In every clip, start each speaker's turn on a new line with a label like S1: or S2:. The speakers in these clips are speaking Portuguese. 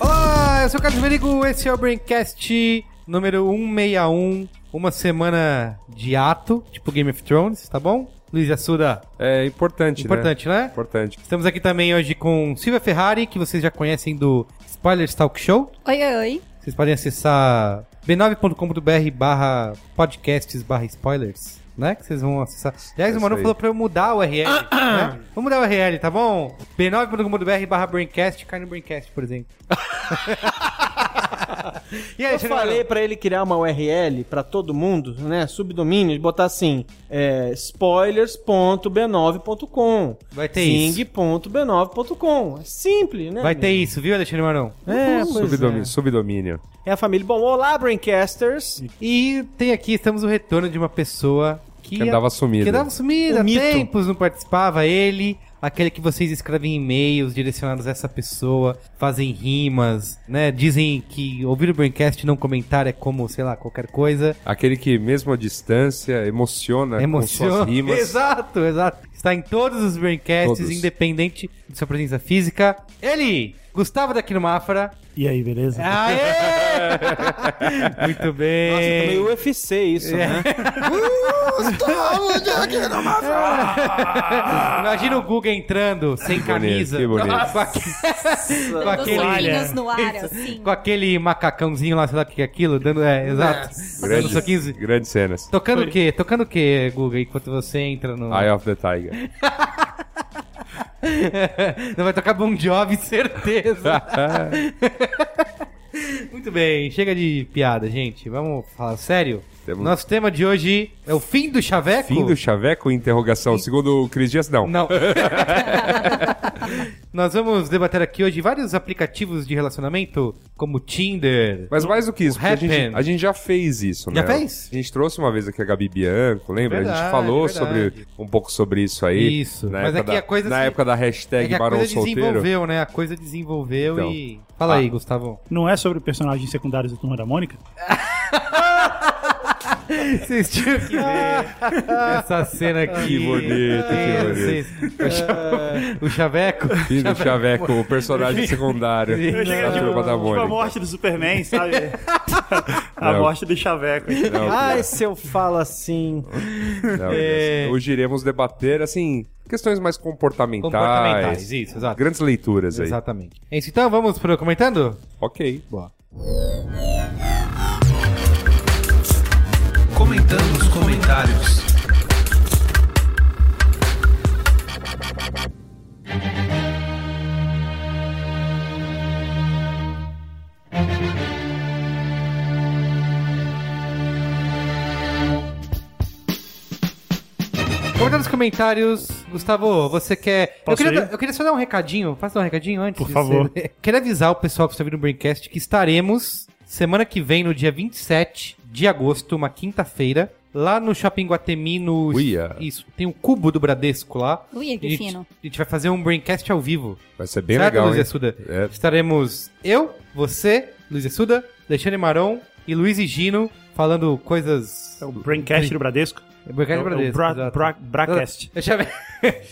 S1: Olá, eu sou o Carlos Verigo, esse é o Braincast número 161, uma semana de ato, tipo Game of Thrones, tá bom? Luiz Assuda,
S2: É importante,
S1: importante, né?
S2: né? Importante.
S1: Estamos aqui também hoje com Silvia Ferrari, que vocês já conhecem do Spoilers Talk Show.
S3: Oi, oi, oi.
S1: Vocês podem acessar b9.com.br barra podcasts barra spoilers, né? Que vocês vão acessar. Aliás,
S2: É
S1: o Manu
S2: isso aí.
S1: falou pra eu mudar o URL,
S4: Ah,
S1: né? Vamos mudar o URL, tá bom? b9.com.br barra braincast, cai no braincast, por exemplo. e aí,
S4: Eu
S1: Xanadu?
S4: falei pra ele criar uma URL pra todo mundo, né? Subdomínio, botar assim: é, spoilers.b9.com.
S1: Vai ter isso.
S4: Sing.b9.com. É simples, né?
S1: Vai
S4: amigo?
S1: ter isso, viu, Alexandre Marão?
S4: É, pois
S2: Subdomínio,
S4: é.
S2: subdomínio.
S4: é a família. Bom, olá, Braincasters.
S1: E tem aqui, estamos o retorno de uma pessoa que,
S2: Que andava sumida.
S1: Que andava sumida,
S4: O mito.
S1: tempos não participava, ele, aquele que vocês escrevem e-mails direcionados a essa pessoa, fazem rimas, né? Dizem que ouvir o Braincast e não comentar é como, sei lá, qualquer coisa.
S2: Aquele que, mesmo à distância, emociona, É, com
S1: Emociona.
S2: suas rimas.
S1: Exato, exato. Está em todos os Braincasts,
S2: Todos.
S1: independente de sua presença física. Ele, Gustavo daquilo Mafra.
S5: E aí, beleza?
S1: Aê! Muito bem.
S4: Nossa, tá meio UFC isso,
S1: É.
S4: né?
S1: Imagina o Guga entrando sem camisa.
S2: que bonito.
S1: Com aque- com
S3: Dando
S1: aquele.
S3: soquinhos no ar,
S1: Isso.
S3: assim.
S1: Com aquele macacãozinho lá, sei lá o que é aquilo, dando. É, exato. Dando
S2: Grandes,
S1: soquinhos.
S2: grandes cenas.
S1: Tocando o quê? Tocando o quê, Guga, enquanto você entra no.
S2: Eye of the Tiger.
S1: Não vai tocar Bon Jovi, certeza. Muito bem, chega de piada, gente. Vamos falar sério?
S2: Temos-
S1: Nosso tema de hoje é o fim do chaveco?
S2: Fim do chaveco? Interrogação. Segundo o Cris Dias, não.
S1: Não. Nós vamos debater aqui hoje vários aplicativos de relacionamento, como Tinder.
S2: Mas mais do que isso, porque a gente,
S1: Happen.
S2: a gente já fez isso,
S1: Já
S2: né?
S1: fez?
S2: A gente trouxe uma vez aqui a Gabi Bianco, lembra? a
S1: Verdade,
S2: gente falou
S1: verdade.
S2: sobre um pouco sobre isso aí.
S1: Isso.
S2: Na
S1: Mas
S2: época
S1: aqui
S2: da,
S1: a coisa
S2: Na
S1: se-
S2: época da
S1: É
S2: hashtag
S1: que a
S2: Barão
S1: coisa
S2: Solteiro.
S1: desenvolveu, né? A coisa desenvolveu
S2: Então.
S1: e. Fala
S2: Ah.
S1: aí, Gustavão.
S5: Não é sobre personagens secundários do Turma da Mônica?
S1: Vocês tinham que ver essa cena aqui.
S2: Que bonito, que bonito.
S1: bonito. O, cha- o chaveco.
S2: Fim do chaveco, o personagem secundário
S1: Eu
S5: cheguei,
S2: da turma da
S5: tipo a
S2: Mônica.
S5: morte do Superman, sabe? a
S2: Não.
S5: morte do Chaveco.
S1: É
S2: Não,
S1: Ah,
S4: Ai, se eu falo assim.
S2: Não,
S1: é.
S2: beleza. Hoje iremos debater, assim, questões mais comportamentais.
S1: Comportamentais, isso, exato.
S2: Grandes leituras aí.
S1: Exatamente. É isso, então vamos pro comentando?
S2: Ok.
S1: Boa.
S6: Comentando os comentários.
S1: Comentando nos comentários, Gustavo, você quer. Eu
S5: Posso
S1: queria,
S5: ir?
S1: dar- eu queria só dar um recadinho. Posso dar um recadinho antes?
S5: Por
S1: de
S5: favor.
S1: você- Quero avisar o pessoal que está vindo no Braincast que estaremos semana que vem, no dia 27 de agosto, uma quinta-feira, lá no Shopping Guatemi, no.
S2: Uia.
S1: Isso, tem o cubo do Bradesco lá.
S3: Ui,
S1: A
S3: que
S1: gente-
S3: fino.
S1: A gente vai fazer um Braincast ao vivo.
S2: Vai ser bem
S1: certo,
S2: legal,
S1: Luiz
S2: hein?
S1: Assuda?
S2: É.
S1: Estaremos eu, você, Luiz Assuda, Alexandre Maron e Luiz e Gino falando coisas.
S5: É o Braincast do Bradesco?
S1: Braincast
S5: É
S1: do
S5: o- é o
S1: Bradesco,
S5: Bra-
S1: exato.
S5: Bra- Bracast.
S1: Eu chamei,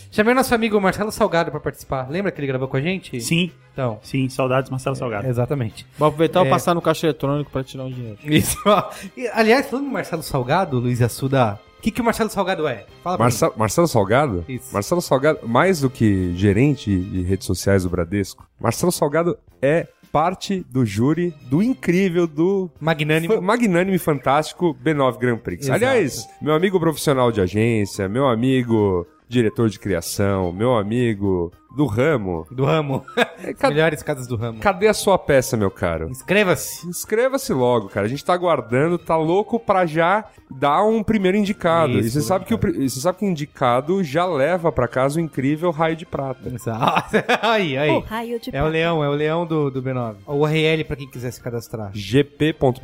S1: chamei o nosso amigo Marcelo Salgado pra participar. Lembra que ele gravou com a gente?
S5: Sim,
S1: Então,
S5: sim, saudades Marcelo
S1: É.
S5: Salgado.
S1: exatamente.
S4: Vou aproveitar e
S1: É.
S4: passar no caixa eletrônico pra tirar o dinheiro.
S1: Isso, ó. E, aliás, falando do Marcelo Salgado, Luiz Assuda, o que, que o Marcelo Salgado é? Fala pra
S2: Marcelo, Marcelo Salgado?
S1: Isso.
S2: Marcelo Salgado, mais do que gerente de redes sociais do Bradesco, Marcelo Salgado é parte do júri do incrível,
S1: mim.
S2: do
S1: Magnânimo.
S2: Fa- Magnânime fantástico B9 Grand Prix.
S1: Exato.
S2: Aliás, meu amigo profissional de agência, meu amigo diretor de criação, meu amigo do ramo. é,
S1: Do ramo. As
S2: ca-
S1: melhores casas do ramo.
S2: Cadê a sua peça, meu caro?
S1: Inscreva-se.
S2: Inscreva-se logo, cara. A gente tá aguardando, tá louco pra já dar um primeiro indicado.
S1: Isso,
S2: e você sabe, que o, pri- e você sabe que o indicado já leva pra casa o incrível raio de prata.
S1: aí, aí.
S3: O raio de
S1: É o leão, é o leão do, do B9. O URL pra quem quiser se cadastrar.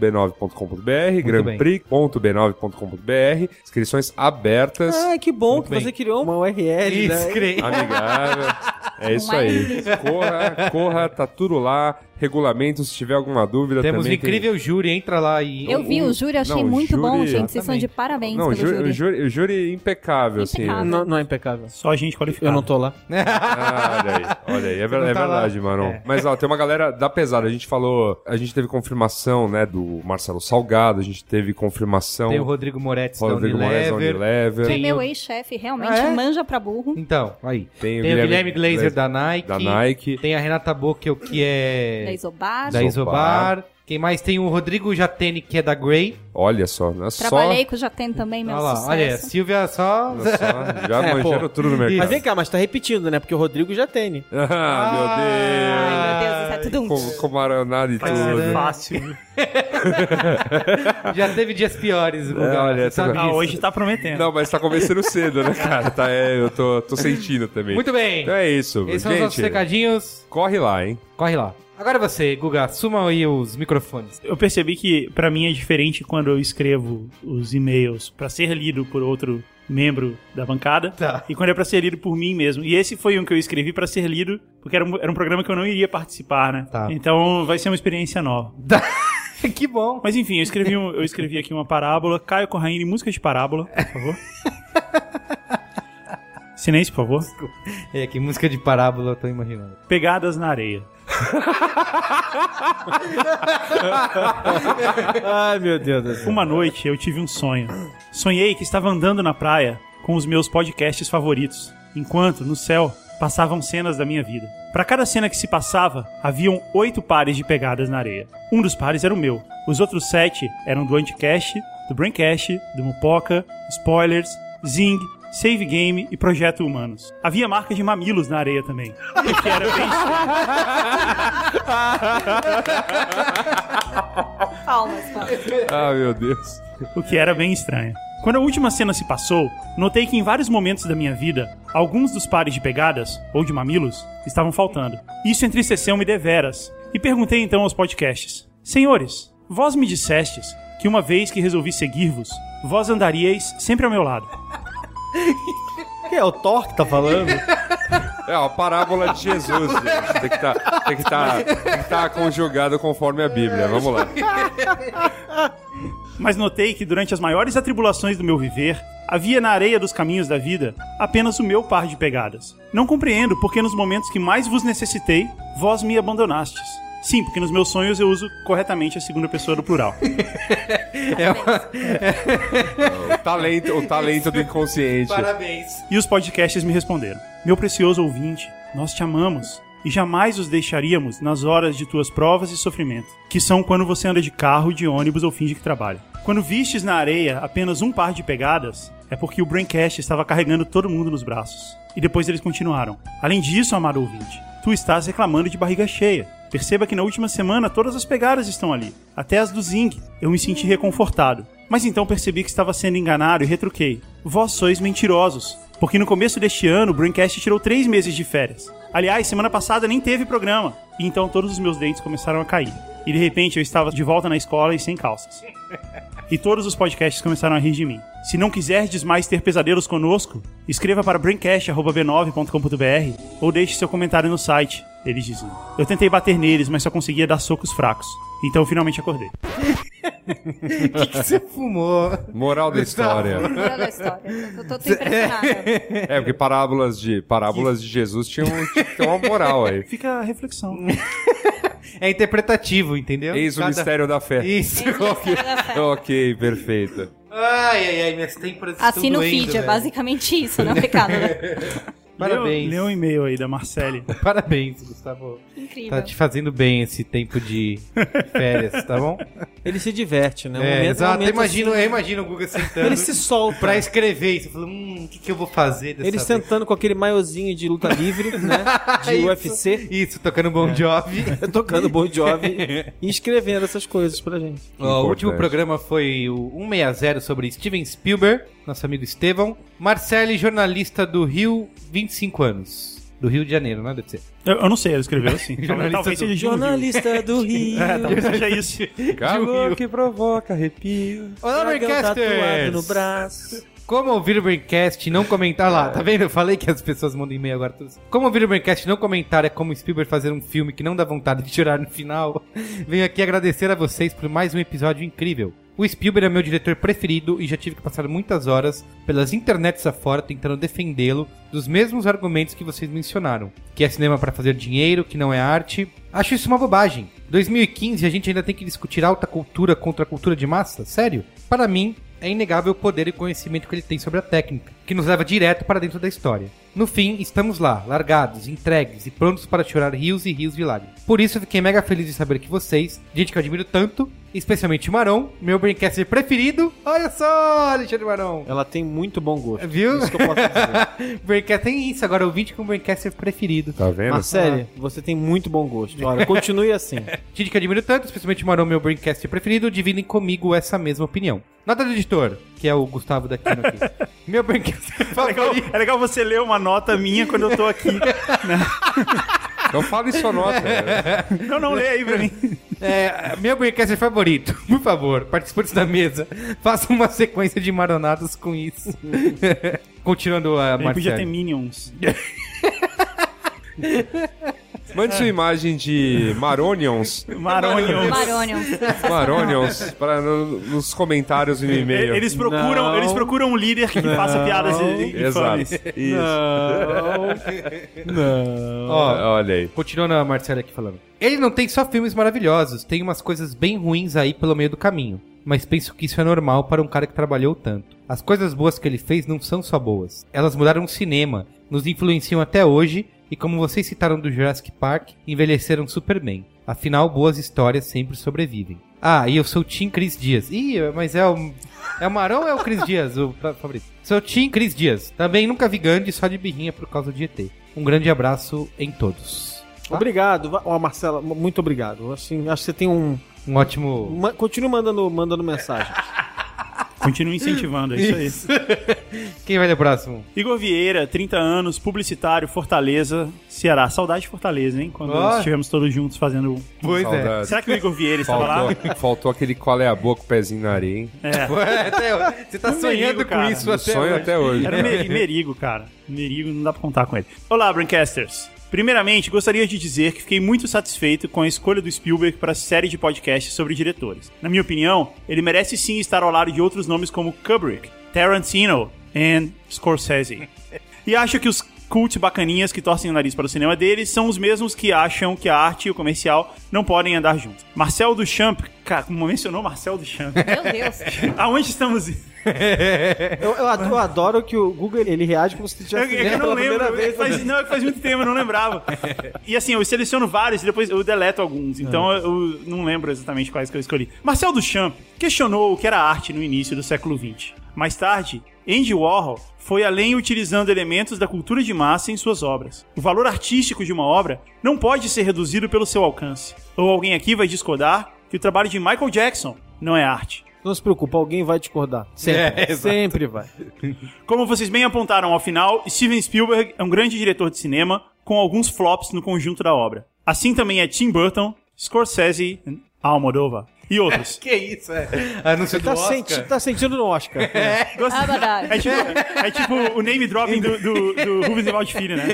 S2: gp.b9.com.br,
S1: bem.
S2: grandprix.b9.com.br, inscrições abertas,
S4: Ai, que bom que
S1: bem.
S4: você criou uma URL, né?
S1: Inscre-
S2: amigável. É isso aí. Corra, corra, tá tudo lá. Regulamento, se tiver alguma dúvida
S1: Temos o
S2: também. tem-
S1: incrível júri, entra lá e.
S3: Eu vi o júri, achei
S2: Não, o
S3: muito
S2: júri-
S3: bom, gente. Vocês
S1: Exatamente.
S3: são de parabéns
S2: Não, o
S3: pelo
S2: júri, o
S3: júri.
S2: júri- o júri impecável, assim.
S3: Impecável.
S4: Não, não é impecável.
S5: Só gente qualificada.
S4: Eu não tô lá.
S2: Ah, olha aí, olha aí, é, ver-
S1: não
S2: é
S1: tá lá.
S2: verdade, Maron.
S1: É.
S2: Mas ó, tem uma galera da pesada. A gente falou, a gente teve confirmação, né, do Marcelo Salgado, a gente teve confirmação
S1: Tem o é um Rodrigo Moretti da
S2: Rodrigo Moraes da
S1: Unilever.
S2: Unilever,
S3: Foi
S1: Tem
S3: meu
S1: o-
S3: ex-chefe, realmente
S1: Ah, é?
S3: manja pra burro.
S1: Então, aí. Tem,
S2: Tem o
S1: o
S2: Guilherme
S1: Guilherme Glazer
S2: Glaser
S1: da Nike.
S2: da Nike.
S1: Tem a Renata Bocchio, que
S3: Da
S1: é.
S3: Isobar.
S1: Da
S2: Isobar.
S1: Isobar. Quem mais? Tem o Rodrigo Jatene, que é da Grey.
S2: Olha só, não é só,
S3: Trabalhei com o Jaten também, meu
S1: Olha lá, olha aí, assim, a
S3: sucesso.
S1: Silvia só.
S2: não é só, já
S4: É,
S2: manjaram
S4: pô.
S2: tudo no mercado.
S4: Mas vem cá, mas tá repetindo, né? Porque o Rodrigo já tem. né?
S2: ah,
S3: Ai, meu Deus, isso é tudo um...
S2: meu Deus, com, com maranada e
S5: Vai
S2: tudo.
S5: ser fácil.
S1: Já teve dias piores. Guga,
S2: olha,
S1: você sabe
S2: tá-
S5: Ah,
S1: disso.
S5: hoje tá prometendo.
S2: Não, mas tá começando cedo, né, cara? Tá, é, eu tô, tô sentindo também.
S1: Muito bem.
S2: Então é isso,
S1: Esses são os nossos
S2: gente.
S1: recadinhos.
S2: Corre lá, hein?
S1: Corre lá. Agora é você, Guga, suma aí os microfones.
S5: Eu percebi que pra mim é diferente quando eu escrevo os e-mails pra ser lido por outro membro da bancada
S1: Tá.
S5: e quando é pra ser lido por mim mesmo. E esse foi um que eu escrevi pra ser lido, porque era um, era um programa que eu não iria participar, né?
S1: Tá.
S5: Então vai ser uma experiência nova.
S1: que bom.
S5: Mas enfim, eu escrevi, um- eu escrevi aqui uma parábola. Caio Corraine, música de parábola, por favor. Silêncio, por favor.
S1: É, que música de parábola eu tô imaginando.
S5: Pegadas na areia.
S4: Ai, meu Deus do céu.
S5: Uma noite eu tive um sonho. Sonhei que estava andando na praia com os meus podcasts favoritos, enquanto no céu passavam cenas da minha vida. Para cada cena que se passava, haviam oito pares de pegadas na areia. Um dos pares era o meu. Os outros sete eram do Anticast, do Braincast, do Mupoca, Spoilers, Zing, Save Game e Projeto Humanos. Havia marca de mamilos na areia também. O que era bem
S3: Palmas, palmas.
S2: Ah, meu Deus.
S5: o que era bem estranho. Quando a última cena se passou, notei que em vários momentos da minha vida, alguns dos pares de pegadas, ou de mamilos, estavam faltando. Isso entristeceu-me deveras, e perguntei então aos podcasts: Senhores, vós me dissestes que uma vez que resolvi seguir-vos, vós andaríeis sempre ao meu lado.
S4: Que é o Thor que tá falando?
S2: É uma parábola de Jesus, gente. Tem que tá, estar que tá, tem que tá conjugado conforme a Bíblia. Vamos lá.
S5: Mas notei que durante as maiores atribulações do meu viver, havia na areia dos caminhos da vida apenas o meu par de pegadas. Não compreendo porque nos momentos que mais vos necessitei, vós me abandonastes. Sim, porque nos meus sonhos eu uso corretamente a segunda pessoa do plural.
S2: O talento, o talento do inconsciente.
S1: Parabéns.
S5: E os podcasts me responderam: Meu precioso ouvinte, nós te amamos e jamais os deixaríamos nas horas de tuas provas e sofrimento, que são quando você anda de carro, de ônibus ou finge que trabalha. Quando vistes na areia apenas um par de pegadas, é porque o Braincast estava carregando todo mundo nos braços. E depois eles continuaram. Além disso, amado ouvinte, tu estás reclamando de barriga cheia. Perceba que na última semana todas as pegadas estão ali, até as do Zing. Eu me senti reconfortado. Mas então percebi que estava sendo enganado e retruquei. Vós sois mentirosos. Porque no começo deste ano, o Braincast tirou três meses de férias. Aliás, semana passada nem teve programa. E então todos os meus dentes começaram a cair. E de repente eu estava de volta na escola e sem calças. E todos os podcasts começaram a rir de mim. Se não quiserdes mais ter pesadelos conosco, escreva para braincast.b9.com.br ou deixe seu comentário no site, eles diziam. Eu tentei bater neles, mas só conseguia dar socos fracos. Então eu finalmente acordei.
S1: O que, que você fumou?
S2: Moral da história.
S3: Moral da história. Eu tô, tô impressionada.
S2: É, porque parábolas de, parábolas de Jesus tinham, tinham uma moral aí.
S5: Fica a reflexão.
S1: É interpretativo, entendeu?
S2: Eis o
S1: Cada-
S2: mistério da fé.
S1: Isso.
S2: Ok,
S3: assim,
S2: ok, perfeito.
S1: Ai, ai, ai, minhas têmporas estão
S3: Assina o
S1: doendo,
S3: feed, é
S1: velho.
S3: basicamente isso, né, pecado? né?
S1: Parabéns.
S5: Lê, lê um e-mail aí da Marcele.
S1: Parabéns, Gustavo.
S3: Incrível.
S1: Tá te fazendo bem esse tempo de férias, tá bom?
S4: Ele se diverte, né? O
S1: É,
S4: momento- o
S1: exato.
S4: momento,
S1: Imagino, eu imagino o Guga
S4: assim,
S1: sentando
S4: ele se solta.
S1: pra escrever isso. Falando, hum, o que, que eu vou fazer dessa
S4: Ele
S1: vez? É
S4: sentando com aquele maiozinho de luta livre, né? De
S1: Isso.
S4: UFC.
S1: Isso, tocando Bon Jovi.
S4: É. Tocando Bon Jovi e escrevendo essas coisas pra gente.
S1: Ó, o último
S2: Importante.
S1: programa foi o 160 sobre Steven Spielberg, nosso amigo Estevão. Marcele, jornalista do Rio, 25 anos. Do Rio de Janeiro, né? Deve ser.
S5: Eu, eu não sei, ela escreveu assim. Talvez-
S1: Jornalista do-
S5: Talvez seja de um
S4: Jornalista do Rio.
S5: É,
S1: tá
S5: talvez seja isso.
S2: Calor que provoca arrepio.
S1: Olá,
S4: dragão tatuado no
S1: Braincasters!
S4: braço.
S1: Como ouvir o Braincast e não comentar lá, tá vendo? Eu falei que as pessoas mandam e-mail agora. todas. Como ouvir o Braincast e não comentar é como Spielberg fazer um filme que não dá vontade de chorar no final. Venho aqui agradecer a vocês por mais um episódio incrível. O Spielberg é meu diretor preferido e já tive que passar muitas horas pelas internets afora tentando defendê-lo dos mesmos argumentos que vocês mencionaram. Que é cinema pra fazer dinheiro, que não é arte. Acho isso uma bobagem. 2015 a gente ainda tem que discutir alta cultura contra a cultura de massa? Sério? Para mim, é inegável o poder e conhecimento que ele tem sobre a técnica, que nos leva direto para dentro da história. No fim, estamos lá, largados, entregues e prontos para chorar rios e rios de lágrimas. Por isso, eu fiquei mega feliz de saber que vocês, gente que eu admiro tanto, especialmente o Marão, meu brinquedo preferido, olha só, Alexandre Marão!
S4: Ela tem muito bom gosto.
S1: Viu?
S4: Isso que eu posso dizer.
S1: Braincast tem isso, agora ouvinte com o Braincaster preferido.
S2: Tá vendo?
S4: Marcele, você tem muito bom gosto. Olha, continue assim.
S1: Gente que admiro tanto, especialmente o Marão, meu Braincast preferido, dividem comigo essa mesma opinião. Nota do editor, que é o Gustavo da Quino aqui. meu Braincast
S5: É legal,
S1: favorito.
S5: é legal você ler uma nota minha quando eu tô aqui.
S2: Então fala em sua nota. né?
S5: Não, não, lê aí pra mim.
S1: É, meu Braincast favorito, por favor, participantes da mesa, façam uma sequência de maronadas com isso. Continuando a
S5: Uhum. Ele podia ter
S1: Marcelo.
S5: Minions.
S2: Mande sua imagem de Maronions.
S5: Maronions.
S3: Marônio.
S2: Maronions para no- nos comentários e no e-mail.
S5: Eles procuram,
S4: Não.
S5: eles procuram um líder que faça piadas
S2: Exato.
S5: infames.
S2: Isso.
S4: Não.
S1: Ó,
S2: Olha aí.
S1: Continuando a Marcela aqui falando. Ele não tem só filmes maravilhosos, tem umas coisas bem ruins aí pelo meio do caminho. Mas penso que isso é normal para um cara que trabalhou tanto. As coisas boas que ele fez não são só boas. Elas mudaram o cinema, nos influenciam até hoje e, como vocês citaram do Jurassic Park, envelheceram super bem. Afinal, boas histórias sempre sobrevivem. Ah, e eu sou o Tim Cris Dias. Ih, mas é o. É o Marão ou é o Cris Dias, o pra- Fabrício? Sou o Tim Cris Dias. Também nunca vi Gandhi só de birrinha por causa de ET. Um grande abraço em todos.
S4: Obrigado. Va- Ó, Marcela, m- muito obrigado. Assim, acho que você tem um.
S1: Um ótimo.
S4: ma- Continue mandando, mandando mensagem.
S5: Continua incentivando, é isso aí.
S1: Quem vai ler o próximo?
S5: Igor Vieira, 30 anos, publicitário, Fortaleza, Ceará. Saudade de Fortaleza, hein? Quando
S1: Ó.
S5: nós estivemos todos juntos fazendo.
S1: Pois é.
S2: Saudades.
S5: Será que o Igor Vieira estava lá?
S2: Faltou, faltou aquele qual é a boa com o pezinho na areia, hein?
S1: você tá
S5: Um
S1: sonhando
S5: merigo,
S1: com
S5: cara.
S1: isso
S2: Um
S1: até.
S2: sonho
S1: hoje.
S2: até hoje.
S5: Era um o Meri- Merigo, cara. Merigo, não dá pra contar com ele. Olá, Brancasters. Primeiramente, gostaria de dizer que fiquei muito satisfeito com a escolha do Spielberg para a série de podcasts sobre diretores. Na minha opinião, ele merece sim estar ao lado de outros nomes como Kubrick, Tarantino e Scorsese. E acho que os cult bacaninhas que torcem o nariz para o cinema deles são os mesmos que acham que a arte e o comercial não podem andar juntos. Marcel Duchamp, cara, como mencionou Marcel Duchamp,
S3: Meu Deus.
S5: aonde estamos indo?
S4: Eu, eu adoro, eu adoro que o Google ele reage como se
S5: Eu,
S4: tivesse
S5: É eu
S4: vendo
S5: não
S4: pela primeira
S5: lembro.
S4: vez. né?
S5: faz, não, é que faz muito tempo, eu não lembrava. E assim, eu seleciono vários e depois eu deleto alguns.
S4: Ah.
S5: Então eu não lembro exatamente quais que eu escolhi. Marcel Duchamp questionou o que era arte no início do século XX. Mais tarde, Andy Warhol foi além utilizando elementos da cultura de massa em suas obras. O valor artístico de uma obra não pode ser reduzido pelo seu alcance. Ou alguém aqui vai discordar que o trabalho de Michael Jackson não é arte.
S4: Não se preocupa, alguém vai discordar. Sempre. sempre vai.
S5: Como vocês bem apontaram ao final, Steven Spielberg é um grande diretor de cinema, com alguns flops no conjunto da obra. Assim também é Tim Burton, Scorsese, e Almodóvar e outros.
S1: Que isso, é? Anúncio do
S4: Tá,
S1: Oscar.
S4: senti- tá sentindo no Oscar.
S5: Gosto-
S3: Abadá.
S5: É tipo, é tipo o name dropping do, do, do Rubens Evaldo Filho, né?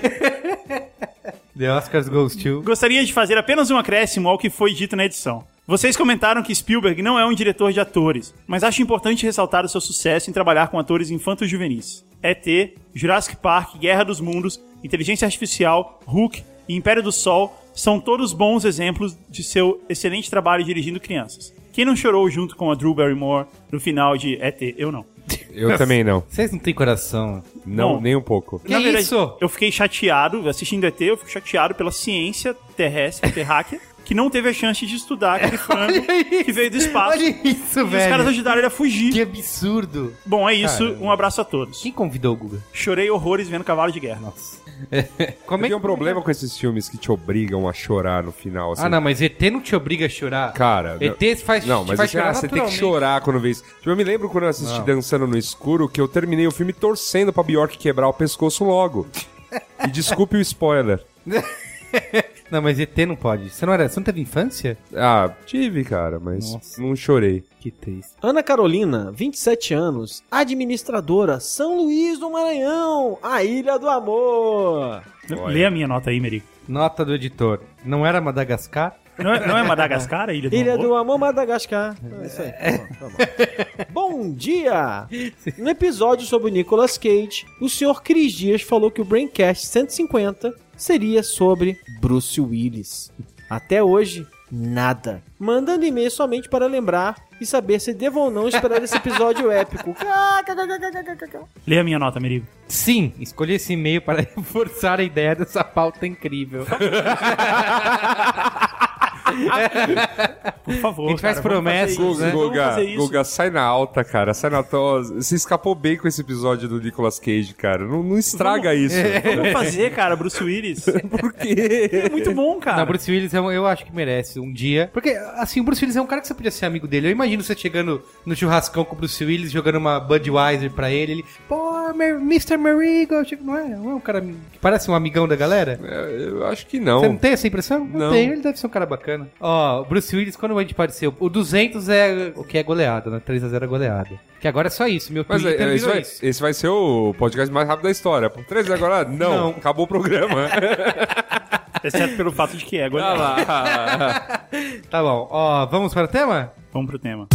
S1: The Oscars Goes to...
S5: Gostaria de fazer apenas um acréscimo ao que foi dito na edição. Vocês comentaram que Spielberg não é um diretor de atores, mas acho importante ressaltar o seu sucesso em trabalhar com atores infantos juvenis. ET, Jurassic Park, Guerra dos Mundos, Inteligência Artificial, Hulk e Império do Sol são todos bons exemplos de seu excelente trabalho dirigindo crianças. Quem não chorou junto com a Drew Barrymore no final de ET? Eu não.
S2: Eu também não.
S1: Vocês não têm coração.
S2: Não,
S5: Bom.
S2: nem um pouco.
S1: Que isso?
S5: Eu fiquei chateado, assistindo ET, eu fico chateado pela ciência terrestre, terráquea, que não teve a chance de estudar aquele frango que veio do espaço.
S1: Olha isso,
S5: e os
S1: velho.
S5: caras ajudaram ele a fugir.
S1: Que absurdo.
S5: Bom, é isso.
S1: Caramba.
S5: Um abraço a todos.
S1: Quem convidou o Guga?
S5: Chorei horrores vendo Cavalo de Guerra.
S1: Nossa. Como
S2: Eu
S1: é que...
S2: tenho um problema com esses filmes que te obrigam a chorar no final, assim.
S1: Ah, não, mas ET não te obriga a chorar.
S2: Cara,
S1: ET
S2: não-
S1: faz,
S2: Não,
S1: te
S2: mas
S1: faz
S2: assim, ah,
S1: chorar
S2: você tem que
S1: naturalmente.
S2: chorar quando vê isso. Tipo, eu me lembro quando eu assisti Dançando no Escuro que eu terminei o filme torcendo pra Bjork quebrar o pescoço logo. e desculpe o spoiler.
S1: Não, mas ET não pode. Você não era, você não teve infância?
S2: Ah, tive, cara, mas
S1: Nossa.
S2: não chorei.
S1: Que triste.
S4: Ana Carolina, 27 anos, administradora, São Luís do Maranhão, a Ilha do Amor.
S5: Lê a minha nota aí, Merico.
S1: Nota do editor. Não era Madagascar?
S5: Não é, não é Madagascar, a Ilha do
S4: Ilha
S5: Amor?
S4: do Amor, Madagascar. É isso aí. Tá bom, tá bom. Bom dia! No episódio sobre o Nicolas Cage, o senhor Cris Dias falou que o Braincast 150 seria sobre Bruce Willis. Até hoje, nada. Mandando e-mail somente para lembrar e saber se devo ou não esperar esse episódio épico.
S5: Lê a minha nota, Merico.
S1: Sim, escolhi esse e-mail para reforçar a ideia dessa pauta incrível.
S2: Então
S5: Por favor.
S1: A gente faz
S5: cara, vamos fazer
S1: promessas,
S5: isso.
S1: né?
S5: Vamos
S2: Guga,
S5: fazer isso.
S2: Guga, sai na alta, cara. Sai na alta. Ó, Você escapou bem com esse episódio do Nicolas Cage, cara. Não, não estraga isso.
S5: Vamos fazer, cara, Bruce Willis.
S2: Por quê?
S5: É muito bom,
S2: tá,
S5: cara.
S2: né?
S1: Não, Bruce Willis é um- eu acho que merece um dia. Porque, assim, o Bruce Willis é um cara que você podia ser amigo dele. Eu imagino você chegando no churrascão com o Bruce Willis, jogando uma Budweiser pra ele. Ele, pô, Mer- Mr. Marigo. Tipo, não, é, não é um cara que parece um amigão da galera?
S2: Eu acho que
S1: Você não
S2: não.
S1: tem essa impressão?
S2: É um Não.
S1: tenho, ele deve ser um cara bacana. Ó, o Bruce Willis, quando a gente apareceu, o 200 é o que é goleada, né? 3x0 é goleada. Que agora é só isso, meu
S2: Mas é,
S1: Twitter
S2: é, esse,
S1: virou
S2: vai,
S1: isso.
S2: esse vai ser o podcast mais rápido da história. Por três agora? Não.
S1: Não.
S2: Acabou o programa.
S5: Exceto pelo fato de que é. Agora,
S2: Olha lá.
S1: Tá bom, ó, vamos para o tema?
S5: Vamos pro tema.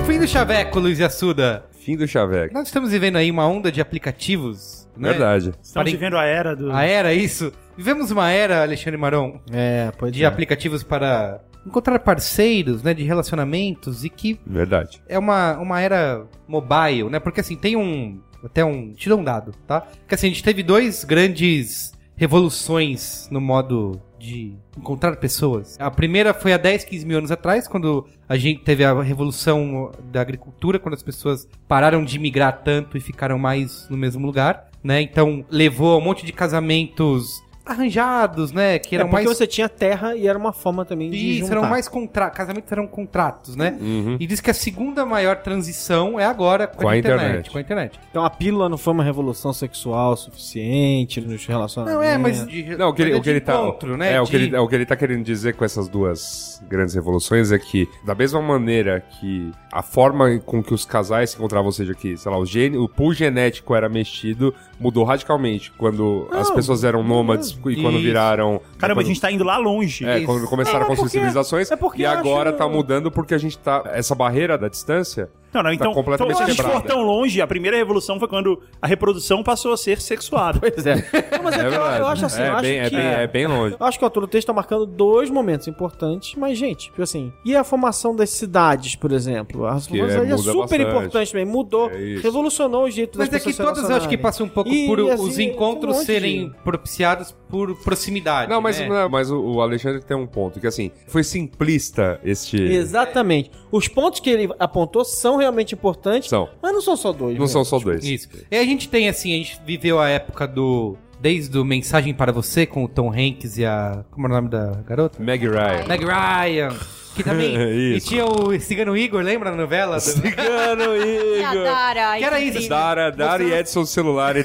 S1: O fim do chaveco, Luiz e Assuda.
S2: Fim do Chaveco.
S1: Nós estamos vivendo aí uma onda de aplicativos,
S5: é.
S1: né?
S2: Verdade.
S5: Estamos
S1: Parem-
S5: vivendo a era do...
S1: A era, isso? Vivemos uma era, Alexandre Maron,
S4: É, pode
S1: de aplicativos para encontrar parceiros, né, de relacionamentos e que
S2: Verdade.
S1: é uma, uma era mobile, né? Porque assim, tem um. Até um. Tira um dado, tá? Porque assim, a gente teve dois grandes revoluções no modo de encontrar pessoas. A primeira foi há 10, 15 mil anos atrás, quando a gente teve a revolução da agricultura, quando as pessoas pararam de migrar tanto e ficaram mais no mesmo lugar, né? Então levou a um monte de casamentos arranjados, né? Que
S4: É
S1: eram
S4: porque
S1: mais.
S4: você tinha terra e era uma forma também de
S1: Isso,
S4: juntar.
S1: eram mais contra... casamentos eram contratos, né?
S2: Uhum.
S1: E diz que a segunda maior transição é agora com, a, internet, Com a internet.
S4: Então a pílula não foi uma revolução sexual suficiente nos relacionamentos.
S1: Não, é, mas. De,
S2: Não, o que ele, o que
S1: de
S2: ele tá.
S1: encontro, né?
S2: É, o que,
S1: De-
S2: ele, é, o que ele tá querendo dizer com essas duas grandes revoluções é que, da mesma maneira que a forma com que os casais se encontravam, ou seja, que, sei lá, o, gene, o pool genético era mexido, mudou radicalmente. Quando as pessoas eram nômades e quando
S1: Isso.
S2: viraram.
S5: Caramba, a
S2: quando-
S5: gente tá indo lá longe.
S2: É, quando começaram a
S4: Não, é
S2: construir
S4: porque-
S2: civilizações
S4: é porque
S2: e
S4: eu acho-
S2: agora tá mudando porque a gente tá. Essa barreira da distância.
S5: Não, não, então, então
S2: completamente
S5: se a gente
S2: quebrada.
S5: for tão longe, a primeira revolução foi quando a reprodução passou a ser sexuada.
S4: Pois é. Não, mas é, que eu,
S2: verdade.
S4: eu acho assim,
S2: é,
S4: eu acho
S2: bem, é
S4: que...
S2: bem- é bem longe.
S4: Eu Acho que o autor do texto tá marcando dois momentos importantes, mas, gente, tipo assim, e a formação das cidades, por exemplo? A
S2: Que
S4: formação das
S2: é,
S4: cidades é
S2: muda
S4: super
S2: bastante.
S4: importante também, mudou,
S2: É isso.
S4: revolucionou o jeito
S1: Mas
S4: das
S1: é
S4: pessoas
S1: que
S4: se
S1: todas eu acho que
S4: relacionarem.
S1: passam um pouco
S4: E,
S1: por
S4: assim,
S1: os
S4: tem um
S1: encontros
S4: monte de-
S1: serem propiciados por proximidade.
S2: Não, mas,
S4: É.
S1: né?
S2: não, é mas o- o Alexandre tem um ponto, que assim, foi simplista este.
S4: Exatamente. Os pontos que ele apontou são realmente importantes,
S2: São.
S4: mas não são só dois.
S2: Não
S4: né?
S2: são só dois.
S1: Tipo Isso. E a gente tem, assim, a gente viveu a época do. Desde o Mensagem para Você com o Tom Hanks e a. Como era o nome da garota?
S2: Meg Ryan.
S1: Meg Ryan. Que também. e
S2: É Isso.
S1: tinha o Cigano Igor, lembra na novela? Do-
S2: Cigano,
S3: E a
S2: Igor.
S3: Dara,
S1: Que era
S3: incrível.
S1: isso, assim,
S2: Dara, é Dara e
S1: tá. Você-
S2: Edson celular e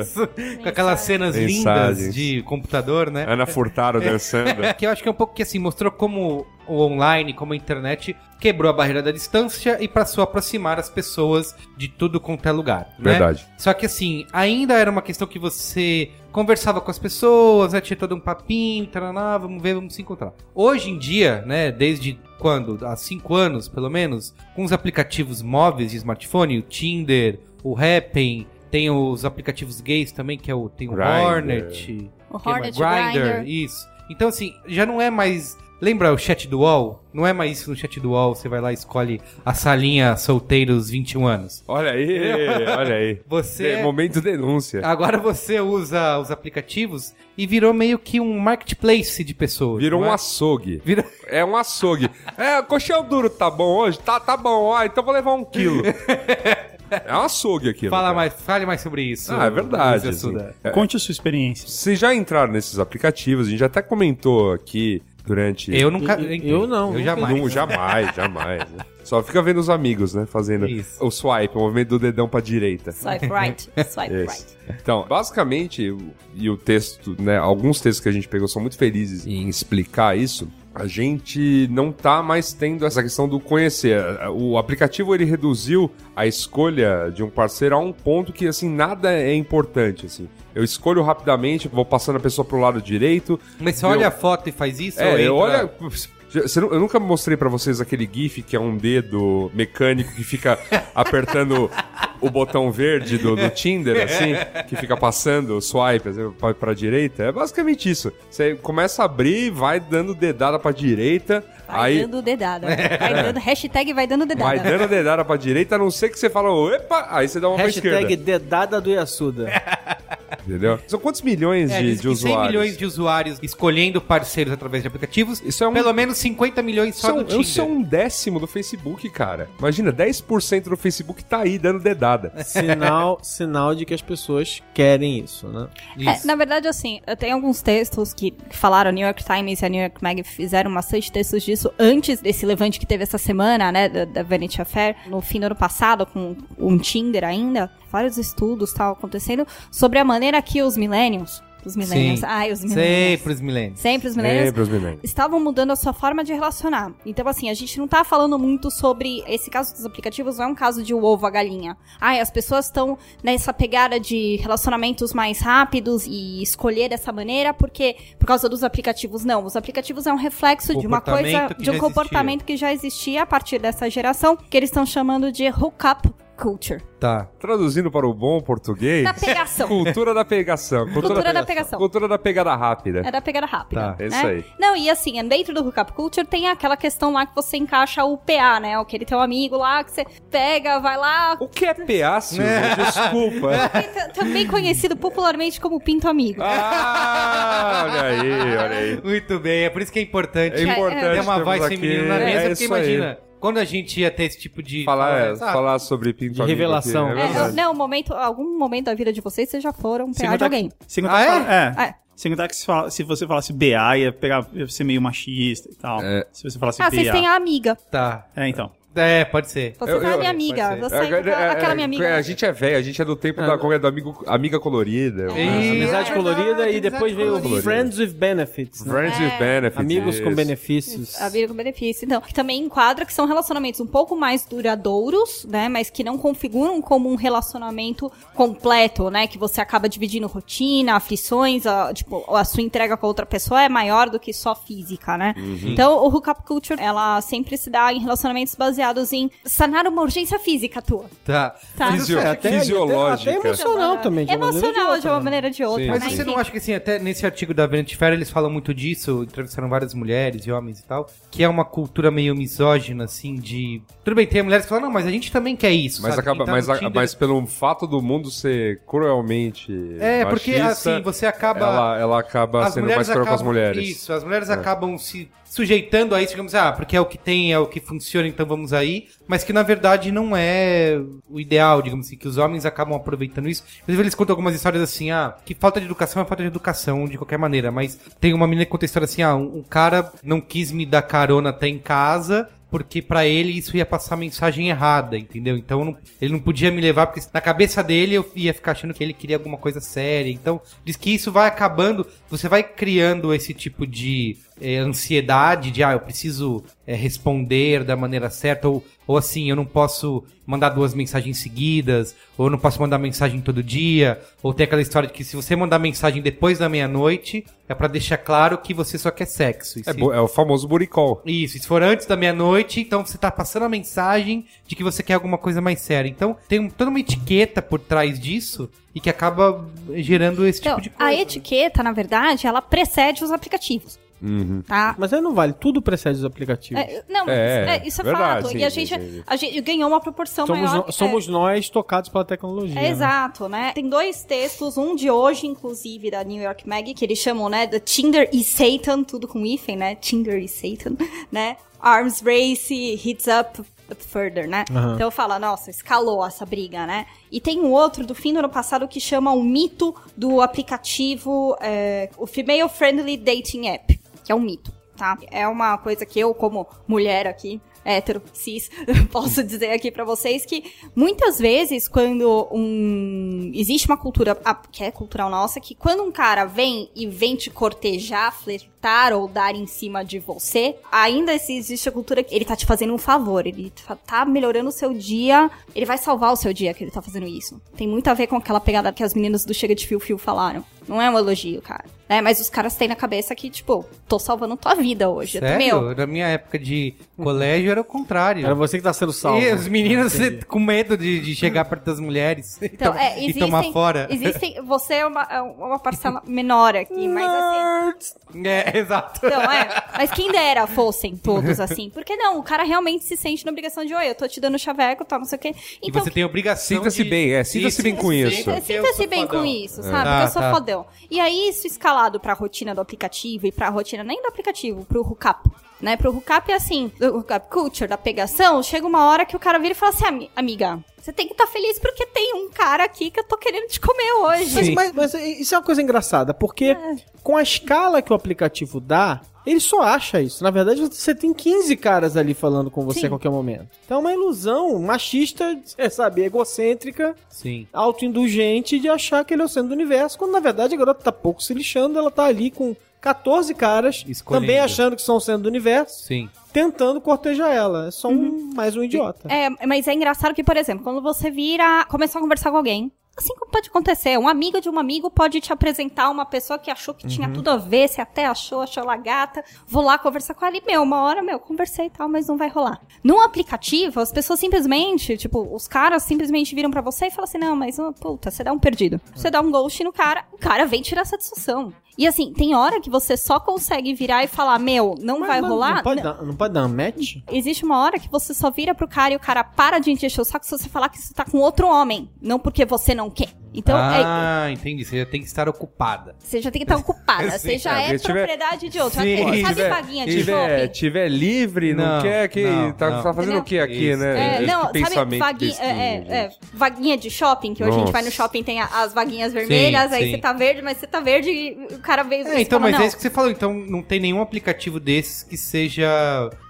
S1: Isso, com aquelas cenas
S2: Mensagens.
S1: lindas de computador, né?
S2: Ana Furtado dançando.
S1: Que eu acho que é um pouco que assim, mostrou como o online, como a internet quebrou a barreira da distância e passou a aproximar as pessoas de tudo quanto é lugar. né?
S2: Verdade.
S1: Só que assim, ainda era uma questão que você conversava com as pessoas, né, tinha todo um papinho, taraná, vamos ver, vamos se encontrar. Hoje em dia, né, desde quando? Há cinco anos, pelo menos, com os aplicativos móveis de smartphone, o Tinder, o Happn, Tem os aplicativos gays também, que é o, tem o
S2: Grindr.
S1: Hornet.
S3: O
S1: que é
S3: Hornet,
S1: mais?
S3: Grindr.
S1: Isso. Então, assim, já não é mais. Lembra o chat do UOL? Não é mais isso no chat do UOL, você vai lá e escolhe a salinha solteiros 21 anos.
S2: Olha aí, olha aí.
S1: Você. Ah,
S2: É, Momento denúncia.
S1: Agora você usa os aplicativos e virou meio que um marketplace de pessoas.
S2: Virou
S1: não
S2: um
S1: é?
S2: açougue.
S1: Virou-
S2: É um açougue. É, colchão duro tá bom hoje? Tá, tá bom, ó, então vou levar um quilo. É um açougue aquilo.
S1: Fala
S2: cara.
S1: mais, fale mais sobre isso.
S2: Ah, é verdade.
S1: Luiz
S2: assim.
S1: Assuda.
S2: É,
S5: Conte a sua experiência.
S2: Vocês já entraram nesses aplicativos, a gente até comentou aqui durante.
S1: Eu nunca.
S4: Eu- eu não,
S1: Eu
S4: nunca.
S1: jamais.
S2: Não, jamais, jamais. né? Só fica vendo os amigos, né? Fazendo
S1: Isso.
S2: o swipe, o movimento do dedão pra direita.
S3: Swipe right, swipe right.
S2: Esse. Então, basicamente, o- e o texto, né? Alguns textos que a gente pegou são muito felizes em explicar isso. A gente não tá mais tendo essa questão do conhecer. O aplicativo ele reduziu a escolha de um parceiro a um ponto que assim nada é importante assim. Eu escolho rapidamente, vou passando a pessoa pro lado direito.
S1: Mas você
S2: Deu-
S1: olha a foto e faz isso? ou
S2: É,
S1: entra-
S2: eu olha. Já- você nu- Eu nunca mostrei pra vocês aquele GIF que é um dedo mecânico que fica apertando o botão verde do, do Tinder, assim, que fica passando o swipe assim, pra, pra direita. É basicamente isso. Você começa a abrir, vai dando dedada pra direita,
S3: Vai
S2: aí
S3: dando dedada. né? Vai dando, hashtag vai dando dedada.
S2: vai dando dedada pra direita, a não ser que você fala, epa, aí você dá uma pra
S4: Hashtag
S2: esquerda.
S4: dedada do Yassuda.
S2: Entendeu? São quantos milhões
S1: É,
S2: de,
S1: diz
S2: de
S1: que 100
S2: usuários?
S1: milhões de usuários escolhendo parceiros através de aplicativos.
S2: Isso é um-
S1: Pelo menos 50 milhões só
S2: São-
S1: no
S2: eu
S1: Tinder.
S2: sou um décimo do Facebook, cara. Imagina, 10% do Facebook tá aí dando dedada.
S4: Sinal, sinal de que as pessoas querem isso, né?
S3: É,
S1: Isso.
S3: na verdade, assim, eu tenho alguns textos que falaram, New York Times e a New York Mag fizeram bastante textos disso antes desse levante que teve essa semana, né, da, da Vanity Fair, no fim do ano passado, com um Tinder ainda, vários estudos tal acontecendo, sobre a maneira que os millennials, os millennials,
S1: Sim.
S3: ai, os millennials,
S1: Sempre os milênios.
S3: sempre os millennials,
S2: Lembra os milênios.
S3: estavam mudando a sua forma de relacionar. Então, assim, a gente não tá falando muito sobre. Esse caso dos aplicativos não é um caso de o ovo, a galinha. Ai, as pessoas estão nessa pegada de relacionamentos mais rápidos e escolher dessa maneira porque por causa dos aplicativos. Não, os aplicativos é um reflexo de uma coisa,
S1: Comportamento que
S3: de um
S1: já
S3: comportamento que já existia a partir dessa geração, que eles estão chamando de hookup culture.
S1: Tá.
S2: Traduzindo para o bom português.
S3: Da pegação.
S2: Cultura da pegação.
S3: Cultura da pegação.
S2: Cultura da pegada rápida.
S3: É da pegada rápida.
S2: Tá,
S3: né?
S2: é isso aí.
S3: Não, e assim, dentro do Hookup Culture tem aquela questão lá que você encaixa o PA, né? Aquele teu amigo lá que você pega, vai lá.
S2: O que é PA, Silvio? Desculpa.
S3: E t- Também conhecido popularmente como Pinto Amigo.
S2: Ah, olha aí, olha aí.
S1: Muito bem, é por isso que é importante.
S2: É importante
S1: ter uma
S2: termos
S1: voz
S2: aqui-
S1: feminina na
S2: é
S1: mesa, porque
S2: isso aí.
S1: imagina, quando a gente ia ter esse tipo de.
S2: Falar, é,
S1: ah,
S2: falar sobre Pinto
S4: De
S2: Amigo
S4: revelação.
S2: aqui,
S3: É,
S2: é verdade. tá
S3: não, momento, algum momento da vida de vocês, vocês já foram um PA de alguém.
S5: Que, sem contar
S1: Ah,
S5: que
S1: é?
S5: fala- é?
S3: Ah, é.
S5: Sem contar que se, fala- se você falasse BA, ia, pegar, ia ser meio machista e tal. Se você falasse
S3: Ah,
S5: BA.
S3: vocês têm a amiga.
S1: Tá.
S5: É, então.
S1: É, pode ser.
S3: Você
S2: Eu-
S3: tá
S2: eu-
S3: minha
S1: pode
S3: amiga.
S1: ser.
S3: Você
S2: Agora, é,
S3: aquela
S2: é,
S3: minha amiga.
S2: A gente é velho, a gente é do tempo da como é do amigo, amiga colorida.
S1: Ih,
S4: Amizade
S1: é
S4: colorida
S1: verdade,
S4: e depois
S1: amizade
S4: veio
S1: colorida.
S4: Friends with Benefits. né?
S2: Friends
S3: É.
S2: with Benefits.
S4: Amigos com
S2: isso.
S4: benefícios.
S3: Amiga com benefício. Então, que também enquadra que são relacionamentos um pouco mais duradouros, né? Mas que não configuram como um relacionamento completo, né? Que você acaba dividindo rotina, aflições, a, tipo, a sua entrega com a outra pessoa é maior do que só física, né?
S1: Uhum.
S3: Então, o hookup culture, ela sempre se dá em relacionamentos baseados em sanar uma urgência física tua.
S1: Tá.
S3: Tá.
S2: Fisio-
S4: É, até-
S2: fisiológica.
S4: até emocional também. de uma maneira ou de
S3: Emocional de
S4: outra,
S3: uma
S4: né?
S3: maneira ou de outra,
S2: Sim.
S3: né?
S1: Mas você não
S3: Enfim.
S1: acha que, assim, até nesse artigo da Vanity Fair eles falam muito disso, entrevistaram várias mulheres e homens e tal, que é uma cultura meio misógina, assim, de... Tudo bem, tem mulheres que falam, não, mas a gente também quer isso,
S2: Mas,
S1: sabe?
S2: acaba,
S1: Quem tá
S2: mas,
S1: no
S2: a-
S1: Tinder-
S2: mas pelo fato do mundo ser cruelmente
S1: É, porque,
S2: machista,
S1: assim, você acaba...
S2: ela, ela acaba sendo mais cruel com as mulheres. É.
S1: Isso, as mulheres acabam se sujeitando a isso, digamos, ah, porque é o que tem, é o que funciona, então vamos aí. Mas que na verdade não é o ideal, digamos assim, que os homens acabam aproveitando isso. Inclusive, eles contam algumas histórias assim, ah, que falta de educação é falta de educação, de qualquer maneira. Mas tem uma menina que conta a história assim, ah, um, um cara não quis me dar carona até em casa. Porque pra ele isso ia passar mensagem errada, entendeu? Então eu não- ele não podia me levar, porque na cabeça dele eu ia ficar achando que ele queria alguma coisa séria. Então, diz que isso vai acabando, você vai criando esse tipo de eh, ansiedade de, ah, eu preciso eh, é, responder da maneira certa, ou, ou assim, eu não posso mandar duas mensagens seguidas, ou eu não posso mandar mensagem todo dia, ou tem aquela história de que se você mandar mensagem depois da meia-noite, é pra deixar claro que você só quer sexo. E
S2: É,
S1: se-
S2: bo- é o famoso buricol.
S1: isso, e se for antes da meia-noite, então você tá passando a mensagem de que você quer alguma coisa mais séria. Então tem um- toda uma etiqueta por trás disso e que acaba gerando esse
S3: Então,
S1: tipo de coisa.
S3: a
S1: né?
S3: etiqueta, na verdade, ela precede os aplicativos.
S2: Uhum.
S3: Tá?
S4: Mas aí não vale, tudo precede os aplicativos.
S3: É, não,
S2: É,
S3: mas, é, isso é
S2: verdade,
S3: fato.
S2: sim,
S3: e a
S2: sim,
S3: gente,
S2: sim.
S3: a gente ganhou uma proporção
S4: somos
S3: maior.
S4: no- somos nós tocados pela tecnologia.
S3: É,
S4: né?
S3: exato, né? Tem dois textos, um de hoje, inclusive, da New York Mag, que eles chamam, né, de Tinder e Satan, tudo com hífen, né? Tinder e Satan, né? Arms race, hits up further, né? Então fala, nossa, escalou essa briga, né? E tem um outro do fim do ano passado que chama o mito do aplicativo, é, o Female Friendly Dating App, que é um mito, tá? É uma coisa que eu, como mulher aqui, hétero, cis, posso dizer aqui pra vocês que muitas vezes quando um existe uma cultura ah, que é cultural nossa que quando um cara vem e vem te cortejar, flertar ou dar em cima de você, ainda se existe a cultura que ele tá te fazendo um favor, ele tá- tá melhorando o seu dia, ele vai salvar o seu dia que ele tá fazendo isso. Tem muito a ver com aquela pegada que as meninas do Chega de Fio Fio falaram. Não é um elogio, cara. Né? Mas os caras têm na cabeça que, tipo, tô salvando tua vida hoje.
S1: Sério?
S3: Meu,
S1: Na minha época de colégio era o contrário.
S4: Era você que tá sendo salvo.
S1: E as meninas
S4: Entendi.
S1: com medo de, de chegar perto das mulheres e
S3: Então,
S1: tom-
S3: é,
S1: e
S3: existem,
S1: tomar fora.
S3: Existem, você é uma, é uma parcela menor aqui, mas assim.
S1: É, exato.
S3: Então, é. Mas quem dera fossem todos assim. Porque não, o cara realmente se sente na obrigação de, oi, eu tô te dando chaveco, tá, não sei o quê.
S1: E
S3: Então,
S1: você tem a obrigação
S2: Sinta-se
S1: de-
S2: bem, é, sinta-se
S1: Isso,
S2: bem com isso.
S1: sinta-
S3: Sinta-
S1: que eu
S3: Sinta-se
S1: sou
S3: bem
S1: fodão.
S3: com isso, sabe?
S1: Tá,
S3: Porque eu sou
S1: tá.
S3: fodão. E aí, isso escalado pra rotina do aplicativo e pra rotina nem do aplicativo, pro hookup. Né? Pro hookup é assim, o hookup culture, da pegação, chega uma hora que o cara vira e fala assim, "Ami- amiga, você tem que estar feliz porque tem um cara aqui que eu tô querendo te comer hoje.
S4: Mas, mas- mas isso é uma coisa engraçada, porque
S3: É.
S4: com a escala que o aplicativo dá, ele só acha isso. Na verdade, você tem 15 caras ali falando com você
S3: Sim.
S4: a qualquer momento. Então é uma ilusão machista, é, sabe, egocêntrica,
S1: Sim.
S4: autoindulgente de achar que ele é o centro do universo, quando na verdade a garota tá pouco se lixando, ela tá ali com 14 caras,
S1: Escolhendo.
S4: também achando que são o centro do universo,
S1: Sim.
S4: tentando cortejar ela. É só um, mais um idiota.
S3: Uhum. É, mas é engraçado que, por exemplo, quando você vira, começou a conversar com alguém, assim como pode acontecer, um amigo de um amigo pode te apresentar uma pessoa que achou que
S4: Uhum.
S3: tinha tudo a ver, se até achou, achou ela gata, vou lá conversar com ela e, meu, uma hora, meu, conversei e tal, mas não vai rolar. Num aplicativo, as pessoas simplesmente, tipo, os caras simplesmente viram pra você e falam assim, não, mas, ô, puta, você dá um perdido. Você dá um ghost no cara, o cara vem tirar satisfação. E assim, tem hora que você só consegue virar e falar, meu, não
S4: Mas
S3: vai
S4: não-
S3: rolar.
S4: Não pode, dar, não pode dar um match?
S3: Existe uma hora que você só vira pro cara e o cara para de te encher o saco se você falar que você tá com outro homem, não porque você não quer. Então, é-
S1: ah, entendi. Você já tem que estar ocupada.
S3: você já tem que estar ocupada, você já
S2: cara,
S3: é
S2: se tiver-
S3: propriedade de outro.
S1: Sim,
S3: Sabe
S1: tiver-
S3: vaguinha de
S2: tiver,
S3: shopping?
S2: tiver livre, não,
S1: Não,
S2: quer que.
S1: não,
S2: tá,
S1: não.
S2: tá fazendo
S3: Entendeu?
S2: o que aqui,
S1: Isso.
S2: né?
S3: É,
S2: Esse
S3: não, sabe,
S2: pensamento
S3: vagui-
S2: bestinho,
S3: é,
S2: gente.
S3: é, é, vaguinha de shopping, que hoje a gente vai no
S2: Nossa.
S3: shopping tem a- as vaguinhas vermelhas, aí
S1: sim.
S3: você tá verde, mas você tá verde e o cara veio...
S1: É,
S3: e
S1: então,
S3: fala,
S1: mas
S3: não.
S1: é isso que você falou. Então, não tem nenhum aplicativo desses que seja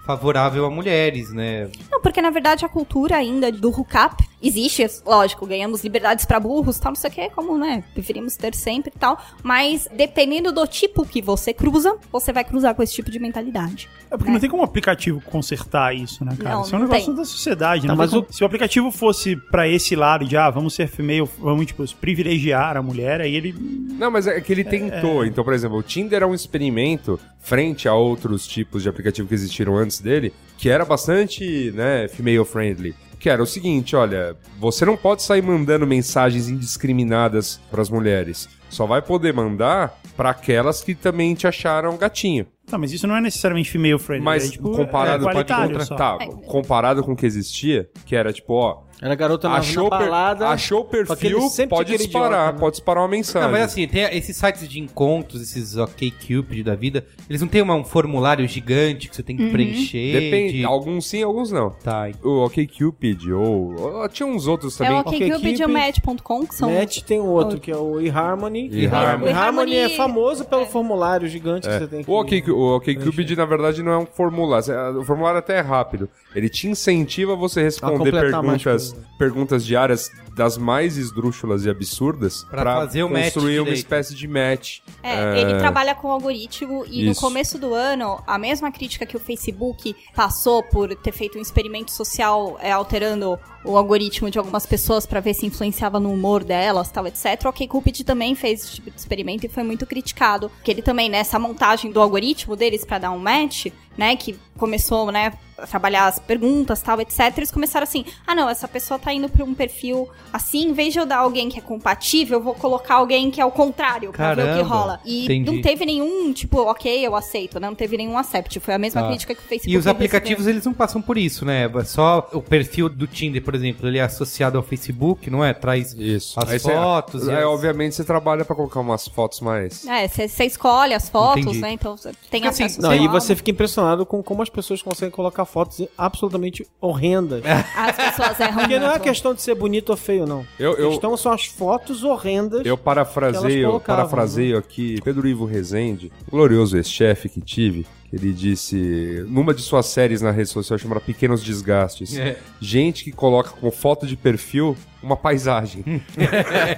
S1: favorável a mulheres, né?
S3: Não, porque na verdade a cultura ainda do hookup existe, lógico, ganhamos liberdades pra burros, tal, não sei o que, como, né, preferimos ter sempre e tal, mas dependendo do tipo que você cruza, você vai cruzar com esse tipo de mentalidade.
S5: É porque não tem como o aplicativo consertar isso, né, cara?
S3: Não,
S5: isso é um
S3: não
S5: negócio
S3: tem.
S5: da sociedade,
S4: Tá,
S5: né?
S4: mas
S5: Mas se o aplicativo fosse pra esse lado de, ah, vamos ser female, vamos, tipo, privilegiar a mulher, aí ele...
S2: Não, mas é que ele tentou. Então, por exemplo, o Tinder é um experimento frente a outros tipos de aplicativo que existiram antes dele, que era bastante, né, female friendly. Que era o seguinte, olha, você não pode sair mandando mensagens indiscriminadas pras mulheres. Só vai poder mandar pra aquelas que também te acharam gatinho.
S5: Tá, mas isso não é necessariamente female friendly.
S2: Mas
S5: é, tipo,
S2: comparado,
S5: é,
S2: pode
S5: qualitário
S2: contra-
S5: só.
S2: tá,
S3: É.
S2: comparado com o que existia, que era tipo, ó,
S4: Era garota na,
S2: achou,
S4: Tá na
S2: per-
S4: balada.
S2: achou o perfil,
S4: aquele- sempre
S2: pode
S4: aquele
S2: disparar,
S4: idiota, né?
S2: pode disparar uma mensagem.
S1: Não, mas assim, tem esses sites de encontros, esses OkCupid da vida, eles não têm uma- um formulário gigante que você tem que preencher.
S2: Depende,
S1: de-
S2: alguns sim, alguns não.
S1: Tá,
S2: O OkCupid, ou, ou- Tinha uns outros
S3: É
S2: também.
S3: o
S4: OkCupid
S3: OkCupid e o Match.com, que são...
S4: Match tem um outro, que é o eHarmony.
S2: eHarmony.
S4: O eHarmony é famoso pelo formulário gigante que você tem que...
S2: O OK, o OkCupid, na é verdade, não é um formulário. O formulário até é rápido. Ele te incentiva a você responder
S4: completar mais
S2: perguntas duas
S1: né?
S2: perguntas diárias das mais esdrúxulas e absurdas
S1: Pra
S2: pra
S1: fazer o match
S2: construir uma
S1: direito.
S2: espécie de match.
S3: É, ele trabalha com algoritmo e no
S2: isso.
S3: começo do ano, a mesma crítica que o Facebook passou por ter feito um experimento social é, alterando o algoritmo de algumas pessoas pra ver se influenciava no humor delas, tal, etc. O OkCupid também fez esse tipo de experimento e foi muito criticado. Porque ele também, nessa montagem do algoritmo deles pra dar um match, né, que começou, né, a trabalhar as perguntas, tal, etc. Eles começaram assim: "Ah, não, essa pessoa tá indo pra um perfil assim, em vez de eu dar alguém que é compatível, eu vou colocar alguém que é o contrário pra ver o que
S1: Caramba.
S3: rola". E
S1: Entendi.
S3: não teve nenhum, tipo, ok, eu aceito, né? Não teve nenhum accept. Foi a mesma
S1: Tá.
S3: crítica que o Facebook.
S1: E os
S3: recebeu.
S1: aplicativos, eles não passam por isso, né? Eva? Só o perfil do Tinder, por exemplo, ele é associado ao Facebook, não é? Traz
S2: Isso.
S1: as
S2: Aí você-
S1: fotos. e
S2: aí,
S1: as-
S2: obviamente, você trabalha pra colocar umas fotos mais.
S3: É, você escolhe as fotos,
S1: Entendi.
S3: né? Então cê tem
S1: Porque assim,
S3: acesso
S4: Não,
S3: ao
S4: e
S3: seu
S4: você fica impressionado com como as pessoas conseguem colocar fotos absolutamente horrendas.
S3: álbum. As pessoas erram.
S4: Porque não é
S3: muito.
S4: questão de ser bonito ou feio, não.
S2: Eu,
S4: A
S2: eu,
S4: questão são as fotos horrendas.
S2: Eu
S4: que elas
S2: parafraseio,
S4: colocavam, né?
S2: parafraseio aqui Pedro Ivo Rezende, glorioso ex-chefe que tive, que ele disse numa de suas séries na rede social chamada Pequenos Desgastes.
S1: É.
S2: Gente que coloca como foto de perfil uma
S1: Hum.
S2: paisagem.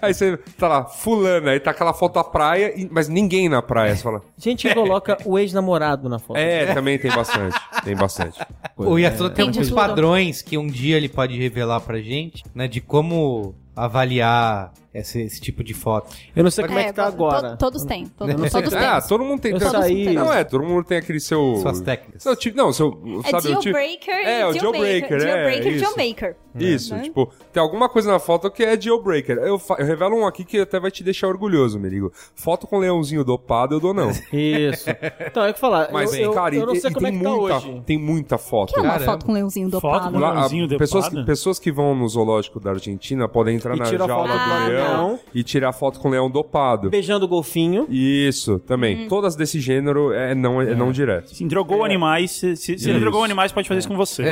S2: aí você tá lá, fulana, aí tá aquela foto da praia, e- mas ninguém na praia. Você fala,
S7: Gente que coloca o ex-namorado na foto.
S2: é, também tem bastante, tem bastante.
S1: O Yasuda tem
S3: é, Tem de
S1: uns
S3: tudo.
S1: padrões que um dia ele pode revelar pra gente, né? De como avaliar esse, esse tipo de foto.
S4: Eu não sei como é,
S3: É,
S4: que tá
S3: to-
S4: agora.
S3: todos têm.
S4: Eu
S3: Todos,
S4: não sei
S3: todos têm.
S2: Ah, todo mundo tem.
S4: Eu
S2: Não,
S4: saí-
S2: Não é, todo mundo tem aquele seu...
S1: Suas técnicas.
S2: Não, tipo, não, seu,
S3: É
S2: sabe, o
S3: deal
S2: tipo...
S3: breaker e
S2: É, o
S3: deal maker.
S2: deal breaker, é,
S3: Deal breaker e
S2: isso.
S3: deal maker.
S2: Isso,
S3: Né?
S2: tipo, tem alguma coisa na foto que é deal breaker. Eu, fa- eu revelo um aqui que até vai te deixar orgulhoso, me ligo. Foto com leãozinho dopado, eu dou não.
S4: Isso. Então, é o que falar.
S2: Mas,
S4: eu, eu-
S2: cara,
S4: eu não
S2: e-
S4: sei
S2: e
S4: como é
S2: tem,
S4: que tá
S2: muita,
S4: hoje.
S2: tem muita foto.
S3: Que é uma
S1: Caramba.
S3: foto com um leãozinho
S5: Foto
S3: dopado.
S5: com
S2: Lá, a-
S5: leãozinho dopado?
S2: pessoas, que, pessoas que vão no zoológico da Argentina podem entrar
S4: E
S2: na
S4: tira a
S2: jaula
S4: foto
S2: do leão
S3: do
S4: leão.
S2: e tirar foto com o leão dopado.
S4: Beijando o golfinho.
S2: Isso,
S4: Uhum.
S2: também. Todas desse gênero é não, é não direto.
S5: Se drogou animais, se, se, se
S2: Isso.
S5: drogou animais, pode fazer isso com você.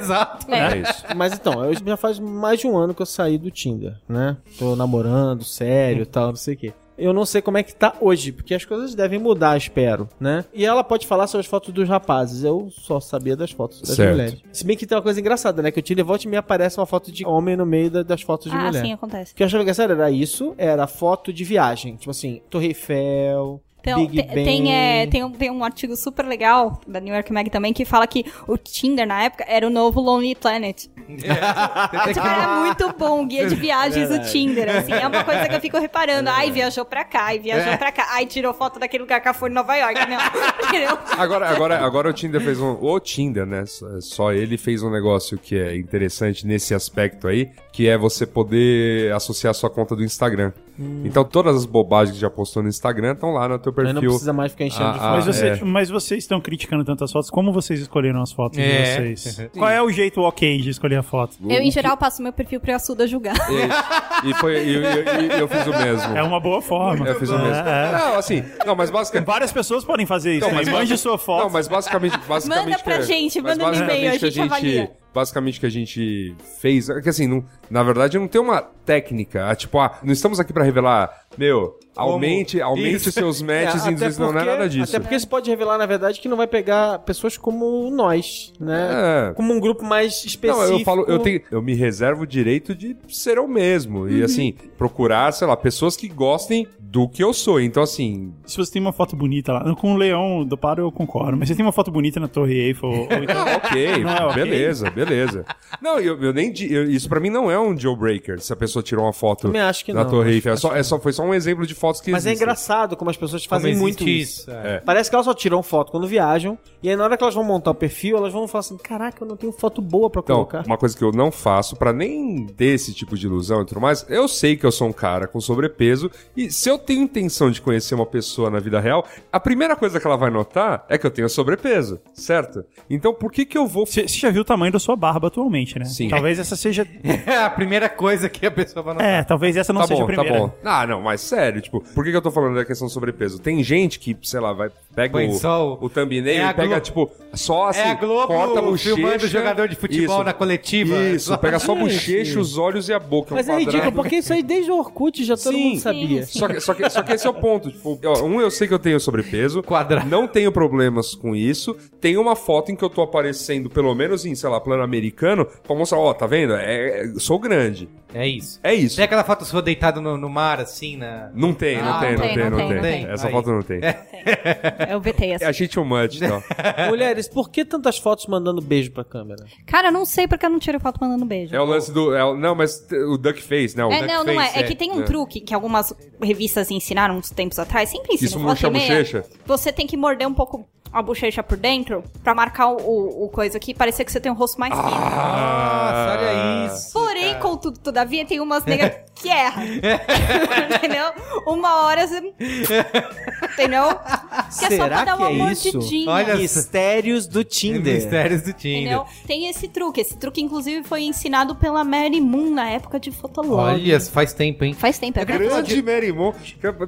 S1: Exato.
S2: É isso.
S4: Mas então, eu já faz mais de um ano que eu saí do Tinder, né? Tô namorando, sério, tal, não sei o quê. Eu não sei como é que tá hoje, porque as coisas devem mudar, espero, né? E ela pode falar sobre as fotos dos rapazes. Eu só sabia das fotos das
S2: Certo.
S4: mulheres. Se bem que tem uma coisa engraçada, né? Que o Tinder volta e me aparece uma foto de homem no meio da- das fotos de
S3: Ah,
S4: mulher.
S3: sim, acontece.
S4: O que eu achava engraçado era isso, era foto de viagem. Tipo assim, Torre Eiffel,
S3: Então,
S4: Big
S3: te-
S4: Ben.
S3: tem, é, tem, um, tem um artigo super legal da New York Mag também que fala que o Tinder na época era o novo Lonely Planet.
S2: É.
S1: Você tem
S3: Tipo,
S1: que-
S3: era muito bom, guia de viagens do Tinder, assim. É uma coisa que eu fico reparando. Ai, viajou pra cá, ai,
S2: É.
S3: viajou pra cá. Ai, tirou foto daquele lugar que ela foi em Nova York, não. Entendeu?
S2: Agora, agora, agora o Tinder fez um. O Tinder, né? só- Só ele fez um negócio que é interessante nesse aspecto aí, que é você poder associar a sua conta do Instagram. Então todas as bobagens que já postou no Instagram estão lá no teu
S4: Hum. Mas não
S2: perfil.
S4: precisa mais ficar enchendo de
S2: Ah,
S4: foto.
S5: Mas, você-
S2: é.
S5: mas vocês estão criticando tantas fotos, como vocês escolheram as fotos
S1: É.
S5: de vocês? Qual é o jeito ok de escolher a foto?
S3: Eu, em geral, passo meu perfil pra Assuda julgar.
S2: Isso. E foi, e, e- e eu fiz o mesmo.
S4: um
S5: É uma boa forma.
S2: Eu fiz o mesmo.
S5: É, é.
S2: Não, assim, não, mas basicamente.
S5: Várias pessoas podem fazer isso.
S2: Não,
S5: Não,
S2: mas
S5: Mande
S2: basic-
S5: sua foto.
S2: Não, mas basicamente. basicamente
S3: Manda pra
S2: que- é-
S3: gente,
S2: mas
S3: manda no e-mail,
S2: basicamente
S3: a
S2: que
S3: gente avalia.
S2: Basicamente que a gente fez. é Que assim, não- na verdade não tem uma técnica. ah, Tipo, ah, não estamos aqui pra revelar, meu, aumente, aumente os seus matches em dois- Não, não é nada disso.
S4: Até porque isso pode revelar, na verdade, que não vai pegar pessoas como nós, né?
S2: É.
S4: Como um grupo mais específico.
S2: Não, eu falo, eu, tenho, eu me reservo o direito de ser eu mesmo.
S3: Uhum.
S2: E assim, procurar, sei lá, pessoas que gostem do que eu sou. Então, assim,
S5: Se você tem uma foto bonita lá, com o leão do paro eu concordo, mas você tem uma foto bonita na Torre Eiffel, ou então...
S2: Ah, ok,
S5: Não é ok?
S2: beleza, beleza. Não, eu, eu nem. di- eu- isso pra mim não é um deal breaker se a pessoa tirou uma foto
S4: Também acho que
S2: da
S4: não.
S2: Torre Eiffel. É só, é só- foi só um exemplo de fotos que
S4: Mas é
S2: existem.
S4: engraçado como as pessoas
S1: Como
S4: fazem
S1: existe
S4: muito isso.
S1: isso. é.
S4: Parece que elas só tiram foto quando viajam, e aí na hora que elas vão montar o perfil, elas vão falar assim: caraca, eu não tenho foto boa pra
S2: Então,
S4: colocar.
S2: uma coisa que eu não faço pra nem ter esse tipo de ilusão e tudo mais, eu sei que eu sou um cara com sobrepeso e se eu tenho intenção de conhecer uma pessoa na vida real, a primeira coisa que ela vai notar é que eu tenho sobrepeso, certo? Então por que que eu vou
S5: Você você já viu o tamanho da sua barba atualmente, né?
S2: Sim.
S5: Talvez essa seja...
S1: É a primeira coisa que a pessoa vai notar.
S5: É, talvez essa não
S2: tá
S5: seja
S2: bom,
S5: a primeira.
S2: Tá bom. Ah, não, mas sério, tipo, por que, que eu tô falando da questão do sobrepeso? Tem gente que, sei lá, vai Pega
S1: Põe
S2: o,
S1: só o-
S2: o thumbnail
S1: É a
S2: e pega,
S1: Glo-
S2: tipo, só assim,
S1: É a Globo
S2: corta a bochecha.
S1: filmando o jogador de futebol
S2: Isso.
S1: na coletiva.
S2: Isso, pega só a
S1: Isso.
S2: bochecha, os olhos e a boca. um
S7: Mas é
S2: quadrado.
S7: ridículo, porque isso aí desde o Orkut já todo
S2: Sim.
S7: mundo sabia.
S3: Sim,
S2: Só que, só, que, só que esse é o ponto. Tipo, ó, um, eu sei que eu tenho sobrepeso.
S1: Quadrado.
S2: Não tenho problemas com isso. Tem uma foto em que eu tô aparecendo, pelo menos em, sei lá, plano americano, pra mostrar, ó, tá vendo? É, é- sou grande.
S1: É isso.
S2: É isso.
S1: Tem aquela foto sua deitada no, no mar, assim, na...
S2: Não tem, não
S1: Ah,
S2: tem, não tem, não tem.
S1: tem.
S2: Essa
S1: Aí.
S2: foto não tem. É,
S3: Eu vetei essa.
S2: a gente too much, então.
S4: Mulheres, por que tantas fotos mandando beijo pra câmera?
S3: Cara, eu não sei porque eu não tiro foto mandando beijo.
S2: É o lance do. é o- não, mas t- o Duck Face, né? O
S3: É,
S2: duck
S3: não, não é.
S2: face,
S3: É que tem um truque que algumas revistas ensinaram uns tempos atrás, sempre ensinam.
S2: Isso
S3: volta
S2: murcha
S3: e
S2: a
S3: meia.
S2: bochecha?
S3: Você tem que morder um pouco a bochecha por dentro pra marcar o, o- o coisa aqui e parecer que você tem um rosto mais fino.
S4: Ah,
S1: Nossa, olha isso.
S3: Porém, contudo, todavia, tem umas negas que erram. Entendeu? Uma hora você. Entendeu? Que é só pra
S4: Será
S3: dar
S4: que
S3: uma
S4: é isso?
S3: mordidinha.
S1: Olha
S4: Mistérios do Tinder.
S1: Mistérios do Tinder.
S3: Entendeu? Tem esse truque. Esse truque, inclusive, foi ensinado pela Mary Moon na época de Fotolog.
S1: Olha, faz tempo, hein?
S3: Faz tempo, é
S2: Grande Merimon.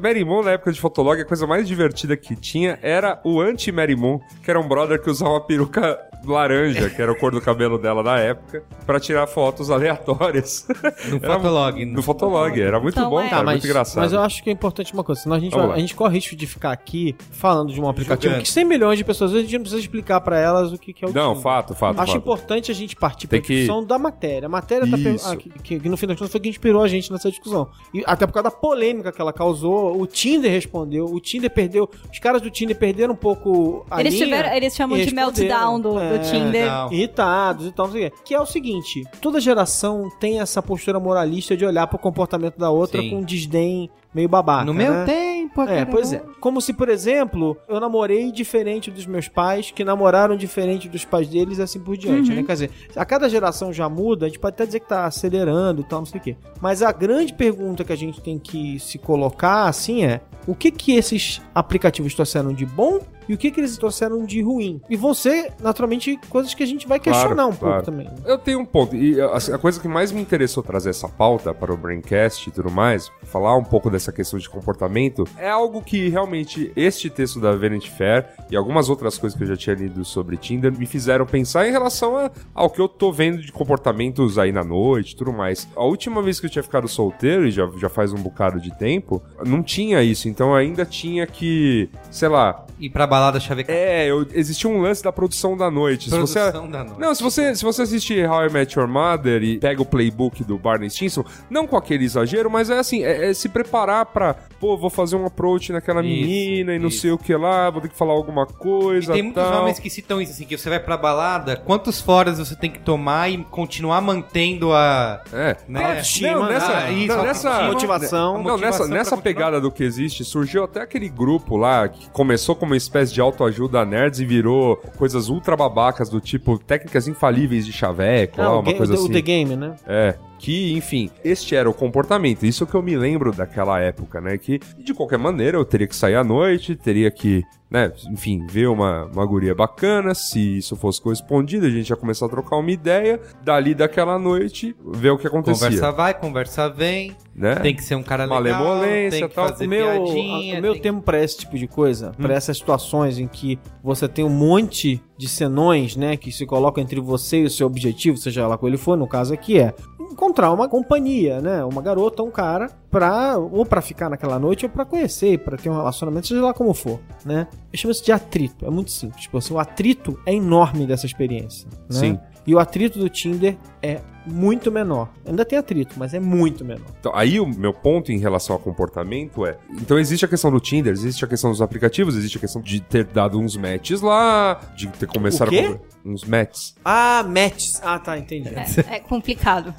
S2: Merimon, na época de Fotolog, a coisa mais divertida que tinha era o anti-Merimon, que era um brother que usava uma peruca laranja, que era a cor do cabelo dela na época, pra tirar fotos aleatórias.
S1: No
S2: Era- um
S1: Fotolog.
S2: No Fotolog. Era muito
S3: Então,
S2: bom,
S3: é.
S2: cara.
S3: Tá,
S2: muito engraçado.
S4: mas eu acho que é importante uma coisa, senão a gente,
S2: Vamos
S4: vai-
S2: lá.
S4: a gente corre risco de ficar aqui falando de um aplicativo
S1: Julgando.
S4: que 100 milhões de pessoas, a gente não precisa explicar pra elas o que, que é o
S2: Não,
S4: Tinder.
S2: fato, fato.
S4: Acho
S2: fato.
S4: importante a gente partir
S2: Tem
S4: para
S2: que-
S4: discussão da matéria. A matéria tá pe-
S2: Isso.
S4: ah, que, que- que no fim das contas foi que inspirou a gente nessa discussão. E até por causa da polêmica que ela causou, o Tinder respondeu, o Tinder perdeu, os caras do Tinder perderam um pouco a
S3: Eles,
S4: linha
S3: tiveram, eles chamam
S4: e
S3: de meltdown do, do
S4: responderam. É,
S3: Tinder.
S1: não.
S4: irritados e tal, não sei o quê. Que é o seguinte, toda geração tem essa postura moralista de olhar pro comportamento da outra
S1: Sim.
S4: com um desdém meio babaca,
S1: No meu
S4: né?
S1: tempo,
S4: É,
S1: cara,
S4: pois é.
S1: não.
S4: Como se, por exemplo, eu namorei diferente dos meus pais, que namoraram diferente dos pais deles e assim por diante,
S1: Uhum.
S4: né? Quer dizer, a cada geração já muda, a gente pode até dizer que tá acelerando e tal, não sei o quê. Mas a grande pergunta que a gente tem que se colocar, assim, é o que que esses aplicativos trouxeram de bom e o que que eles trouxeram de ruim? E vão ser, naturalmente, coisas que a gente vai
S2: Claro,
S4: questionar um
S2: claro.
S4: pouco também. né?
S2: Eu tenho um ponto, e a, a coisa que mais me interessou trazer essa pauta para o Braincast e tudo mais, falar um pouco dessa questão de comportamento, é algo que realmente este texto da Vanity Fair e algumas outras coisas que eu já tinha lido sobre Tinder me fizeram pensar em relação a- ao que eu tô vendo de comportamentos aí na noite e tudo mais. A última vez que eu tinha ficado solteiro, e já, já faz um bocado de tempo, não tinha isso, então eu ainda tinha que, sei lá,
S1: E pra balada chavecar.
S2: é, eu, existia um lance da produção da noite. Se você- é-
S1: Produção da noite.
S2: não, se você, se você assistir How I Met Your Mother e pega o playbook do Barney Stinson, não com aquele exagero, mas é assim, é, é se preparar pra, pô, vou fazer um approach naquela
S1: Isso,
S2: menina e não
S1: isso.
S2: sei o que lá, vou ter que falar alguma
S1: E
S2: coisa
S1: tem muitos
S2: tal.
S1: homens que citam isso, assim, que você vai pra balada, quantos foras você tem que tomar e continuar mantendo a...
S2: É.
S1: Né?
S4: Autoestima, né?
S2: não, nessa,
S1: ah, isso,
S2: não, nessa-
S4: motivação.
S2: Não, nessa,
S1: Motivação pra
S2: nessa
S1: continuar.
S2: pegada do que existe, surgiu até aquele grupo lá que começou como uma espécie de autoajuda a nerds e virou coisas ultra babacas do tipo técnicas infalíveis de chaveco,
S4: Ah,
S2: lá,
S4: o,
S2: uma
S4: ga-
S2: coisa
S4: o,
S2: assim.
S4: The Game, né?
S2: É, que, enfim, este era o comportamento. Isso que eu me lembro daquela época, né? Que, de qualquer maneira, eu teria que sair à noite, teria que, né, enfim, ver uma, uma guria bacana. Se isso fosse correspondido, a gente ia começar a trocar uma ideia. Dali daquela noite, ver o que acontecia.
S1: Conversa vai, conversa vem,
S2: né?
S1: tem que ser um cara legal,
S2: Malemolência,
S1: tem que
S2: tal.
S1: fazer
S4: O meu,
S1: piadinha.
S4: o meu
S1: tem-
S4: termo pra esse tipo de coisa, pra essas situações em que você tem um monte de senões, né, que se colocam entre você e o seu objetivo, seja lá qual ele for, no caso aqui é encontrar uma companhia, né, uma garota, um cara, pra, ou pra ficar naquela noite, ou pra conhecer, pra ter um relacionamento, seja lá como for, né. Chama-se de atrito, é muito simples. Tipo assim, o atrito é enorme dessa experiência, né?
S2: Sim.
S4: E o atrito do Tinder é muito menor. Ainda tem atrito, mas é muito menor.
S2: Então, aí o meu ponto em relação ao comportamento é. Então existe a questão do Tinder, existe a questão dos aplicativos, existe a questão de ter dado uns matches lá, de ter começado
S4: O quê?
S2: a conver- uns matches.
S4: Ah, matches. Ah, tá, entendi.
S3: É, é complicado.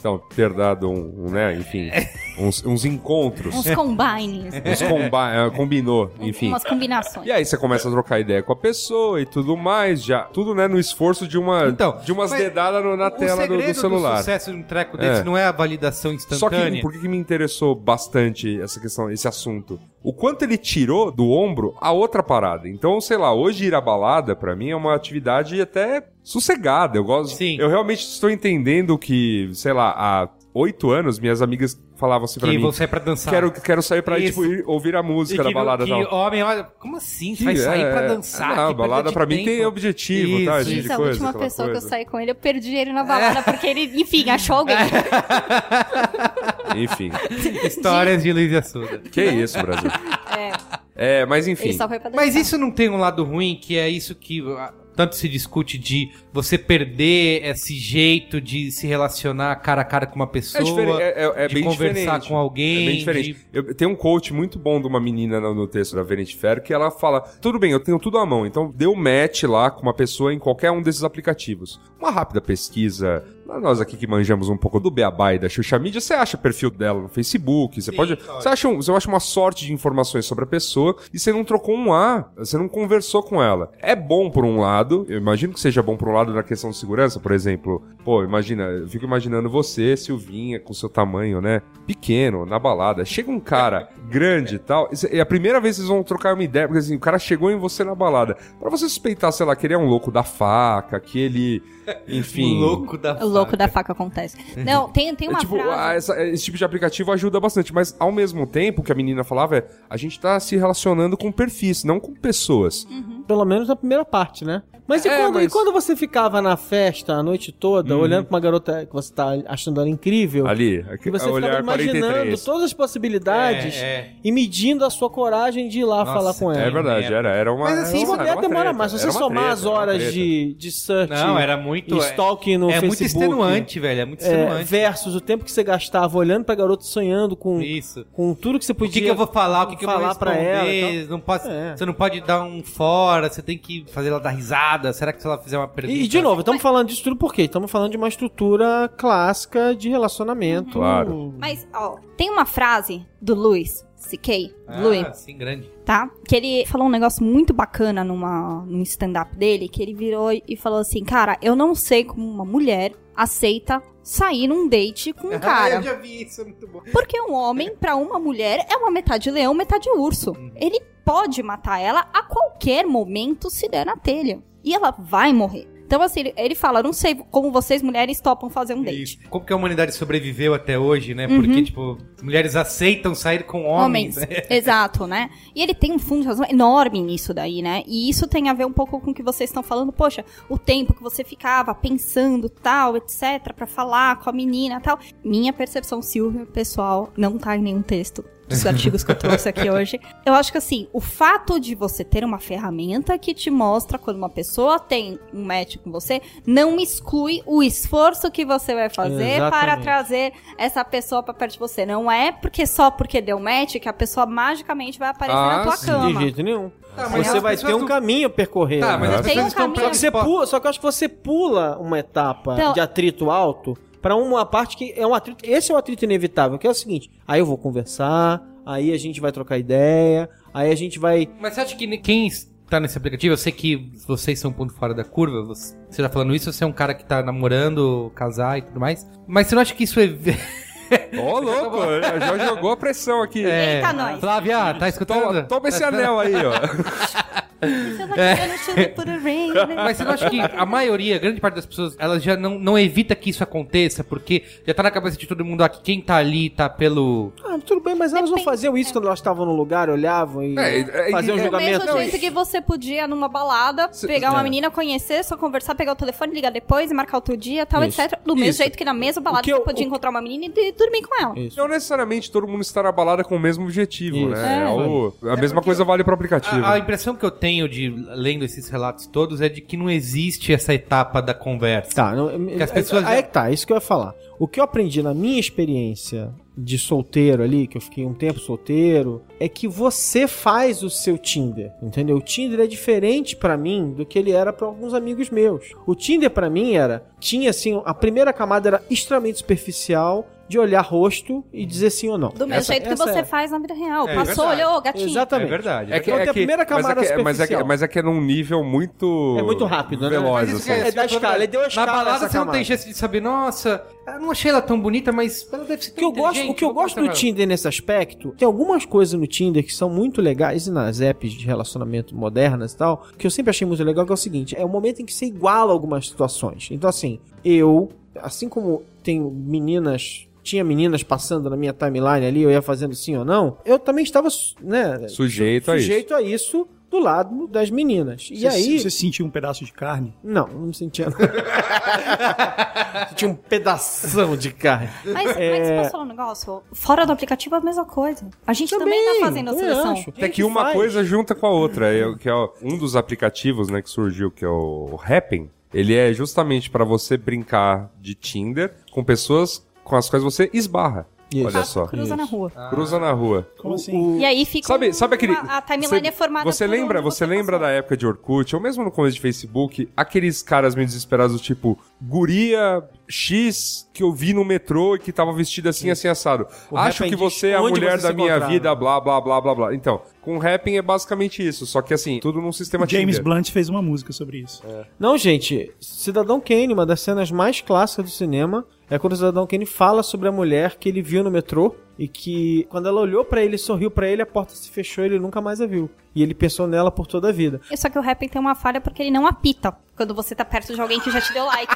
S2: Então, ter dado um, um, né, enfim, uns, uns encontros,
S3: Uns combines.
S2: uns comba- eh, combinou, enfim.
S3: Umas combinações.
S2: E aí você começa a trocar ideia com a pessoa e tudo mais, já tudo né no esforço de uma
S1: Então,
S2: de umas
S1: mas
S2: dedadas no- na
S1: o
S2: tela do- do,
S1: segredo
S2: celular.
S1: O sucesso de um treco desse
S2: É.
S1: não é a validação
S2: Só
S1: instantânea.
S2: que um por que que me interessou bastante essa questão, esse assunto? O quanto ele tirou do ombro a outra parada. Então, sei lá, hoje ir à balada pra mim é uma atividade até sossegada. Eu gosto.
S1: Sim.
S2: Eu realmente estou entendendo que, sei lá, a oito anos, minhas amigas falavam assim pra
S1: Que
S2: mim.
S1: vão sair pra dançar.
S2: Quero, quero sair pra
S1: Isso.
S2: tipo, ir ouvir a música da
S1: não-
S2: balada e
S1: que
S2: tal.
S1: homem, olha, como assim? Você
S2: Que
S1: vai sair
S2: é,
S1: pra
S2: é.
S1: dançar?
S2: Ah,
S1: Que
S2: a balada
S1: perda de
S2: pra mim tem
S1: tempo.
S2: objetivo,
S1: Isso, isso.
S2: tá? Esse tipo de
S3: Isso, a
S2: coisa,
S3: última
S2: aquela
S3: pessoa que eu
S2: coisa. É,
S3: saí com ele, eu perdi ele na balada, porque ele, enfim, achou alguém.
S2: Enfim,
S1: Histórias de Luiz e Assuda.
S2: que isso, Brasil. É. mas enfim.
S3: Ele só foi pra dançar.
S1: Mas isso não tem um lado ruim, que é isso que ah, tanto se discute de você perder esse jeito de se relacionar cara a cara com uma pessoa,
S2: É, diferente, é, é- é
S1: de
S2: bem
S1: conversar
S2: diferente.
S1: com alguém.
S2: É bem
S1: de-
S2: diferente. Eu- tem um coach muito bom de uma menina no, no texto da Vanity Fair que ela fala: tudo bem, eu tenho tudo à mão, então dê um match lá com uma pessoa em qualquer um desses aplicativos. Uma rápida pesquisa. Nós aqui que manjamos um pouco do Beabá e da Xuxa Mídia, você acha o perfil dela no Facebook, você pode. Você acha, um- você acha uma sorte de informações sobre a pessoa e você não trocou um A, você não conversou com ela. É bom por um lado, eu imagino que seja bom por um lado na questão de segurança, por exemplo. Pô, imagina, eu fico imaginando você, Silvinha, com seu tamanho, né? Pequeno, na balada. Chega um cara grande e tal, e cê- e a primeira vez vocês vão trocar uma ideia, porque assim, o cara chegou em você na balada. Pra você suspeitar, sei lá, que ele é um louco da faca, que ele.
S4: Um
S2: Enfim.
S1: Louco da
S3: O louco da faca acontece. Não, tem, tem
S2: É,
S3: uma
S2: tipo,
S3: frase...
S2: ah, essa- esse tipo de aplicativo ajuda bastante, mas ao mesmo tempo o que a menina falava é a gente tá se relacionando com perfis, não com pessoas.
S3: Uhum.
S4: Pelo menos na primeira parte, né? Mas e,
S2: É,
S4: quando, e
S2: mas-
S4: quando você ficava na festa a noite toda, olhando pra uma garota que você tá achando ela incrível,
S2: Ali,
S4: e você
S2: Uhum. a
S4: ficava
S2: olhar
S4: imaginando
S2: 43.
S4: todas as possibilidades
S1: É, é.
S4: e medindo a sua coragem de ir lá
S1: Nossa,
S4: falar com
S1: é
S4: ela.
S2: É verdade, era, era uma.
S1: Mas assim,
S2: era
S4: Se
S2: uma-
S4: bobear,
S2: era uma
S4: demora
S2: treta,
S4: mais. Se você
S2: era uma
S4: somar
S2: treta,
S4: as
S2: era uma
S4: horas
S2: treta.
S4: de, de search
S1: Não, era muito.
S4: e
S1: é-
S4: stalking no
S1: é muito
S4: Facebook.
S1: extenuante, velho. É muito
S4: É,
S1: extenuante.
S4: versus o tempo que você gastava olhando pra garota sonhando com,
S1: Isso.
S4: com tudo que você
S1: O
S4: podia.
S1: que, que eu vou falar? O que, que eu vou
S4: um falar pra
S1: responder?
S4: ela e
S1: não posso,
S4: É.
S1: Você não pode dar um fora, você tem que fazer ela dar risada. Será que se ela fizer uma pergunta?
S4: E, e, de novo, estamos falando disso tudo por quê? Estamos falando de uma estrutura clássica de relacionamento.
S2: Claro.
S3: Mas, ó, tem uma frase do Luiz C.K.,
S1: Ah,
S3: Louis,
S1: sim, grande.
S3: tá? Que ele falou um negócio muito bacana numa, num stand-up dele, que ele virou e falou assim, cara, eu não sei como uma mulher aceita sair num date
S2: Ah,
S3: com um cara.
S1: já vi isso, é muito bom.
S3: Porque um homem, pra uma mulher, é uma metade leão, metade urso. Ele pode matar ela a qualquer momento se der na telha. E ela vai morrer. Então, assim, ele, ele fala, não sei como vocês, mulheres, topam fazer um date. Uhum.
S1: Isso. Como que a humanidade sobreviveu até hoje, né? Porque, tipo, mulheres aceitam sair com homens.
S3: Homens. Exato, né? E ele tem um fundo de razão enorme nisso daí, né? E isso tem a ver um pouco com o que vocês estão falando. Poxa, o tempo que você ficava pensando, tal, etc, pra falar com a menina, tal. Minha percepção, Silvia, pessoal, não tá em nenhum texto dos artigos que eu trouxe aqui hoje. Eu acho que assim, o fato de você ter uma ferramenta que te mostra quando uma pessoa tem um match com você, não exclui o esforço que você vai fazer para
S4: Exatamente.
S3: trazer essa pessoa pra perto de você. Não é porque só porque deu match que a pessoa magicamente vai aparecer
S2: Ah,
S3: na tua
S2: sim.
S4: De
S3: cama.
S4: jeito nenhum.
S1: Tá, mas
S4: você
S1: as
S4: vai
S1: pessoas
S4: ter um
S1: não-
S4: caminho a percorrer.
S1: Tá, mas
S4: né?
S1: as
S3: Tem
S1: pessoas
S3: um
S1: estão
S3: caminho.
S4: Só que você
S1: predispostas.
S4: pula, só que eu acho que você pula uma etapa
S3: Então-
S4: de atrito alto pra uma parte que é um atrito. Esse é um atrito inevitável, que é o seguinte: aí eu vou conversar, aí a gente vai trocar ideia, aí a gente vai.
S1: Mas você acha que ne- quem está nesse aplicativo, eu sei que vocês são um ponto fora da curva, você você tá falando isso, você é um cara que tá namorando, casar e tudo mais. Mas você não acha que isso é.
S2: Ô, louco, já jogou a pressão aqui.
S4: É.
S3: Eita, nós.
S1: é, Flávia, tá
S2: Toma,
S1: escutando?
S2: toma esse anel aí, ó.
S3: Você vai
S4: É.
S3: querendo chover por um rain, né?
S1: Mas você não acha que a maioria, a grande parte das pessoas, elas já não, não evita que isso aconteça, porque já tá na cabeça de todo mundo aqui, quem tá ali tá pelo.
S4: Ah, tudo bem, mas elas não faziam isso quando elas estavam no lugar, olhavam e
S2: É, é,
S4: faziam um
S2: é,
S3: Do
S4: julgamento.
S3: mesmo jeito que você podia, numa balada, pegar
S4: é.
S3: uma menina, conhecer, só conversar, pegar o telefone, ligar depois e marcar outro dia, tal,
S4: Isso.
S3: etc. Do mesmo
S4: Isso.
S3: jeito que na mesma balada
S4: O que
S3: você
S4: eu-
S3: podia
S4: o-
S3: encontrar uma menina e de- dormir com ela.
S4: Isso.
S2: Não necessariamente todo mundo está na balada com o mesmo objetivo,
S4: Isso.
S2: né?
S3: É.
S2: O- a mesma coisa vale pro aplicativo.
S1: A, a impressão que eu tenho de lendo esses relatos todos é de que não existe essa etapa da conversa.
S4: Tá, não,
S1: Que as pessoas
S4: aí
S1: já-
S4: é que tá, isso que eu ia falar. O que eu aprendi na minha experiência de solteiro ali, que eu fiquei um tempo solteiro, é que você faz o seu Tinder, entendeu? O Tinder é diferente pra mim do que ele era pra alguns amigos meus. O Tinder pra mim era, tinha assim, a primeira camada era extremamente superficial, de olhar rosto e dizer sim ou não.
S3: Do mesmo
S4: Essa-
S3: jeito que
S4: essa
S3: você
S4: era.
S3: faz na vida real.
S1: É
S3: Passou,
S1: verdade.
S3: olhou, gatinho.
S4: Exatamente.
S1: verdade.
S2: É que,
S4: Então
S2: é
S4: tem a
S2: que-
S4: primeira
S2: mas é
S4: camada
S2: que- mas é que,
S4: superficial.
S2: mas é que é num nível muito.
S4: É muito rápido, né?
S2: Veloz,
S1: Mas isso
S2: assim.
S1: que
S4: É da escala, ele deu a escala
S1: Na balada
S4: essa
S1: você não
S4: camada.
S1: tem chance de saber, nossa, eu não achei ela tão bonita, mas ela deve ser
S4: O que eu gosto, o que eu gosto do Tinder nesse aspecto, tem algumas coisas no Tinder que são muito legais e nas apps de relacionamento modernas e tal, que eu sempre achei muito legal, que é o seguinte, é o momento em que você iguala algumas situações. Então assim, eu, assim como tenho meninas tinha meninas passando na minha timeline ali, eu ia fazendo sim ou não, eu também estava, né,
S2: Sujeito a isso.
S4: sujeito a isso do lado das meninas. E
S5: Você-
S4: aí...
S5: Você sentiu um pedaço de carne?
S4: Não, não sentia. sentia um pedação de carne.
S3: Mas,
S4: É.
S3: mas posso falar um negócio? Fora do aplicativo é a mesma coisa. A gente também, tá fazendo a
S4: também
S3: seleção.
S4: acho.
S2: Até
S4: Quem
S2: que uma
S4: faz?
S2: coisa junta com a outra, é, o- que é o- um dos aplicativos né, que surgiu, que é o Happn, ele é justamente pra você brincar de Tinder com pessoas com as quais você esbarra.
S4: Isso. Ah.
S2: Olha só.
S3: Cruza na rua.
S2: Cruza na rua.
S5: Como assim?
S3: E aí fica.
S2: Sabe,
S3: um-
S2: sabe aquele.
S3: A, a timeline
S2: cê-
S3: é formada
S2: Você
S3: por
S2: lembra,
S3: onde
S2: você lembra
S3: passou.
S2: da época de Orkut, ou mesmo no começo de Facebook, aqueles caras meio desesperados, tipo, guria X que eu vi no metrô e que tava vestida assim, assim, assado.
S4: O
S2: Acho
S4: Happn
S2: que
S4: diz
S2: você é a
S4: onde
S2: mulher
S4: vocês
S2: da
S4: se
S2: minha
S4: encontraram.
S2: vida, blá, blá, blá, blá, blá. Então, com rapping é basicamente isso, só que assim, tudo num sistema
S5: James
S2: Tinder.
S5: Blunt fez uma música sobre isso.
S4: Não, gente, Cidadão Kane, uma das cenas mais clássicas do cinema, é quando o Cidadão Kane fala sobre a mulher que ele viu no metrô e que, quando ela olhou pra ele, sorriu pra ele, a porta se fechou e ele nunca mais a viu. E ele pensou nela por toda a vida.
S3: Só que o Happn tem uma falha porque ele não apita quando você tá perto de alguém que já te deu like.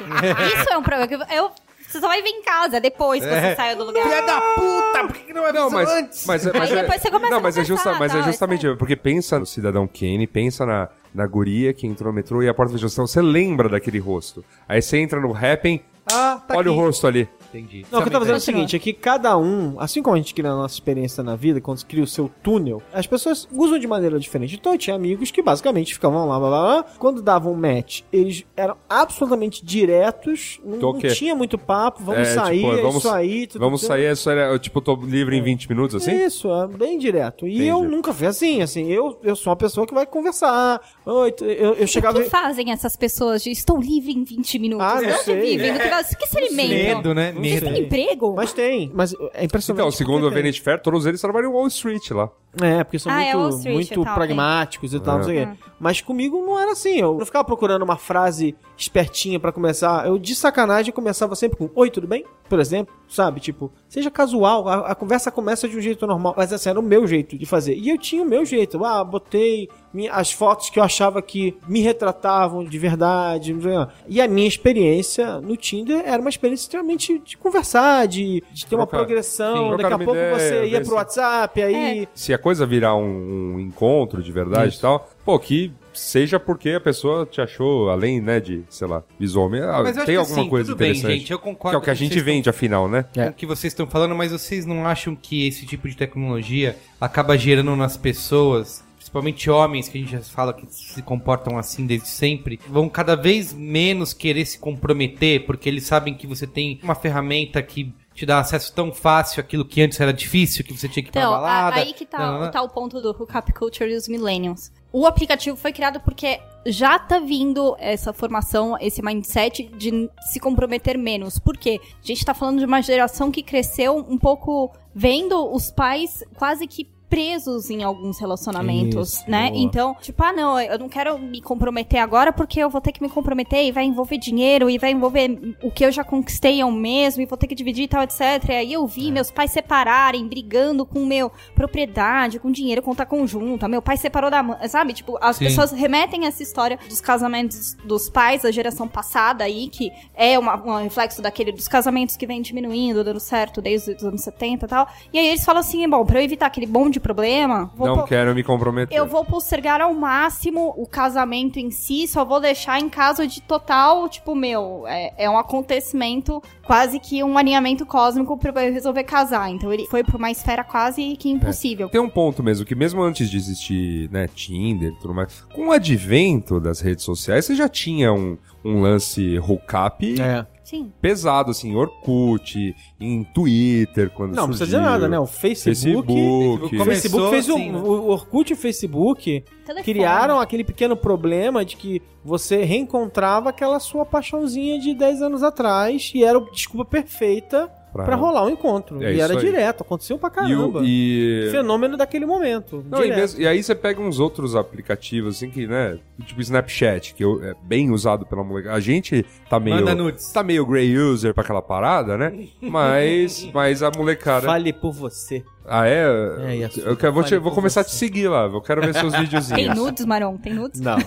S3: Isso é um problema. que eu- você só vai vir em casa depois que você saiu do lugar.
S1: Filha da puta, por que que não é
S2: Não, mas,
S1: antes?
S2: mas, mas
S3: Aí
S2: é,
S3: depois você começa
S2: não,
S3: a
S2: mas é,
S3: conversar, tá,
S2: justa- mas é
S3: tal,
S2: justamente, porque pensa no cidadão Kane, pensa na, na guria que entrou no metrô e a porta fechou, então você lembra daquele rosto. Aí você entra no rapping,
S1: Ah, tá
S2: olha o
S1: aqui.
S2: rosto ali.
S1: Entendi.
S4: Não, o que eu tava dizendo é o
S1: Sabe,
S4: seguinte, é que cada um, assim como a gente cria a nossa experiência na vida, quando cria o seu túnel, as pessoas usam de maneira diferente. Então eu tinha amigos que basicamente ficavam lá, blá, blá, blá. quando davam um match, eles eram absolutamente diretos, não,
S2: Tô
S4: não
S2: quê?
S4: tinha muito papo, vamos
S2: É,
S4: sair,
S2: tipo,
S4: é
S2: vamos-
S4: isso aí. tudo
S2: Vamos
S4: bem.
S2: sair, é só, é, tipo, tô livre em 20 minutos, assim?
S4: Isso, é bem direto. E
S2: Entendi.
S4: eu nunca fui assim, assim, eu, eu sou uma pessoa que vai conversar. Oi, tu- eu, eu
S3: O
S4: chegava...
S3: que fazem essas pessoas de estou livre em 20 minutos?
S4: Ah, não
S3: De onde
S4: sei.
S3: vivem? Do que, elas- que se alimentam?
S1: Medo, né?
S4: sei.
S1: Medo.
S3: Tem emprego?
S4: Mas tem, mas é impressionante.
S2: Então, segundo a
S4: porque tem.
S2: Vanity Fair, todos eles trabalham em Wall Street lá.
S4: É, porque são
S3: Ah, é Wall
S4: muito,
S3: Street
S4: muito
S3: e tal, É.
S4: pragmáticos e tal, não sei o quê. Mas comigo não era assim. Eu não ficava procurando uma frase espertinha pra começar. Eu, de sacanagem, começava sempre com Oi, tudo bem? Por exemplo, sabe? Tipo, seja casual. A, a conversa começa de um jeito normal. Mas assim, era o meu jeito de fazer. E eu tinha o meu jeito. Ah, botei minha- as fotos que eu achava que me retratavam de verdade. não sei lá. E a minha experiência no Tinder era uma experiência extremamente de conversar, de, de ter uma
S2: Trocar-
S4: progressão.
S2: sim,
S4: Daqui
S2: trocar
S4: a
S2: uma
S4: pouco
S2: ideia,
S4: você ia
S2: ver
S4: pro
S2: se-
S4: WhatsApp,
S3: É.
S4: aí...
S2: Se a coisa virar um, um encontro de verdade e tal, pô, que seja porque a pessoa te achou, além, né, de, sei lá, visualmente, ah,
S1: Mas eu acho
S2: tem
S1: que
S2: alguma
S1: assim,
S2: coisa
S1: tudo bem,
S2: interessante.
S1: gente, eu
S2: que
S1: concordo
S2: é o que a
S1: com
S2: gente
S1: vocês
S2: vende, afinal, né?
S1: com o que vocês estão falando, mas vocês não acham que esse tipo de tecnologia acaba gerando nas pessoas, principalmente homens, que a gente já fala que se comportam assim desde sempre, vão cada vez menos querer se comprometer, porque eles sabem que você tem uma ferramenta que te dá acesso tão fácil àquilo que antes era difícil, que você tinha que ir
S3: Então,
S1: pra
S3: a-
S1: balada. né,
S3: aí que tá,
S1: não, não, não.
S3: tá o ponto do Hookup Culture e os Millennials. O aplicativo foi criado porque já tá vindo essa formação, esse mindset de n- se comprometer menos. Por quê? A gente tá falando de uma geração que cresceu um pouco vendo os pais quase que presos em alguns relacionamentos,
S4: Isso,
S3: né?
S4: boa.
S3: Então, tipo, ah, não, eu não quero me comprometer agora porque eu vou ter que me comprometer e vai envolver dinheiro e vai envolver o que eu já conquistei eu mesmo e vou ter que dividir e tal, etc. E aí eu
S4: É.
S3: vi meus pais separarem, brigando com meu propriedade, com dinheiro, conta conjunta. Meu pai separou da mãe, sabe? Tipo, as
S1: Sim.
S3: pessoas remetem essa história dos casamentos dos pais da geração passada aí, que é uma, um reflexo daquele dos casamentos que vem diminuindo, dando certo desde os anos 70 e tal. E aí eles falam assim, bom, pra eu evitar aquele bom de problema, vou
S2: não
S3: pôr-
S2: quero me comprometer.
S3: eu vou postergar ao máximo o casamento em si, só vou deixar em caso de total, tipo, meu, é, é um acontecimento, quase que um alinhamento cósmico pra eu resolver casar. Então ele foi pra uma esfera quase que impossível.
S2: Tem um ponto mesmo, que mesmo antes de existir, né, Tinder e tudo mais, com o advento das redes sociais, você já tinha um, um lance hookup
S4: É.
S3: Sim.
S2: pesado, assim, em Orkut, em Twitter, quando
S4: Não, não
S2: surgiu.
S4: precisa dizer nada, né? O Facebook.
S2: Facebook.
S4: O Facebook
S1: Começou
S4: fez o,
S1: assim, né?
S4: o Orkut e o Facebook
S3: Telefone.
S4: criaram aquele pequeno problema de que você reencontrava aquela sua paixãozinha de 10 anos atrás e era a desculpa perfeita pra, rolar o encontro.
S2: É
S4: e
S2: isso
S4: era
S2: aí.
S4: direto, aconteceu pra
S2: E, o-
S4: caramba.
S2: e-
S4: Fenômeno daquele momento.
S2: Não, e,
S4: direto.
S2: mesmo- e aí você pega uns outros aplicativos, assim, que, né? Tipo Snapchat, que eu- é bem usado pela molecada. A gente tá meio.
S1: Manda nudes.
S2: Tá meio grey user pra aquela parada, né? Mas, mas a molecada.
S4: Fale por você.
S2: Ah, é?
S4: É, e a
S2: eu quero- vou, te- vou começar a te seguir lá. Eu quero ver seus
S3: Tem
S2: videozinhos.
S3: nudes, Maron? Tem nudes?
S4: Não.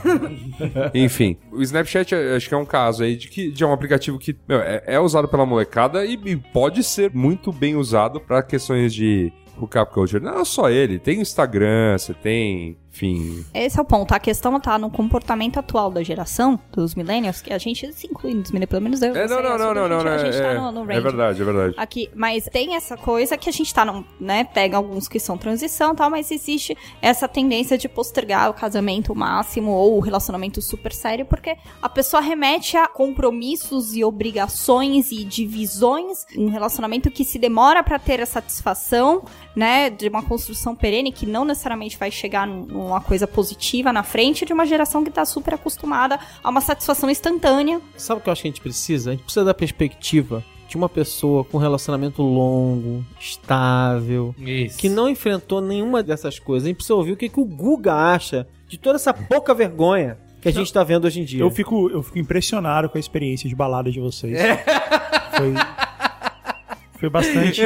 S2: Enfim, o Snapchat eh, acho que é um caso aí de que de um aplicativo que meu, é, é usado pela molecada e, e pode ser muito bem usado pra questões de hookup culture. Não é só ele, tem o Instagram, você tem, enfim,
S3: Esse é o ponto. A questão tá no comportamento atual da geração, dos millennials, que a gente se inclui nos millennials, pelo menos eu.
S2: É,
S3: você,
S2: não, não, não,
S3: eu sou da
S2: não, não,
S3: gente,
S2: não,
S3: A gente tá
S2: é,
S3: no, no
S2: é
S3: range.
S2: verdade, é verdade.
S3: Aqui, mas tem essa coisa que a gente tá, num, né? Pega alguns que são transição e tal, mas existe essa tendência de postergar o casamento máximo ou o relacionamento super sério, porque a pessoa remete a compromissos e obrigações e divisões, um relacionamento que se demora pra ter a satisfação né, de uma construção perene que não necessariamente vai chegar num- numa coisa positiva na frente de uma geração que tá super acostumada a uma satisfação instantânea.
S4: Sabe o que eu acho que a gente precisa? A gente precisa da perspectiva de uma pessoa com um relacionamento longo, estável,
S1: Isso.
S4: que não enfrentou nenhuma dessas coisas. A gente precisa ouvir o que, que o Guga acha de toda essa pouca vergonha que a gente tá vendo hoje em dia.
S5: Eu fico, eu fico impressionado com a experiência de balada de vocês. Foi, foi bastante.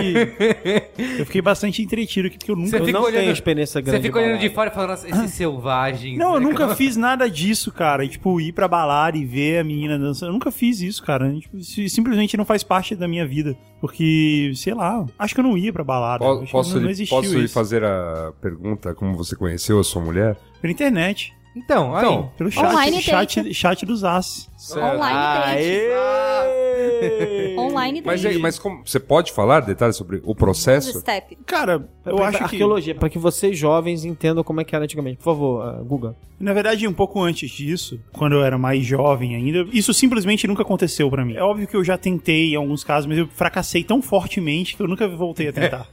S5: Eu fiquei bastante entretido aqui, porque eu nunca.
S1: Você
S4: eu
S1: fica
S4: não
S1: olhando-
S4: tenho experiência é grande.
S1: Você fica olhando de
S4: balada.
S1: fora e falando, nossa, esses selvagens.
S5: Não, eu
S1: né,
S5: nunca
S1: que-
S5: fiz nada disso, cara. E, Tipo, ir pra balada e ver a menina dançando. Eu nunca fiz isso, cara. E, tipo, isso simplesmente não faz parte da minha vida. Porque, sei lá, acho que eu não ia pra
S3: Ah,
S5: balada.
S2: Po-
S5: Acho que
S2: posso
S5: não, não
S2: lhe,
S5: existiu
S2: posso lhe
S5: isso.
S2: fazer a pergunta como você conheceu a sua mulher?
S5: Pela internet.
S1: Então, aí.
S2: Então,
S5: Pelo chat.
S3: Online
S5: chat, chat dos As.
S3: Online date.
S4: Aê!
S3: Online
S2: Mas,
S3: date.
S2: aí, mas é como, você pode falar detalhes sobre o processo?
S3: Step.
S5: Cara, eu acho que.
S4: arqueologia, para que vocês jovens entendam como é que era antigamente. Por favor, ah, Guga.
S5: Na verdade, um pouco antes disso, quando eu era mais jovem ainda, isso simplesmente nunca aconteceu pra mim. É óbvio que eu já tentei em alguns casos, mas eu fracassei tão fortemente que eu nunca voltei a tentar.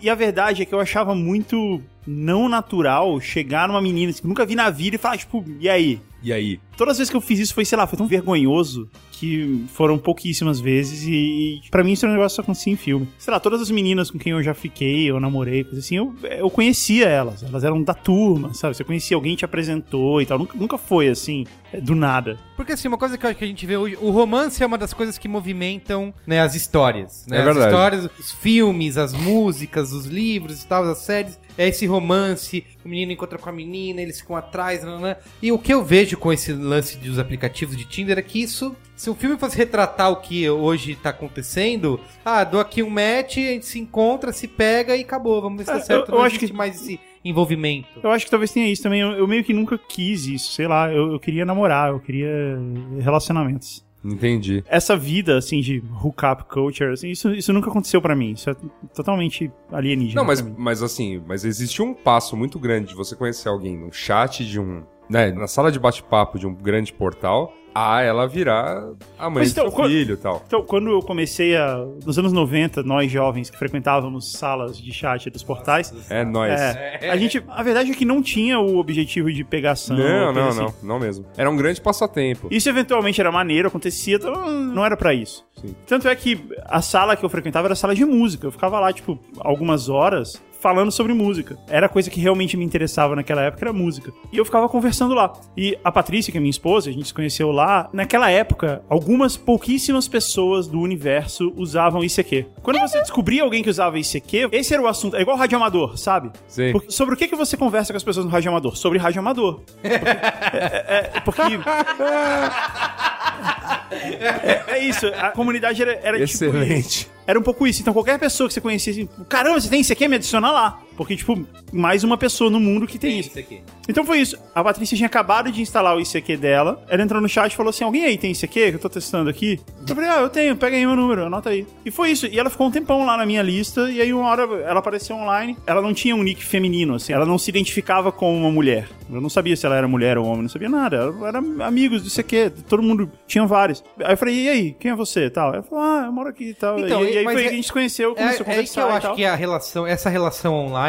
S5: E a verdade é que eu achava muito não natural chegar numa menina assim, que eu nunca vi na vida e falar, tipo, e aí?
S2: E aí?
S5: Todas as vezes que eu fiz isso foi, sei lá, foi tão vergonhoso que foram pouquíssimas vezes e, e pra mim isso é um negócio que só acontecia em filme. Sei lá, todas as meninas com quem eu já fiquei, eu namorei, coisa assim, eu, eu conhecia elas, elas eram da turma, sabe? Você conhecia alguém, te apresentou e tal, nunca, nunca foi assim, eh, do nada.
S1: Porque assim, uma coisa que eu acho que a gente vê hoje, o romance é uma das coisas que movimentam né, as histórias. Né?
S2: É
S1: As
S2: verdade.
S1: histórias, os filmes, as músicas, os livros e tal, as séries. É esse romance, o menino encontra com a menina, eles ficam atrás, nananã. E o que eu vejo com esse lance dos aplicativos de Tinder é que isso, se o filme fosse retratar o que hoje tá acontecendo, ah, dou aqui um match, a gente se encontra, se pega e acabou, vamos ver se
S5: É,
S1: tá certo.
S5: eu-
S1: Não
S5: eu acho
S1: existe
S5: que-
S1: mais esse envolvimento.
S5: Eu acho que talvez tenha isso também, eu, eu meio que nunca quis isso, sei lá, eu, eu queria namorar, eu queria relacionamentos.
S2: Entendi.
S5: Essa vida, assim, de hookup culture, assim, isso, isso nunca aconteceu pra mim, isso é totalmente alienígena.
S2: Não, mas,
S5: pra mim.
S2: mas assim, mas existe um passo muito grande de você conhecer alguém no chat de um. Né, na sala de bate-papo de um grande portal, a ela virar a mãe do
S5: Mas então,
S2: seu
S5: quando-
S2: filho e tal.
S5: Então, quando eu comecei a. Nos anos 90, nós jovens que frequentávamos salas de chat dos portais.
S2: É nóis.
S5: é, a gente. A verdade é que não tinha o objetivo de pegação.
S2: Não,
S5: ou coisa
S2: não,
S5: assim.
S2: não, não mesmo. Era um grande passatempo.
S5: Isso eventualmente era maneiro, acontecia, então não era pra isso.
S2: Sim.
S5: Tanto é que a sala que eu frequentava era sala de música. Eu ficava lá, tipo, algumas horas falando sobre música. Era a coisa que realmente me interessava naquela época, era música. E eu ficava conversando lá. E a Patrícia, que é minha esposa, a gente se conheceu lá. Naquela época, algumas pouquíssimas pessoas do universo usavam ICQ. Quando você descobria alguém que usava ICQ, esse era o assunto. É igual rádio amador, sabe?
S2: Sim.
S5: Porque- sobre o que, que você conversa com as pessoas no rádio amador? Sobre rádio amador. Porque... é- é- é- porque é isso, a comunidade era, era tipo.
S2: Excelente.
S5: Era um pouco isso. Então qualquer pessoa que você conhecesse, assim, caramba, você tem isso aqui? Me adiciona lá. Porque, tipo, mais uma pessoa no mundo que tem, isso.
S1: aqui.
S5: Então foi isso. A Patrícia tinha acabado de instalar o ICQ dela. Ela entrou no chat e falou assim: Alguém aí tem ICQ que eu tô testando aqui? Eu falei: Ah, eu tenho, pega aí meu número, anota aí. E foi isso. E ela ficou um tempão lá na minha lista. E aí uma hora ela apareceu online. Ela não tinha um nick feminino, assim. Ela não se identificava como uma mulher. Eu não sabia se ela era mulher ou homem, não sabia nada. Ela era amigos do ICQ, todo mundo tinha vários. Aí eu falei: E aí, quem é você? e Tal. Ela falou: Ah, eu moro aqui e tal.
S1: Então,
S5: e, e aí
S1: mas
S5: foi
S1: é-
S5: que a gente se conheceu,
S1: É,
S5: começou a
S1: é aí que
S5: conversar.
S1: eu
S5: e
S1: acho
S5: tal.
S1: que a relação, essa relação online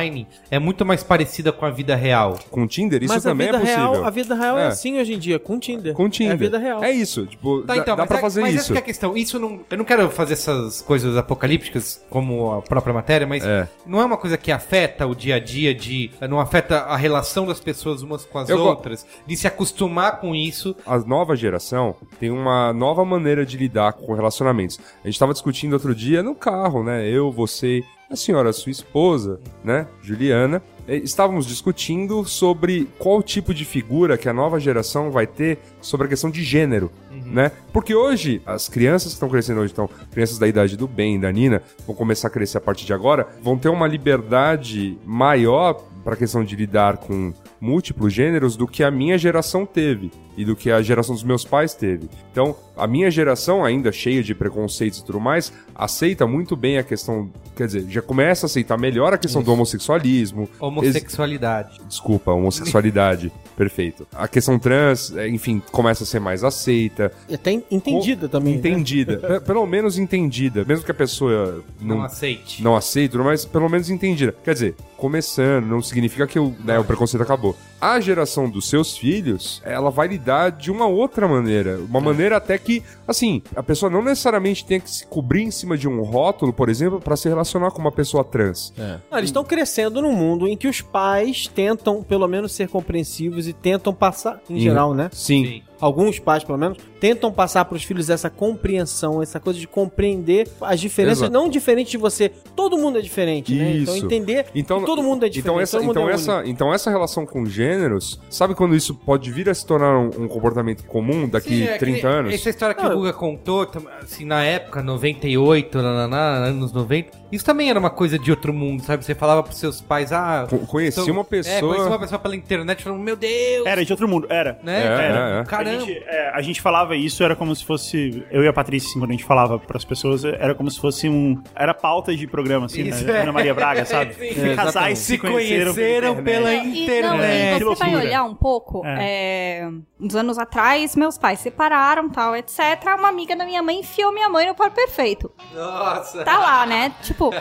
S1: é muito mais parecida com a vida real.
S2: Com o Tinder, isso
S4: Mas
S2: também
S4: a vida
S2: é possível.
S4: real, a vida real é.
S2: É.
S4: assim hoje em dia, com o Tinder.
S2: Com o Tinder.
S4: É a vida real.
S2: É isso. Tipo,
S1: Tá,
S2: dá-
S1: então,
S2: dá
S1: mas
S2: pra
S1: é-
S2: fazer
S1: mas essa
S2: isso.
S1: que é a questão. Isso não, eu não quero fazer essas coisas apocalípticas como a própria matéria, mas
S2: É.
S1: não é uma coisa que afeta o dia a dia de não afeta a relação das pessoas umas com as
S2: Eu go-
S1: outras, de se acostumar com isso.
S2: a nova geração tem uma nova maneira de lidar com relacionamentos. A gente tava discutindo outro dia no carro, né? Eu, você. a senhora, sua esposa, né, Juliana, eh, estávamos discutindo sobre qual tipo de figura que a nova geração vai ter sobre a questão de gênero, né? Porque hoje, as crianças que estão crescendo hoje, então, crianças da idade do Ben, da Nina, vão começar a crescer a partir de agora, vão ter uma liberdade maior para a questão de lidar com múltiplos gêneros do que a minha geração teve e do que a geração dos meus pais teve. Então, a minha geração, ainda cheia de preconceitos e tudo mais, aceita muito bem a questão. Quer dizer, já começa a aceitar melhor a questão do homossexualismo. Ex-
S1: Homossexualidade.
S2: Desculpa, homossexualidade. Perfeito. A questão trans, eh, enfim, começa a ser mais aceita,
S4: E até entendida também. né?
S2: entendida. Pe- Pelo menos entendida. Mesmo que a pessoa
S1: Não,
S2: não,
S1: aceite.
S2: não aceito, mas pelo menos entendida. Quer dizer, começando, não significa que o, né, o preconceito acabou. A geração dos seus filhos, ela vai lidar de uma outra maneira. Uma maneira até que, assim, a pessoa não necessariamente tenha que se cobrir em cima de um rótulo, por exemplo, pra se relacionar com uma pessoa trans.
S4: Ah, eles estão crescendo num mundo em que os pais tentam, pelo menos, ser compreensivos e tentam passar, em
S2: Sim.
S4: geral, né?
S2: Sim.
S4: Alguns pais, pelo menos, tentam passar pros filhos essa compreensão, essa coisa de compreender as diferenças,
S2: Exato.
S4: não diferente de você. Todo mundo é diferente, né? Então
S2: Isso.
S4: entender que todo mundo é diferente.
S2: Então essa,
S4: todo mundo
S2: então,
S4: é único.
S2: essa, então essa relação com gêneros, sabe quando isso pode vir a se tornar um, um comportamento comum daqui
S1: Sim, é que
S2: 30
S1: nem-
S2: anos?
S1: Essa história que
S4: Não,
S1: o
S4: eu-
S1: Guga contou, tam- assim, na época, 98, nananá, anos 90, isso também era uma coisa de outro mundo, sabe? Você falava pros seus pais, ah...
S2: Co- conheci
S1: então-
S2: uma pessoa-
S1: É, conheci uma pessoa pela internet, falando, meu Deus,
S5: Era de outro mundo, era.
S1: né?
S2: É,
S1: cara?
S2: é, é.
S1: Caramba.
S5: A gente, é, a gente falava isso, era como se fosse. Eu e a Patrícia, assim, quando a gente falava pras pessoas, era como se fosse um. Era pauta de programa, assim,
S1: Isso,
S5: né?
S1: é.
S5: Ana Maria Braga, sabe?
S1: Sim. É,
S5: Casais se conheceram, internet.
S3: E, não,
S5: internet.
S3: e
S5: É, Que
S3: você vai
S5: loucura.
S3: olhar um pouco, é, uns anos atrás, meus pais separaram, tal, etc. Uma amiga da minha mãe enfiou minha mãe no par perfeito.
S1: Nossa.
S3: Tá lá, né? Tipo,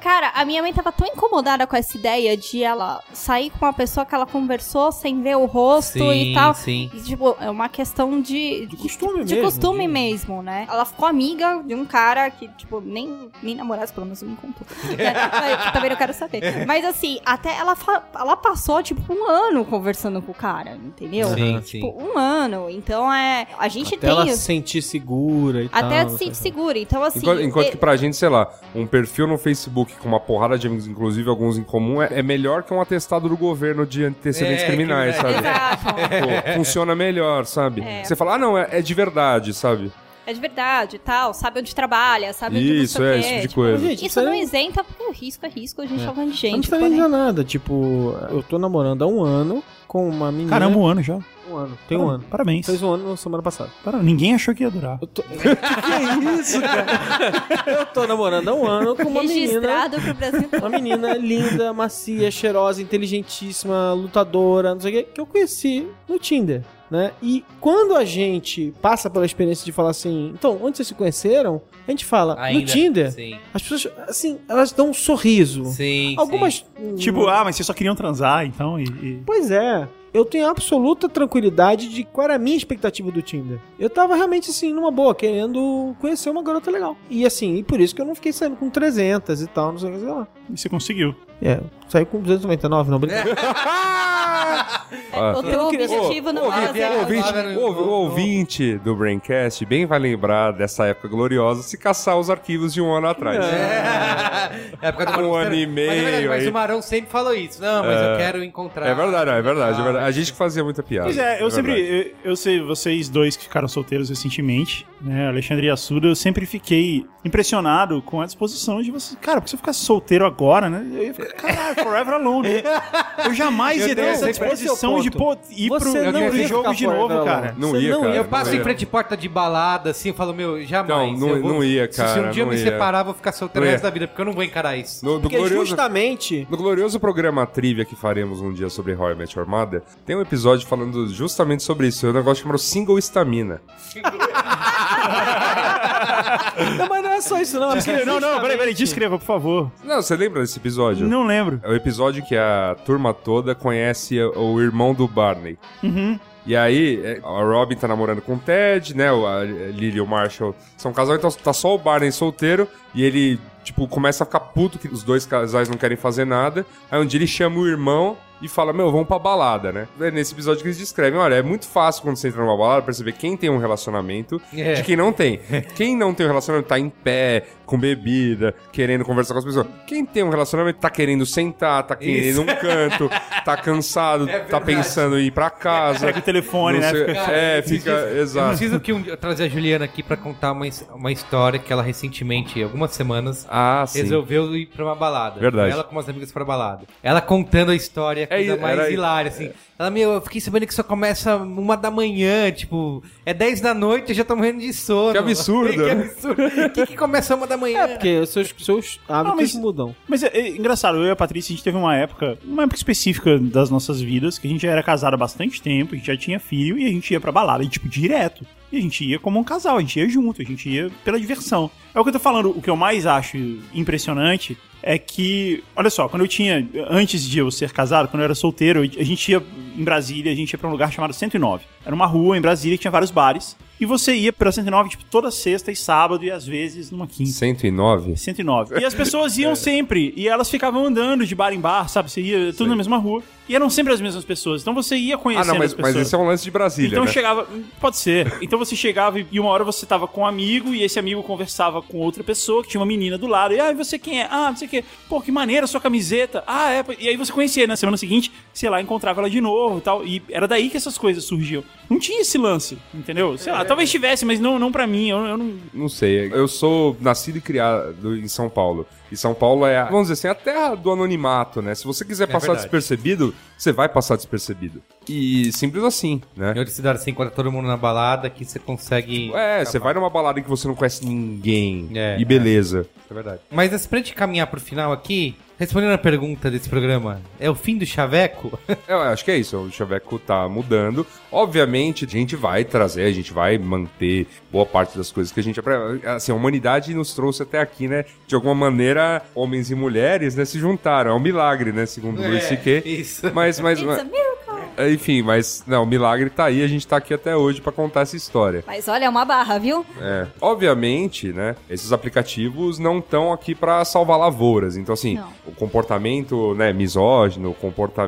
S3: cara, a minha mãe tava tão incomodada com essa ideia de ela sair com uma pessoa que ela conversou sem ver o rosto e tal.
S1: sim.
S3: E, tipo, é uma questão de.
S4: De costume
S3: de
S4: mesmo,
S3: costume
S4: de-
S3: mesmo, né? Ela ficou amiga de um cara que, tipo, nem, nem namorado, pelo menos não me contou. Né? Mas eu também não quero
S2: É.
S3: saber. Mas assim, até ela, fa- ela passou, tipo, um ano conversando com o cara, entendeu?
S1: Sim,
S3: Tipo,
S1: sim.
S3: um ano. Então é. A gente
S4: Até
S3: tem.
S4: ela
S3: os-
S4: se sentir segura e tal.
S3: Até se segura. Então, assim.
S2: Enquanto, enquanto
S1: é
S3: e-
S2: que pra gente, sei lá, um perfil no Facebook com uma porrada de amigos, inclusive alguns em comum, é, é melhor que um atestado do governo de antecedentes
S1: É,
S2: criminais,
S1: que- é.
S2: sabe?
S3: Exato.
S2: Pô, funciona melhor, sabe?
S3: É.
S2: Você fala, ah, não, é, é de verdade, sabe?
S3: É de verdade e tal, sabe onde trabalha, sabe onde
S2: isso,
S3: não sei
S2: é,
S3: o
S2: esse
S3: quê.
S2: tipo de
S3: Tipo,
S2: coisa.
S4: Gente,
S3: Isso não
S4: aí-
S3: isenta, porque o risco é risco, a gente
S4: É.
S3: tá falando de
S4: Eu não
S3: gente.
S4: precisa nem
S3: porém.
S4: dizer nada. Tipo, eu tô namorando há um ano com uma menina.
S5: Caramba, um ano já.
S4: um ano. Tem um ano.
S5: Parabéns.
S4: Fez um ano na semana passada.
S5: Para- Ninguém achou que ia durar.
S4: Eu tô... que é isso, cara? Eu tô namorando há um ano com uma menina.
S3: Registrado pro Brasil.
S4: Uma menina linda, macia, cheirosa, inteligentíssima, lutadora, não sei o que, que eu conheci no Tinder. Né? E quando a gente passa pela experiência de falar assim, então, onde vocês se conheceram? A gente fala, no
S1: Ainda-
S4: Tinder,
S1: Sim.
S4: as pessoas, assim, elas dão um sorriso.
S1: Sim,
S4: Algumas.
S1: sim.
S5: Tipo, ah, mas vocês só queriam transar, então, e... e-
S4: Pois é. Eu tenho absoluta tranquilidade de qual era a minha expectativa do Tinder. Eu tava realmente, assim, numa boa, querendo conhecer uma garota legal. E assim, e por isso que eu não fiquei saindo com 300 e tal, não sei o que, sei lá.
S5: e você conseguiu.
S4: É, saí com 299, não, brincadeira.
S2: Ah.
S3: O teu objetivo não é fazer.
S2: O ouvinte,
S1: Ah, não,
S2: o- o
S1: não.
S2: ouvinte do Braincast bem vai lembrar dessa época gloriosa se caçar os arquivos de um ano atrás.
S1: É, época do
S2: Um
S1: Marão
S2: ano
S1: sempre-
S2: e meio
S1: Mas, é verdade, mas
S2: aí.
S1: o Marão sempre falou isso. Não, mas eu quero encontrar.
S2: É verdade, é verdade, é verdade. A gente que fazia muita piada.
S5: Pois é, eu sempre...
S2: verdade.
S5: Eu, eu sei, vocês dois que ficaram solteiros recentemente, né, Alexandre e Assuda, eu sempre fiquei impressionado com a disposição de vocês. Cara, porque se eu ficasse solteiro agora, né, eu ia ficar, caralho, forever alone. Eu jamais
S1: Eu
S5: ia ter
S1: tenho-
S5: essa
S1: esse é
S4: o
S5: disposição
S4: ponto.
S5: de, pô, ir pro,
S4: Você
S1: não
S5: pro
S1: ia
S5: jogo
S4: ficar
S5: de
S4: forever
S5: novo,
S4: alone.
S5: cara.
S2: Não
S4: Você
S2: ia,
S4: não
S2: cara.
S4: ia.
S1: Eu passo
S2: não
S1: em
S2: ia. Então,
S1: frente de porta de balada, assim, eu falo, meu, jamais.
S2: Não, não-
S1: eu
S2: não ia,
S1: Se
S2: cara,
S1: um dia eu
S2: não
S1: me
S2: ia.
S1: separar, eu vou ficar solteiro
S2: Não
S1: o
S2: ia.
S1: resto da vida, porque eu não vou encarar isso.
S2: No, no
S4: Porque
S2: glorioso,
S4: justamente.
S2: no glorioso programa Trivia que faremos um dia sobre How I Met Your Mother, tem um episódio falando justamente sobre isso. É um negócio chamado Single Estamina.
S4: Não, mas não é só isso, não. É porque
S5: Não, não, peraí,
S4: justamente-
S5: peraí, descreva, por favor.
S2: Não, você lembra desse episódio?
S5: Não lembro.
S2: É o episódio que a turma toda conhece o irmão do Barney.
S5: Uhum.
S2: E aí, é, a Robin tá namorando com o Ted, né? O, a Lily e o Marshall são um casal, então tá só o Barney solteiro. E ele tipo, começa a ficar puto que os dois casais não querem fazer nada. Aí um dia ele chama o irmão e fala, meu, vamos pra balada, né? É nesse episódio que eles descrevem, olha, é muito fácil quando você entra numa balada perceber quem tem um relacionamento
S1: É.
S2: de quem não tem. Quem não tem um relacionamento tá em pé, com bebida, querendo conversar com as pessoas. Quem tem um relacionamento tá querendo sentar, tá querendo
S1: Isso. É
S2: um canto, tá cansado, tá
S1: verdade. É,
S2: pensando em ir pra casa.
S5: Pega o telefone,
S2: Não
S5: né?
S2: sei-
S5: Fica-
S2: É, fica,
S1: Eu
S2: exato.
S1: preciso que um, dia- trazer a Juliana aqui pra contar uma, his- uma história que ela recentemente, algumas semanas,
S2: Ah, sim.
S1: resolveu ir pra uma balada.
S2: Verdade.
S1: Ela com umas amigas pra balada. Ela contando a história,
S2: É,
S1: coisa
S2: era-
S1: mais hilária, assim. Ela, meu, eu fiquei sabendo que só começa uma da manhã, tipo, é 10 da noite eu já tô morrendo de sono.
S2: Que absurdo,
S1: que
S2: né?
S1: absurdo. que, que começa uma da manhã?
S4: É, porque os seus, seus hábitos
S5: Ah, mas-
S4: mudam.
S5: Mas é, é engraçado, eu e a Patrícia, a gente teve uma época, uma época específica das nossas vidas, que a gente já era casado há bastante tempo, a gente já tinha filho e a gente ia pra balada, e, tipo, direto. E a gente ia como um casal, a gente ia junto, a gente ia pela diversão. É o que eu tô falando, o que eu mais acho impressionante é que, olha só, quando eu tinha, antes de eu ser casado, quando eu era solteiro, a gente ia em Brasília, a gente ia pra um lugar chamado 109. Era uma rua em Brasília que tinha vários bares, e você ia pra 109, tipo, toda sexta e sábado, e às vezes numa quinta.
S2: 109?
S5: 109. E as pessoas
S2: É.
S5: iam sempre, e elas ficavam andando de bar em bar, sabe? Você ia tudo na mesma rua. E eram sempre as mesmas pessoas. Então você ia
S2: Ah,
S5: conhecendo
S2: não, mas,
S5: as
S2: mas
S5: pessoas.
S2: esse é um lance de Brasília,
S5: então
S2: né?
S5: chegava. Pode ser. Então você chegava e- e uma hora você tava com um amigo, e esse amigo conversava com outra pessoa, que tinha uma menina do lado. E ah, e você quem é? Ah, não sei o quê. Pô, que maneira, sua camiseta. Ah, é. E aí você conhecia na semana seguinte, sei lá, encontrava ela de novo e tal. E era daí que essas coisas surgiam. Não tinha esse lance, entendeu? Sei lá,
S2: É.
S5: talvez tivesse, mas não, não pra mim. Eu, eu não.
S2: Não sei. Eu sou nascido e criado em São Paulo. E São Paulo é, a- vamos dizer assim, a terra do anonimato, né? Se você quiser passar
S1: É verdade.
S2: despercebido, você vai passar despercebido. E simples assim,
S1: Em
S2: né?
S1: outra cidade, você encontra todo mundo na balada, que você consegue...
S2: É, você vai numa balada em que você não conhece ninguém.
S1: É,
S2: e beleza.
S1: É verdade. Mas assim, pra gente caminhar pro final aqui, respondendo a pergunta desse programa, é o fim do chaveco?
S2: Eu acho que é isso. O Chaveco tá mudando. Obviamente, a gente vai trazer, a gente vai manter boa parte das coisas que a gente aprende. Assim, a humanidade nos trouxe até aqui, né? De alguma maneira, homens e mulheres, né, se juntaram. É um milagre, né? Segundo o Luiz Siquet.
S1: É, Isso.
S2: Mas, mas,
S3: It's
S2: mas,
S3: a miracle.
S2: enfim, mas não, o milagre tá aí, a gente tá aqui até hoje pra contar essa história.
S3: Mas olha, é uma barra, viu?
S2: É. Obviamente, né? Esses aplicativos não estão aqui pra salvar lavouras. Então, assim,
S3: Não.
S2: o comportamento, né, misógino, o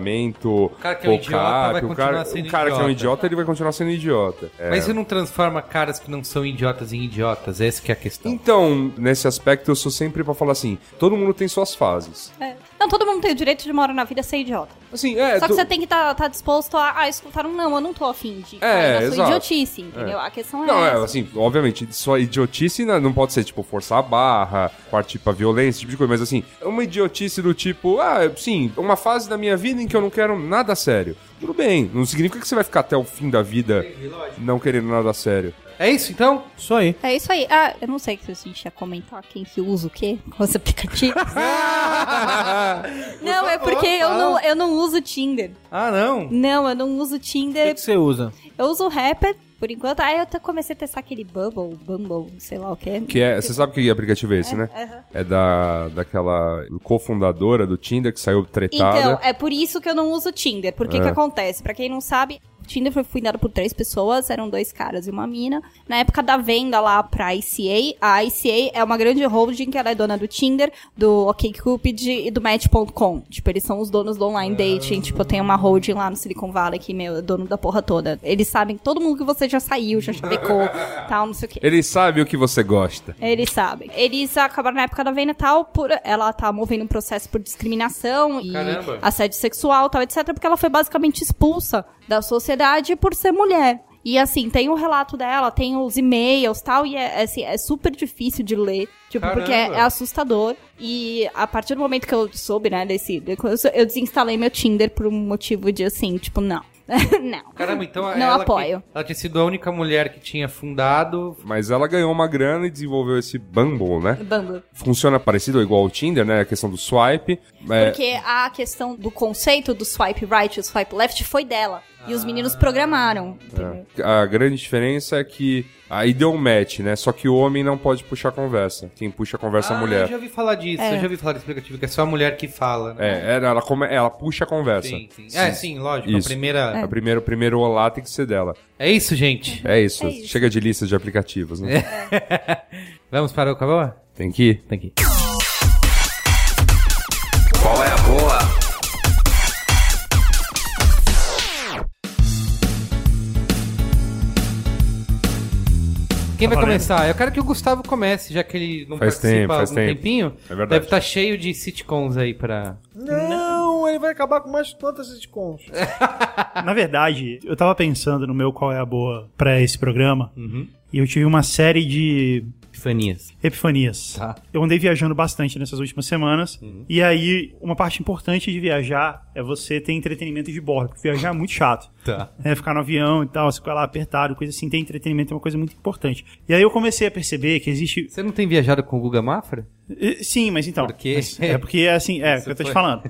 S2: comportamento. O
S1: cara que é um idiota vai
S2: o
S1: continuar
S2: cara,
S1: sendo
S2: o cara que é um
S1: idiota.
S2: idiota, ele vai continuar sendo idiota. É.
S1: Mas isso não transforma caras que não são idiotas em idiotas, essa que é a questão.
S2: Então, nesse aspecto, eu sou sempre pra falar assim: todo mundo tem suas fases.
S3: É. Não, todo mundo tem o direito de uma hora na vida ser idiota.
S2: Assim, é.
S3: Só que
S2: tu-
S3: você tem que estar disposto a, a escutar um não, eu não tô afim de
S2: É,
S3: cair na sua
S2: exato.
S3: idiotice, entendeu? A questão é
S2: Não, é,
S3: essa.
S2: assim, obviamente, só idiotice né, não pode ser, tipo, forçar a barra, partir pra violência, esse tipo de coisa, mas assim, é uma idiotice do tipo, ah, sim, uma fase da minha vida em que eu não quero nada sério. Tudo bem, não significa que você vai ficar até o fim da vida não querendo nada sério.
S1: É isso então?
S4: Isso aí.
S3: É isso aí. Ah, eu não sei se a gente ia comentar quem que usa o quê com os aplicativos. não, é porque eu não, eu não uso Tinder.
S1: Ah, não.
S3: Não, eu não uso
S4: O que,
S3: Tinder.
S4: que você usa?
S3: Eu uso o Rapper, por enquanto. Aí eu até comecei a testar aquele Bumble, Bumble, sei lá o quê.
S2: Que é, você sabe que aplicativo é esse, né? É da, daquela cofundadora do Tinder que saiu tretada.
S3: Então, é por isso que eu não uso Tinder. Por que que acontece? Pra quem não sabe, o Tinder foi fundado por três pessoas, eram dois caras e uma mina. Na época da venda lá pra ICA, a ICA é uma grande holding que ela é dona do Tinder, do OkCupid e do Match.com. Tipo, eles são os donos do online dating. Tipo, tem uma holding lá no Silicon Valley que, meu, é dono da porra toda. Eles sabem todo mundo que você já saiu, já chavecou, tal, não sei o quê.
S2: Ele sabe o que você gosta.
S3: Eles sabem. Eles acabaram na época da venda e tal, por ela tá movendo um processo por discriminação e
S1: Caramba.
S3: assédio sexual, tal, etc, porque ela foi basicamente expulsa da sociedade por ser mulher. E assim, tem o relato dela, tem os e-mails tal, e é, é, assim, é super difícil de ler, tipo,
S1: Caramba.
S3: porque é, é assustador. E a partir do momento que eu soube, né, desse. Eu desinstalei meu Tinder por um motivo de assim, tipo, não. não.
S1: Caramba, então
S3: Não
S1: ela que-
S3: apoio.
S1: ela tinha sido a única mulher que tinha fundado.
S2: Mas ela ganhou uma grana e desenvolveu esse Bumble, né?
S3: Bumble.
S2: Funciona parecido ou igual ao Tinder, né? A questão do swipe. É,
S3: Porque a questão do conceito do swipe right e o swipe left foi dela. E os meninos
S1: Ah.
S3: programaram.
S1: É.
S3: entendeu?
S2: A grande diferença é que aí deu um match, né? Só que o homem não pode puxar conversa. Quem puxa conversa é a
S1: ah, Eu
S2: mulher.
S1: já ouvi falar disso, eu já ouvi falar desse aplicativo, que é só a mulher que fala, né?
S2: É, ela, ela come- ela puxa a conversa.
S1: Sim, sim. É, sim, lógico.
S2: Isso.
S1: A
S3: É.
S1: primeira.
S2: A primeiro, o primeiro olá tem que ser dela.
S1: É isso, gente.
S2: É isso.
S3: É isso. É.
S2: Chega de lista de aplicativos, né?
S1: Vamos para o Tá Caboa?
S2: Tem que ir.
S1: Tem que ir.
S6: é
S1: Quem
S5: Tá
S1: vai
S5: valendo.
S1: começar? Eu quero que o Gustavo comece, já que ele não
S2: Faz
S1: participa
S2: tempo,
S1: há
S2: faz
S1: algum
S2: tempo.
S1: tempinho.
S2: É verdade.
S1: Deve estar cheio de sitcoms aí pra.
S4: Né?
S7: Não, ele vai acabar com mais quantas sitcoms.
S5: Na verdade, eu tava pensando no meu qual é a boa pra esse programa. E eu tive uma série de
S1: Epifanias.
S5: epifanias.
S1: Tá.
S5: Eu andei viajando bastante nessas últimas semanas. E aí, uma parte importante de viajar é você ter entretenimento de bordo. Porque viajar é muito chato.
S1: Tá.
S5: né, ficar no avião e tal, você ficar lá apertado, coisa assim, ter entretenimento é uma coisa muito importante. E aí eu comecei a perceber que existe.
S1: Você não tem viajado com o Guga Mafra?
S5: eh, Sim, mas então.
S1: Por quê?
S5: mas É porque é assim, é o que eu tô te
S1: foi.
S5: falando.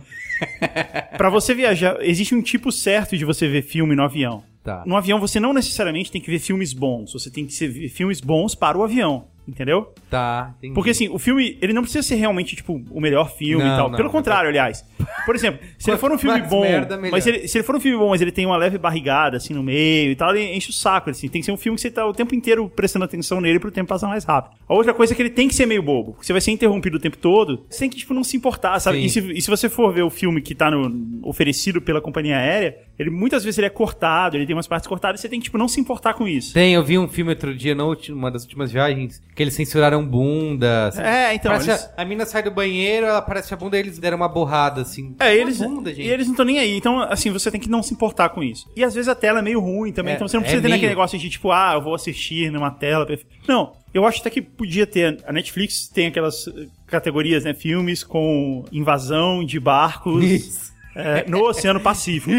S5: Pra você viajar, existe um tipo certo de você ver filme no avião.
S1: Tá.
S5: No avião você não necessariamente tem que ver filmes bons, você tem que ser- ver filmes bons para o avião, entendeu?
S1: Tá, entendi.
S5: Porque assim, o filme, ele não precisa ser realmente, tipo, o melhor filme
S1: Não,
S5: e tal.
S1: não,
S5: Pelo
S1: não.
S5: contrário, aliás. Por exemplo, se ele for um filme
S1: Mais
S5: bom,
S1: merda, melhor.
S5: mas se ele, se ele for um filme bom, mas ele tem uma leve barrigada, assim, no meio e tal, ele enche o saco, assim. Tem que ser um filme que você tá o tempo inteiro prestando atenção nele pro tempo passar mais rápido. A outra coisa é que ele tem que ser meio bobo, porque você vai ser interrompido o tempo todo. Você tem que, tipo, não se importar, sabe?
S1: Sim.
S5: E se, e se você for ver o filme que tá no- oferecido pela companhia aérea, ele muitas vezes ele é cortado, ele tem umas partes cortadas, você tem que, tipo, não se importar com isso.
S1: Tem, eu vi um filme outro dia, na ulti- uma das últimas viagens, que eles censuraram bunda. assim.
S5: É, então,
S1: Parece
S5: eles-
S1: a, a mina sai do banheiro, ela aparece a bunda e eles deram uma borrada, assim.
S5: É, eles,
S1: Uma bunda, gente.
S5: e eles não estão nem aí. Então, assim, você tem que não se importar com isso. E às vezes a tela é meio ruim também,
S1: É,
S5: então você não
S1: é
S5: precisa ter
S1: meio.
S5: naquele negócio de tipo, ah, eu vou assistir numa tela. perfe- Não, eu acho até que podia ter. A Netflix tem aquelas eh, categorias, né? Filmes com invasão de barcos. eh, no Oceano Pacífico.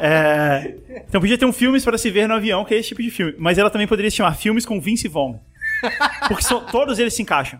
S5: É, então podia ter um filmes para se ver no avião, que é esse tipo de filme. Mas ela também poderia se chamar filmes com Vince Vaughn. Porque são, todos eles se encaixam.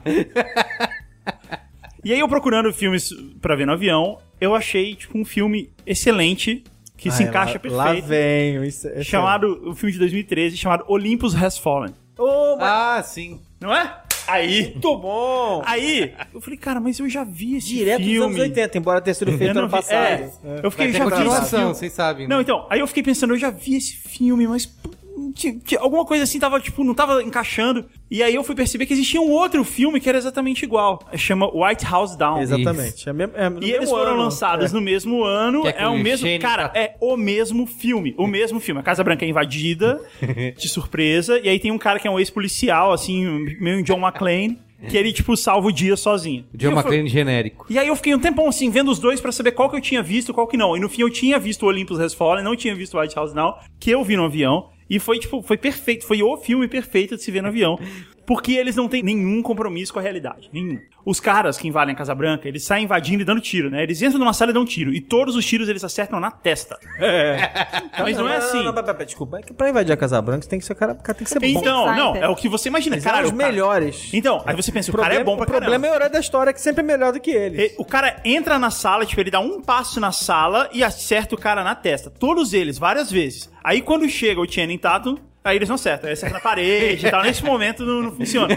S5: E aí eu procurando filmes pra ver no avião, eu achei tipo um filme excelente que se encaixa
S4: Lá
S5: perfeito.
S4: vem. Isso, é
S5: chamado o filme de 2013 chamado Olympus Has Fallen.
S4: Ô, mas
S1: Ah, sim.
S5: Não é? Aí,
S4: muito bom!
S5: aí, eu falei, cara, mas eu já vi esse
S4: Direto
S5: filme.
S4: dos anos 80, embora tenha sido
S5: Eu
S4: feito
S5: não
S4: ano
S5: vi-
S4: passado.
S5: é,
S4: É.
S5: Eu fiquei
S1: Vai ter
S5: já vi esse
S1: continuação,
S5: filme.
S1: vocês sabem. né?
S5: Não, então, aí eu fiquei pensando, eu já vi esse filme, mas pô, ti- ti- alguma coisa assim tava, tipo, não tava encaixando. E aí eu fui perceber que existia um outro filme que era exatamente igual. Chama White House Down.
S4: Exatamente. É mesmo- é no
S5: E
S4: mesmo
S5: eles foram
S4: ano.
S5: lançados no mesmo ano.
S1: Que é
S5: é
S1: com
S5: o
S1: o
S5: mesmo.
S1: Shane
S5: Cara,
S1: Tatum.
S5: é o mesmo filme. O mesmo filme. A Casa Branca é invadida de surpresa. E aí tem um cara que é um ex-policial, assim, meio um John McClane, que ele, tipo, salva o dia sozinho.
S1: John
S5: E eu fui-
S1: McClane genérico.
S5: e aí eu fiquei um tempão assim, vendo os dois pra saber qual que eu tinha visto e qual que não. E no fim eu tinha visto o Olympus Has Fallen, não tinha visto White House Now, que eu vi no avião. E foi, tipo, foi perfeito, foi o filme perfeito de se ver no avião. Porque eles não têm nenhum compromisso com a realidade. Nenhum. Os caras que invadem a Casa Branca, eles saem invadindo e dando tiro, né? Eles entram numa sala e dão tiro. E todos os tiros eles acertam na testa. Mas não é assim.
S4: Não, não, não, desculpa, é que pra invadir a Casa Branca, você tem que ser o cara, o cara tem que ser bom.
S5: Então, não,
S3: Sniper.
S5: é o que você imagina.
S4: Eles eram
S5: Cara,
S4: os
S5: o cara-
S4: melhores.
S5: Então, aí você pensa, o, cara é bom pra
S4: O problema
S5: caramba.
S4: é o horário da história, que sempre é melhor do que eles.
S5: E- O cara entra na sala, tipo, ele dá um passo na sala e acerta o cara na testa. Todos eles, várias vezes. Aí quando chega o Channing Tatum, aí eles não acertam. Aí acerta na parede e tal. Nesse momento não, não funciona.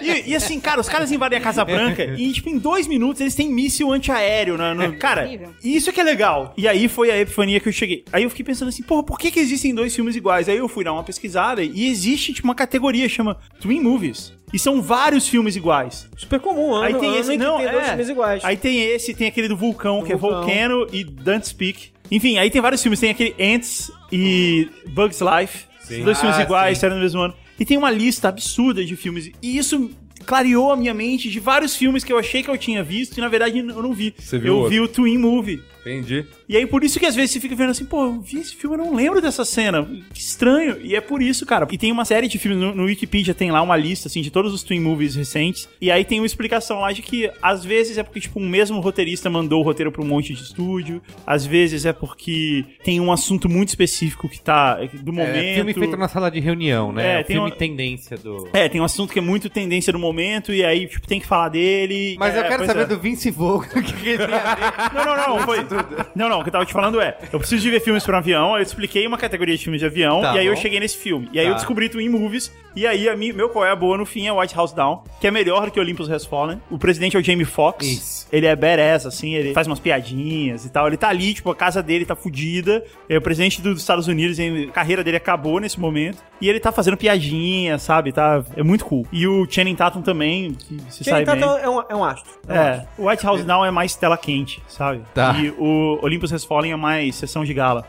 S5: E, e assim, cara, os caras invadem a Casa Branca e, tipo, em dois minutos eles têm míssil antiaéreo. No, no... Cara,
S3: Incrível.
S5: isso que é legal. E aí foi a epifania que eu cheguei. Aí eu fiquei pensando assim, porra, por que que existem dois filmes iguais? Aí eu fui dar uma pesquisada e existe, tipo, uma categoria, chama Twin Movies. E são vários filmes iguais.
S4: Super comum, um ano,
S5: Aí tem
S4: ano
S5: esse,
S4: em que
S5: não,
S4: tem
S5: é.
S4: dois filmes iguais.
S5: Aí tem esse, tem aquele do Vulcão, que é
S4: Vulcão.
S5: Volcano e Dante's Peak. Enfim, aí tem vários filmes. Tem aquele Ants e Bugs Life. Dois filmes
S1: Ah,
S5: iguais,
S1: sim.
S5: saíram no mesmo ano. E tem uma lista absurda de filmes. E isso clareou a minha mente de vários filmes que eu achei que eu tinha visto e, na verdade, eu não vi.
S2: Você viu
S5: eu
S2: outro.
S5: vi o Twin Movie.
S2: Entendi.
S5: E aí, por isso que às vezes você fica vendo assim, pô, eu vi esse filme, eu não lembro dessa cena. Que estranho. E é por isso, cara. E tem uma série de filmes no, no Wikipedia, tem lá uma lista, assim, de todos os Twin Movies recentes. E aí tem uma explicação lá de que, às vezes, é porque, tipo, um mesmo roteirista mandou o roteiro pra um monte de estúdio. Às vezes é porque tem um assunto muito específico que tá do momento.
S1: É, filme feito na sala de reunião, né? É,
S5: É,
S1: o
S5: tem
S1: filme
S5: uma-
S1: tendência do...
S5: É, tem um assunto que é muito tendência do momento, e aí, tipo, tem que falar dele.
S1: Mas eu
S5: É,
S1: quero
S5: pois
S1: saber
S5: é.
S1: do Vince Vogel. o que que ele tem a ver.
S5: Não, não, não, foi. Não, não, o que eu tava te falando é: eu preciso de ver filmes para um avião, aí eu expliquei uma categoria de filmes de avião,
S1: Tá
S5: e aí eu
S1: bom.
S5: cheguei nesse filme. E aí eu
S1: Tá.
S5: descobri Twin Movies, e aí a mi- meu qual é a boa no fim é White House Down, que é melhor do que Olympus Has Fallen. O presidente é o Jamie Foxx.
S1: Isso.
S5: Ele é badass, assim, ele faz umas piadinhas e tal. Ele tá ali, tipo, a casa dele tá fudida. É o presidente dos Estados Unidos, hein, a carreira dele acabou nesse momento. E ele tá fazendo piadinha, sabe? Tá, é muito cool. E o Channing Tatum também, que se
S4: Channing
S5: sai bem.
S4: Tatum é um, é um astro. É um
S5: É, o White House Now é mais tela quente, sabe?
S1: Tá.
S5: E o Olympus Has Fallen é mais sessão de gala.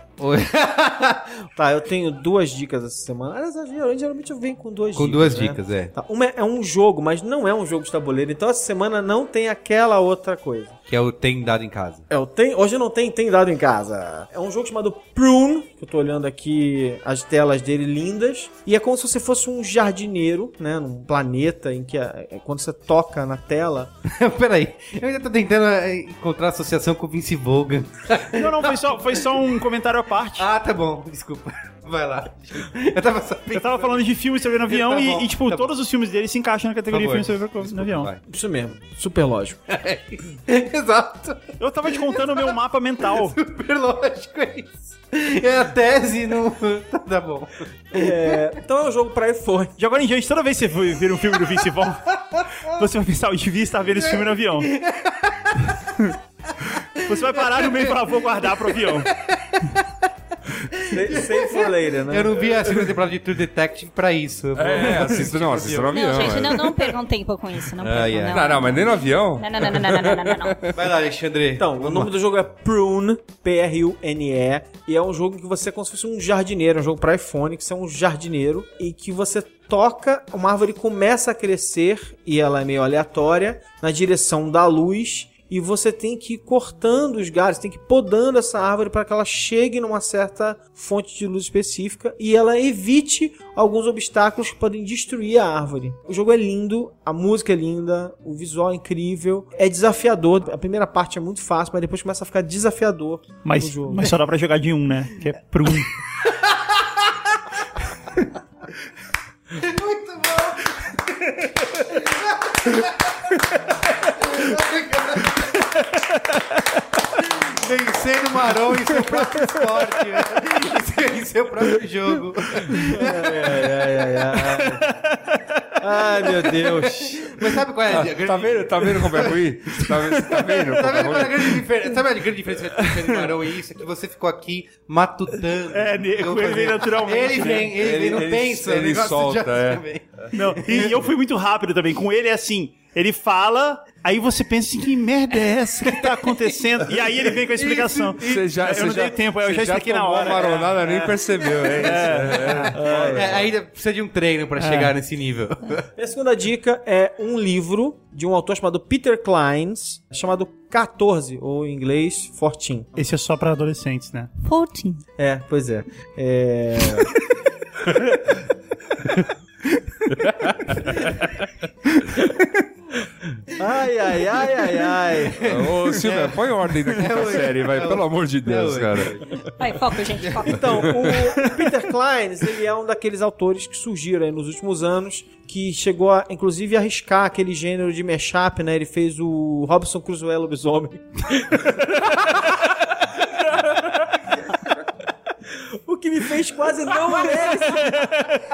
S4: Tá, eu tenho duas dicas essa semana. Aliás, eu- geralmente eu venho com duas
S1: Com
S4: dicas.
S1: duas
S4: né?
S1: dicas, é.
S4: Tá, uma é é um jogo, mas não é um jogo de tabuleiro. Então essa semana não tem aquela outra coisa.
S1: Que é o tem dado em casa.
S4: É, eu tenho, hoje não tem, tem dado em casa. É um jogo chamado Prune, que eu tô olhando aqui as telas dele lindas. E é como se você fosse um jardineiro, né? Num planeta em que a- é quando você toca na tela.
S1: Peraí, eu ainda tô tentando é, encontrar associação com o Vince Vogan.
S5: Não, não, foi só, foi só um comentário à parte.
S1: Ah, tá bom, desculpa. Vai lá. Eu tava só
S5: Eu tava falando de filmes sobre avião
S1: Tá
S5: e,
S1: bom,
S5: e, tipo,
S1: tá bom.
S5: todos os filmes dele se encaixam na categoria
S1: Por favor.
S5: filme sobre no avião.
S1: vai.
S4: Isso mesmo, super lógico.
S1: Exato.
S5: Eu tava te contando o meu mapa mental.
S1: Super lógico é isso. É a tese, não. Tá, tá bom.
S4: É, então é um jogo pra iPhone.
S5: De agora em diante, toda vez que você vir um filme do Vince Vaughn, você vai pensar, eu devia estar tá vendo esse filme no avião. Você vai parar no meio e falar, vou guardar pro avião.
S4: Sem fuleira, né?
S1: Eu não vi a segunda temporada de True Detective pra isso. Eu vou-
S2: É, assista, não, assista no avião.
S3: Não, gente,
S2: é.
S3: não, não percam tempo com isso. Não percam,
S1: Ah, yeah.
S2: Não,
S3: não.
S2: não, mas nem no avião.
S3: Não, não, não, não, não, não, não, não, não.
S1: Vai lá, Alexandre.
S4: Então, o nome do jogo é Prune, P-R-U-N-E, e é um jogo em que você é como se fosse um jardineiro, é um jogo para iPhone, que você é um jardineiro e que você toca, uma árvore começa a crescer e ela é meio aleatória na direção da luz e você tem que ir cortando os galhos, tem que ir podando essa árvore para que ela chegue numa certa fonte de luz específica e ela evite alguns obstáculos que podem destruir a árvore. O jogo é lindo, a música é linda, o visual é incrível, é desafiador. A primeira parte é muito fácil, mas depois começa a ficar desafiador o
S5: Mas,
S4: jogo.
S5: mas só dá pra jogar de um, né? Que é pro um.
S1: Vencer no Marão em seu próprio esporte. né? Em seu próprio jogo.
S4: Ai, meu Deus.
S1: Mas sabe qual é a grande
S2: Tá vendo, tá vendo como é ruim? Tá vendo, tá vendo
S1: Tá
S2: como é
S1: vendo qual é a
S2: ruim?
S1: grande diferença? Sabe a grande diferença entre Fernando Marão e isso? É que você ficou aqui matutando.
S5: É, né,
S1: Eu
S5: com ele
S1: fazendo-
S5: naturalmente,
S1: Ele
S5: né?
S1: vem, ele,
S2: Ele-
S1: vem, não
S2: ele-
S1: pensa.
S2: ele
S1: o negócio
S2: solta,
S1: já
S2: é.
S1: vem.
S5: Não, e eu fui muito rápido também. Com ele é assim, ele fala, aí você pensa assim, que merda é essa que tá acontecendo? E aí ele vem com a explicação.
S2: Você já,
S5: eu
S2: você
S5: não
S2: já,
S5: dei tempo, eu
S2: você
S5: já expliquei na
S2: tomou
S5: hora.
S2: a maronada, nem
S5: É.
S2: percebeu. É, isso, é.
S1: É, ainda precisa de um treino
S5: É.
S1: pra chegar nesse nível.
S4: Minha segunda dica é um livro de um autor chamado Peter Kleins, chamado 14, ou em inglês, 14.
S5: Esse é só pra adolescentes, né?
S3: 14.
S4: É, pois é. É. ai, ai, ai, ai, ai.
S2: Ô, Silvia, põe ordem na quinta série, vai. Pelo amor de Deus,
S1: hoje.
S2: cara.
S3: Vai, foco, gente, foco.
S4: Então, o Peter Kleins, ele é um daqueles autores que surgiram aí nos últimos anos, que chegou a, inclusive, a arriscar aquele gênero de mashup, né? Ele fez o Robson Crusoe Lobisomem. o que me fez quase não ler esse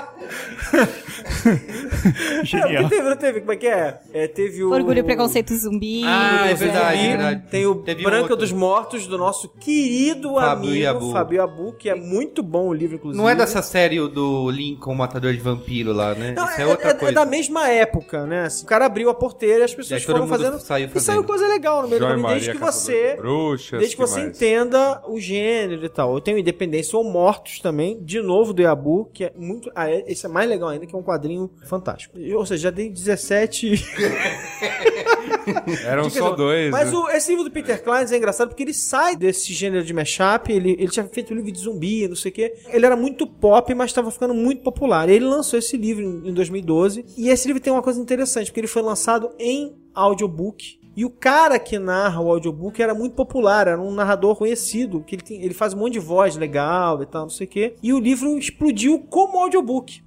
S4: É,
S5: Genial.
S4: porque teve, não teve, como é que é? É, teve o...
S3: Orgulho e preconceito zumbi.
S1: Ah, é
S3: Zumbi.
S1: verdade,
S4: Zumbi,
S1: é verdade.
S4: Tem o
S1: Teve um
S4: Branca
S1: outro.
S4: dos Mortos, do nosso querido
S1: Fábio
S4: amigo
S1: Iabu.
S4: Fabio Abu, que é muito bom o livro, inclusive.
S1: Não é dessa série o do Lincoln, Matador de Vampiro lá, né?
S4: Não,
S1: Isso
S4: é,
S1: é outra
S4: é- é
S1: coisa.
S4: da mesma época, né? Assim, o cara abriu a porteira e as pessoas
S1: E aí todo
S4: foram
S1: mundo
S4: fazendo,
S1: saiu
S4: E saiu
S1: fazendo.
S4: coisa legal no meio
S2: Joy
S4: do caminho, desde
S2: Maria,
S4: que
S2: Caçador de
S4: você...
S2: Bruxas,
S4: Desde que você
S2: mais?
S4: entenda o gênero e tal. Eu tenho Independência ou Mortos também, de novo do Iabu, que é muito. Ah, é- esse é mais legal ainda, que é um quadrinho fantástico. E, Ou seja, já dei 17
S2: Eram
S4: Dica
S2: só
S4: do-
S2: dois.
S4: Mas
S2: né?
S4: o, esse livro do Peter Klein é engraçado porque ele sai desse gênero de mashup, ele, ele tinha feito um livro de zumbi, não sei o quê. Ele era muito pop, mas estava ficando muito popular. Ele lançou esse livro em, em 2012. E esse livro tem uma coisa interessante, porque ele foi lançado em audiobook. E o cara que narra o audiobook era muito popular, era um narrador conhecido, que ele, tem- ele faz um monte de voz legal e tal, não sei o quê. E o livro explodiu como audiobook.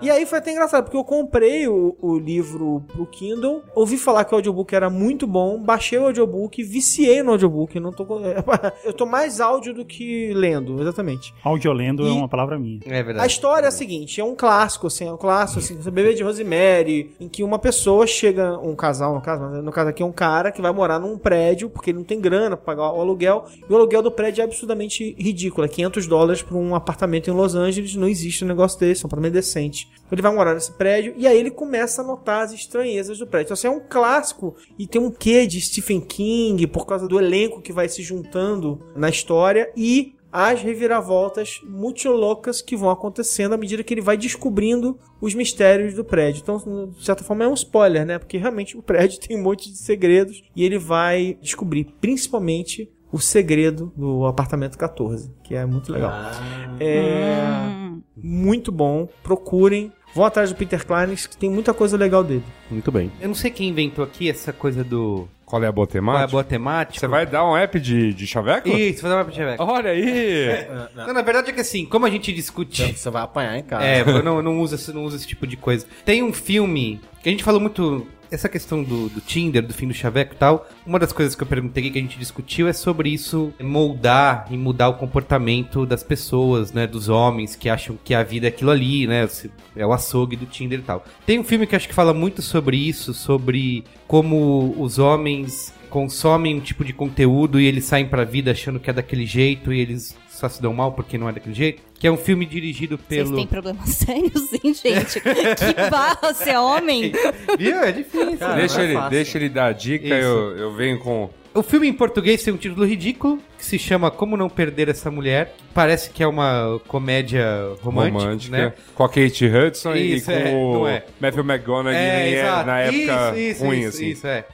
S4: E aí foi até engraçado, porque eu comprei o, o livro pro Kindle, ouvi falar que o audiobook era muito bom, baixei o audiobook, viciei no audiobook. Não tô, com- eu tô mais áudio do que lendo, exatamente.
S5: Audiolendo é
S4: E-
S5: uma palavra minha.
S1: É
S4: A
S1: verdade.
S4: história é a seguinte, é um clássico, assim, é um clássico, assim, Bebê de Rosemary, em que uma pessoa chega, um casal, no caso, mas no caso aqui é um cara que vai morar num prédio, porque ele não tem grana pra pagar o aluguel, e o aluguel do prédio é absurdamente ridículo, é 500 dólares por um apartamento em Los Angeles, não existe um negócio desse, é um apartamento decente. Então, Ele vai morar nesse prédio, e aí ele começa a notar as estranhezas do prédio. Então, assim, é um clássico, e tem um quê de Stephen King, por causa do elenco que vai se juntando na história, e as reviravoltas muito loucas que vão acontecendo à medida que ele vai descobrindo os mistérios do prédio. Então, de certa forma, é um spoiler, né? Porque realmente o prédio tem um monte de segredos e ele vai descobrir, principalmente, o segredo do apartamento 14, que é muito legal.
S1: Ah.
S4: É muito bom. Procurem. Vão atrás do Peter Klein, que tem muita coisa legal dele.
S8: Muito bem.
S1: Eu não sei quem inventou aqui essa coisa do.
S2: Qual é a boa
S1: Qual é a
S2: temática?
S1: boa temática?
S2: Você vai dar um app de, de chaveco?
S1: Isso, vou dar uma pra
S2: Olha aí!
S1: Não, na verdade é que assim, como a gente discute.
S8: Você vai apanhar em casa.
S1: É, eu não, não usa esse- não usa esse tipo de coisa. Tem um filme que a gente falou muito. Essa questão do, do Tinder, do fim do chaveco e tal. Uma das coisas que eu perguntei aqui que a gente discutiu é sobre isso moldar e mudar o comportamento das pessoas, né? Dos homens que acham que a vida é aquilo ali, né? se- É o açougue do Tinder e tal. Tem um filme que eu acho que fala muito sobre isso, sobre como os homens consomem um tipo de conteúdo e eles saem pra vida achando que é daquele jeito e eles só se dão mal porque não é daquele jeito. Que é um filme dirigido pelo.
S3: Vocês têm problemas sérios, hein, gente? que barra, você é homem?
S1: Viu? É difícil.
S4: Cara,
S1: né?
S2: deixa,
S4: não é
S2: ele,
S4: fácil.
S2: deixa ele dar a dica,
S1: Isso.
S2: eu, eu venho com.
S1: O filme em português tem um título ridículo que se chama Como Não Perder Essa Mulher. Parece que é uma comédia romântica, né?
S2: Com a Kate Hudson
S1: Isso,
S2: e com
S1: é,
S2: o
S1: não é.
S2: Matthew McGonaghy
S1: É,
S2: e é,
S1: exato.
S2: na época
S1: isso, isso,
S2: ruim,
S1: isso,
S2: assim.
S1: isso, é.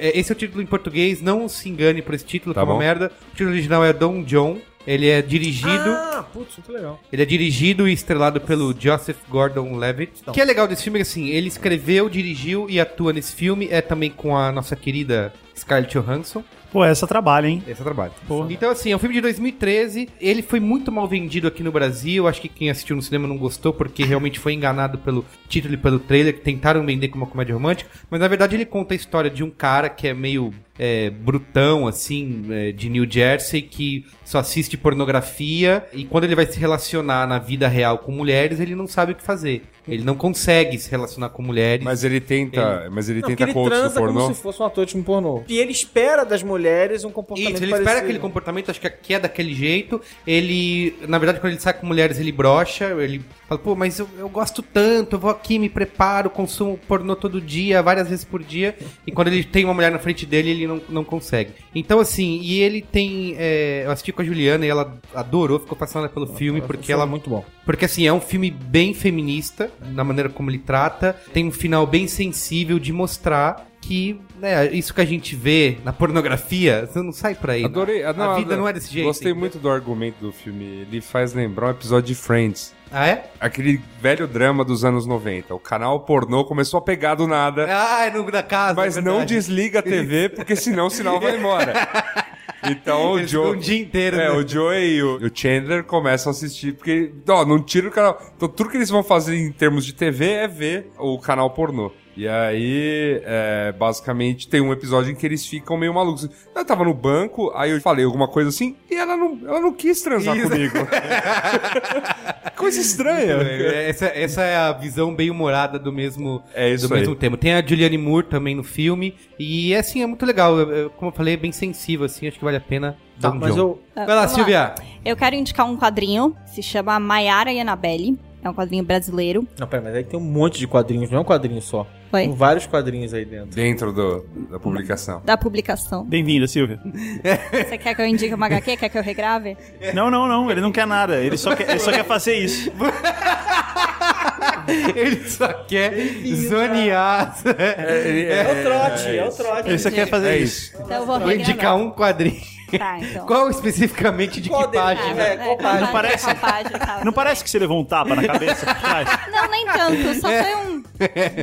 S1: É, Esse é o título em português, não se engane por esse título,
S2: Tá
S1: que é uma
S2: bom.
S1: merda. O título original é Don John. Ele é dirigido.
S4: Ah, putz, muito legal.
S1: Ele é dirigido e estrelado pelo Joseph Gordon-Levitt. O que é legal desse filme é que, assim, ele escreveu, dirigiu e atua nesse filme. É também com a nossa querida Scarlett Johansson.
S5: Pô, essa trabalha, hein?
S1: Esse é o trabalho.
S5: Porra.
S1: Então, assim, é um filme de 2013. Ele foi muito mal vendido aqui no Brasil. Acho que quem assistiu no cinema não gostou, porque realmente foi enganado pelo título e pelo trailer, que tentaram vender como uma comédia romântica. Mas, na verdade, ele conta a história de um cara que é meio é, brutão, assim, é, de New Jersey, que só assiste pornografia. E quando ele vai se relacionar na vida real com mulheres, ele não sabe o que fazer. Ele não consegue se relacionar com mulheres.
S2: Mas ele tenta. Mas ele
S4: Não, porque
S2: tenta
S4: ele
S2: coach do
S4: transa
S2: pornô.
S4: como se fosse um ator de um pornô. E ele espera das mulheres um comportamento
S1: Isso, ele espera
S4: parecido.
S1: aquele comportamento, acho que aqui é daquele jeito. Ele, na verdade, quando ele sai com mulheres, ele brocha. Ele fala, pô, mas eu, eu gosto tanto, eu vou aqui, me preparo, consumo pornô todo dia, várias vezes por dia. E quando ele tem uma mulher na frente dele, ele não, não consegue. Então, assim, e ele tem. é, eu assisti com a Juliana e ela adorou, ficou passando pelo filme, porque ela
S4: muito bom.
S1: porque assim, é um filme bem feminista na maneira como ele trata, tem um final bem sensível de mostrar que né, isso que a gente vê na pornografia, você não sai pra aí. né?
S2: Adorei. ah,
S1: a vida
S2: adorei.
S1: não é desse jeito.
S2: Gostei
S1: entendeu?
S2: muito do argumento do filme. Ele faz lembrar um episódio de Friends.
S1: Ah, é?
S2: Aquele velho drama dos anos 90. O canal pornô começou a pegar do nada,
S1: Ah, é no, na casa.
S2: mas
S1: é
S2: não
S1: verdade.
S2: desliga a TV, porque senão o sinal vai embora. Então o
S1: Eles
S2: Joe.
S1: ficam o Um dia inteiro.
S2: É,
S1: né?
S2: o Joey e o, e o Chandler começam a assistir, porque, ó, não tira o canal. Então, tudo que eles vão fazer em termos de TV é ver o canal pornô. E aí, é, basicamente, tem um episódio em que eles ficam meio malucos. Eu tava no banco, aí eu falei alguma coisa assim, e ela não, ela não quis transar
S1: Isso.
S2: comigo. coisa
S4: Tá,
S2: estranha.
S1: Essa, essa é a visão bem humorada do mesmo,
S2: É isso
S1: do
S2: aí.
S1: mesmo tema. Tem a Julianne Moore também no filme. E assim, é muito legal. Eu- eu, como eu falei, é bem sensível, assim, acho que vale a pena dar
S4: Tá,
S1: um
S4: mas
S1: John.
S4: eu...
S3: Ah,
S1: Vai lá,
S3: vamos
S1: Silvia.
S3: Eu quero indicar um quadrinho, que se chama Maiara e Annabelle. É um quadrinho brasileiro.
S4: Não, pera, mas aí tem um monte de quadrinhos, não é um quadrinho só.
S3: Foi.
S4: Tem
S1: Uhum.
S4: vários quadrinhos aí dentro.
S2: Dentro do, da publicação.
S3: Da publicação.
S5: Bem-vinda, Silvia.
S3: Você quer que eu indique uma HQ? Quer que eu regrave?
S5: Não, não, não, ele não quer nada. Ele só quer, ele só quer fazer isso.
S1: Ele só quer zonear.
S4: É o trote, é, o trote.
S5: Ele só quer fazer
S2: É
S5: isso.
S2: isso.
S3: Então eu vou
S1: Vou
S3: regravar.
S1: indicar um quadrinho.
S3: Tá, então. Tá,
S1: Qual especificamente de
S4: Qual
S1: que né?
S4: deles?
S1: página?
S4: É, qual página?
S5: Não parece-
S3: qual página, tá.
S5: Não parece que você levou um tapa na cabeça? por trás?
S3: Não, nem tanto. Só
S5: É.
S3: foi um...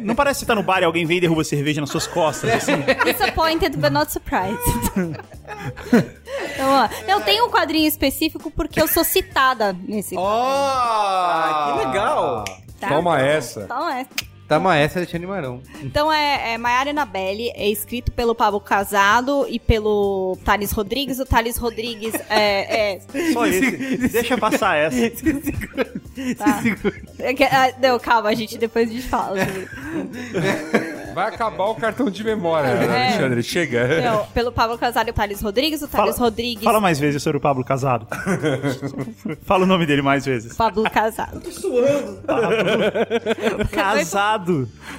S5: Não parece que você tá no bar e alguém vem e derruba cerveja nas suas costas, assim?
S3: Disappointed, but not surprised. então, ó, eu tenho um quadrinho específico porque eu sou citada nesse.
S1: Ah,
S4: que legal.
S3: tá?
S2: Toma essa.
S3: Então é.
S1: Tá uma essa, Alexandre Marão.
S3: Então é, é Maiara Anabelle, é escrito pelo Pablo Casado e pelo Thales Rodrigues. O Thales Rodrigues é. é,
S5: Só esse. Deixa passar essa.
S3: assim. tá. É que- ah, não, calma, a gente depois a gente fala. sobre-
S2: Vai acabar o cartão de memória, Alexandre. Chega.
S3: Meu, pelo Pablo Casado e o Thales Rodrigues, o Thales Rodrigues.
S5: Fala mais vezes sobre o Pablo Casado. fala o nome dele mais vezes.
S3: Pablo Casado.
S5: Casado.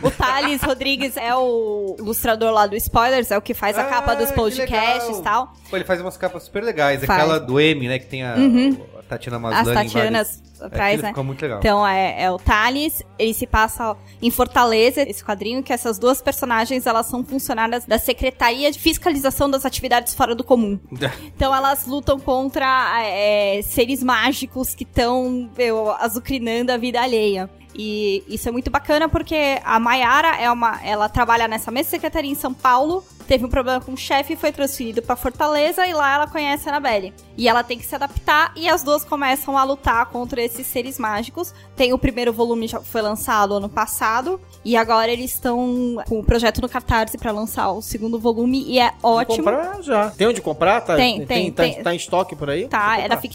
S3: O Thales Rodrigues é o ilustrador lá do Spoilers, é o que faz a capa dos
S1: Ah, que
S3: podcasts
S1: legal.
S3: e tal.
S1: Pô, ele faz umas capas super legais.
S3: Faz. Uhum.
S1: Aquela do M, né? Que tem a, a Tatiana
S3: As
S1: Maslany. em
S3: Tatianas
S1: vários-
S3: atrás,
S1: é Aquilo
S3: né?
S1: Ficou muito legal.
S3: Então é, é o Thales, ele se passa em Fortaleza, esse quadrinho, que essas duas personagens, elas são funcionárias da Secretaria de Fiscalização das Atividades Fora do Comum.
S1: É.
S3: Então elas lutam contra é, seres mágicos que estão meu, azucrinando a vida alheia. E isso é muito bacana porque a Maiara é uma, ela trabalha nessa mesma secretaria em São Paulo, teve um problema com o chefe, foi transferido pra Fortaleza e lá ela conhece a Annabelle. E ela tem que se adaptar e as duas começam a lutar contra esses seres mágicos. Tem o primeiro volume já foi lançado ano passado e agora eles estão com o projeto no Catarse pra lançar o segundo volume e é ótimo.
S4: Comprar já. Tem onde comprar? Tá,
S3: Tem, tem,
S4: tá,
S3: tem.
S4: tá em estoque por aí? Tem
S3: Tá, é
S4: que
S3: da
S4: comprar.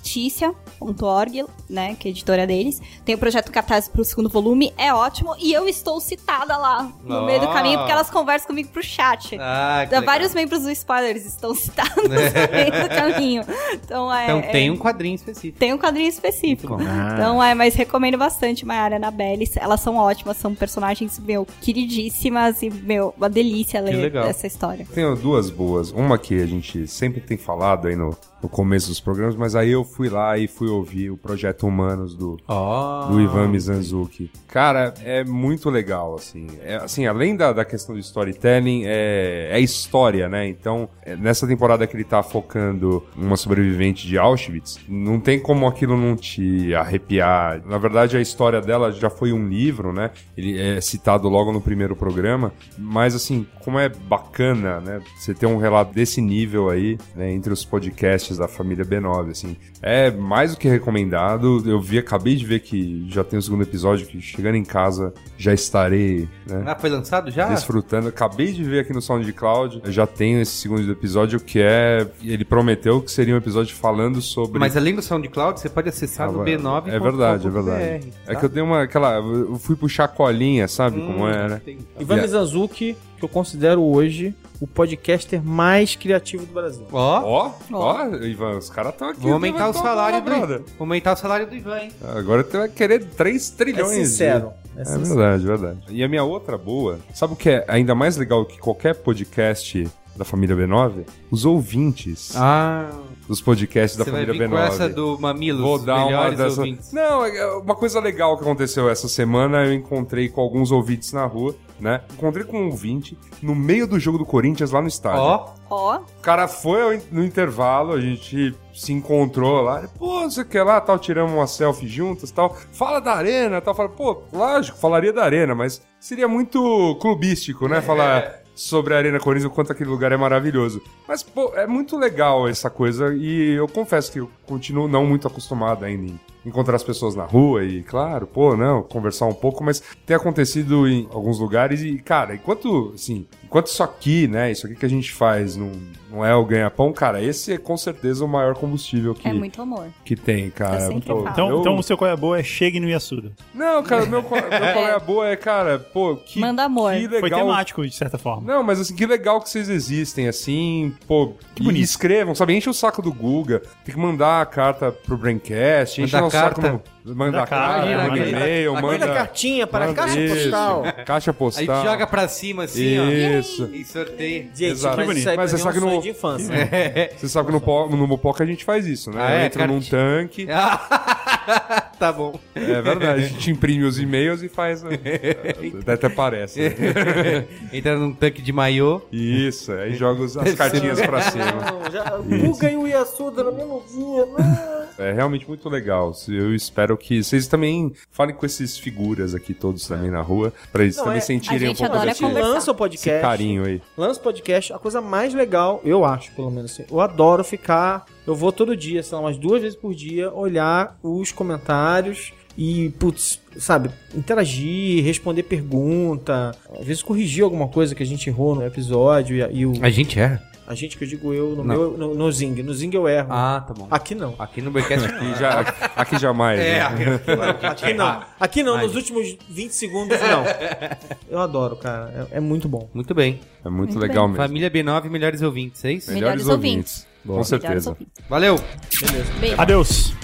S3: fictícia.org, né? Que é a editora deles. Tem o projeto Catarse pro segundo volume, é ótimo. E eu estou citada lá no
S1: Ah.
S3: meio do caminho, porque elas conversam comigo pro chat.
S1: Ah, que legal.
S3: Da- Tá, então, Vários membros do Spoilers estão citados no meio do caminho. Então, é,
S1: Então
S3: é-
S1: tem um quadrinho específico.
S3: tem um quadrinho específico.
S1: Muito bom. Ah.
S3: Então, é, mas recomendo bastante Maiara e Annabelle. Elas são ótimas, são personagens, meu, queridíssimas e, meu, uma delícia ler
S1: legal.
S3: essa história.
S2: Tenho duas boas. Uma que a gente sempre tem falado aí no, no começo dos programas, mas aí eu fui lá e fui ouvir o Projeto Humanos do, do Ivan Mizanzuki. Cara, é muito legal, assim. É, assim, além da, da questão do storytelling, é, é história, né? Então, é, nessa temporada que ele tá focando uma sobrevivente de Auschwitz, não tem como aquilo não te arrepiar. Na verdade, a história dela já foi um livro, né? Ele é citado logo no primeiro programa. Mas, assim, como é bacana, né? Você ter um relato desse nível aí, né? Entre os podcasts da família B9, assim. É mais do que recomendado. Eu vi, acabei de ver que já tem o segundo episódio, que chegando em casa já estarei, né?
S1: Ah, foi lançado já?
S2: Desfrutando. Acabei de ver aqui no SoundCloud, eu já tenho esse segundo episódio que é. Ele prometeu que seria um episódio falando sobre.
S1: Mas além do SoundCloud, você pode acessar Tá no
S2: Ah,
S1: B9.
S2: É verdade, é verdade. É
S1: tá?
S2: que eu dei uma. Aquela, eu fui puxar a colinha, sabe como
S1: Hum.
S2: é, né?
S4: Ivan
S2: Yeah.
S4: Mizanzuki, que eu considero hoje o podcaster mais criativo do Brasil.
S1: Ó,
S2: Ó, ó, Ivan, os caras estão aqui.
S1: vou aumentar o
S2: levantando
S1: salário
S2: a
S1: do
S2: brother.
S1: Vou aumentar o salário do Ivan, hein?
S2: Agora tu vai querer 3
S4: É
S2: trilhões. de-
S4: sincero. É
S2: É
S4: sincero.
S2: verdade, verdade. E a minha outra boa, sabe o que é ainda mais legal que qualquer podcast da família B9? Os ouvintes
S1: Ah,
S2: dos podcasts da
S1: você vai
S2: família
S1: vir
S2: B9.
S1: com essa do Mamilos,
S2: Vou dar uma
S1: melhores
S2: dessa.
S1: ouvintes.
S2: Não, é- é uma coisa legal que aconteceu essa semana, eu encontrei com alguns ouvintes na rua, né? Encontrei com um ouvinte no meio do jogo do Corinthians lá no estádio.
S1: Ó,
S3: Ó,
S2: O cara foi ao in- no intervalo, a gente se encontrou lá, ele, pô, não sei o que lá, tal, tiramos uma selfie juntas, tal. Fala da arena, tal, fala, pô, lógico, falaria da arena, mas seria muito clubístico,
S1: É.
S2: né, falar sobre a Arena Corinthians, o quanto aquele lugar é maravilhoso. Mas, pô, é muito legal essa coisa e eu confesso que eu continuo não muito acostumado ainda em encontrar as pessoas na rua e, claro, pô, não, conversar um pouco, mas tem acontecido em alguns lugares e, cara, enquanto, assim, enquanto isso aqui, né, isso aqui que a gente faz não, não é o ganha-pão, cara, esse é com certeza o maior combustível que,
S3: é muito amor.
S2: que tem, cara.
S3: Eu sempre falo.
S5: Então,
S2: eu-
S5: então o seu qual é boa é Chegue no Yasuda.
S2: Não, cara, meu, co- meu colega boa é, cara, pô, que,
S3: Manda amor.
S2: que legal
S5: Foi temático, de certa forma.
S2: não, mas assim, que legal que vocês existem, assim, pô, que
S5: bonito.
S2: escrevam, sabe? Enche o saco do Guga, tem que mandar a carta pro Braincast, enche
S1: Mandar
S2: o saco
S1: carta.
S2: no... Manda a carta,
S5: carta,
S2: manda
S5: manda-
S2: e-mail,
S4: Manda
S2: manda...
S4: cartinha para
S2: manda
S4: caixa
S2: isso,
S4: postal.
S2: Caixa
S1: aí
S2: postal.
S1: joga pra cima assim,
S2: Isso.
S1: ó. E sorteia.
S4: Gente,
S2: Exato.
S4: mas isso aí
S2: Mas você
S4: pra mim é um
S2: sabe que
S4: sonho
S2: não-
S4: de infância.
S2: Você sabe que no, po... no Mopoca a gente faz isso, né?
S1: Ah, é?
S2: Entra num
S1: Carti-
S2: tanque,
S1: tá bom.
S2: é verdade, a gente imprime os e-mails e faz... né? Até parece. né?
S1: Entra num tanque de maiô.
S2: Isso, aí joga os- as
S4: é
S2: cartinhas pra cima.
S4: Não, já- o Guga e o Yasuda na mesmo dia.
S2: É realmente muito legal. Eu espero que vocês também falem com esses figuras aqui todos também na rua, pra eles
S4: Não,
S2: também
S4: é-
S2: sentirem
S3: a
S2: um
S3: gente
S2: pouco
S3: adora
S2: desse,
S3: conversar.
S4: Lança o
S2: esse
S4: podcast.
S2: carinho aí.
S4: Lança o podcast. A coisa mais legal, eu acho, pelo menos assim. Eu adoro ficar. Eu vou todo dia, sei lá, umas duas vezes por dia, olhar os comentários e, putz, sabe, interagir, responder pergunta, às vezes corrigir alguma coisa que a gente errou no episódio e, e o.
S1: A gente é.
S4: A gente que eu digo eu, no, meu, no, no Zing. No Zing eu erro.
S1: Ah, tá bom.
S4: Aqui não.
S1: Aqui no Braincast.
S2: Aqui, já, aqui jamais.
S1: É,
S2: né?
S4: Aqui não. Aqui não, nos últimos 20 segundos, não. Eu adoro, cara. É, é muito bom.
S1: Muito bem.
S2: É muito legal mesmo.
S1: Família B9, melhores ouvintes, é isso?
S3: Melhores ouvintes.
S2: Com certeza.
S3: Obrigada, Sophie.
S1: Valeu!
S3: Beijo.
S5: Adeus.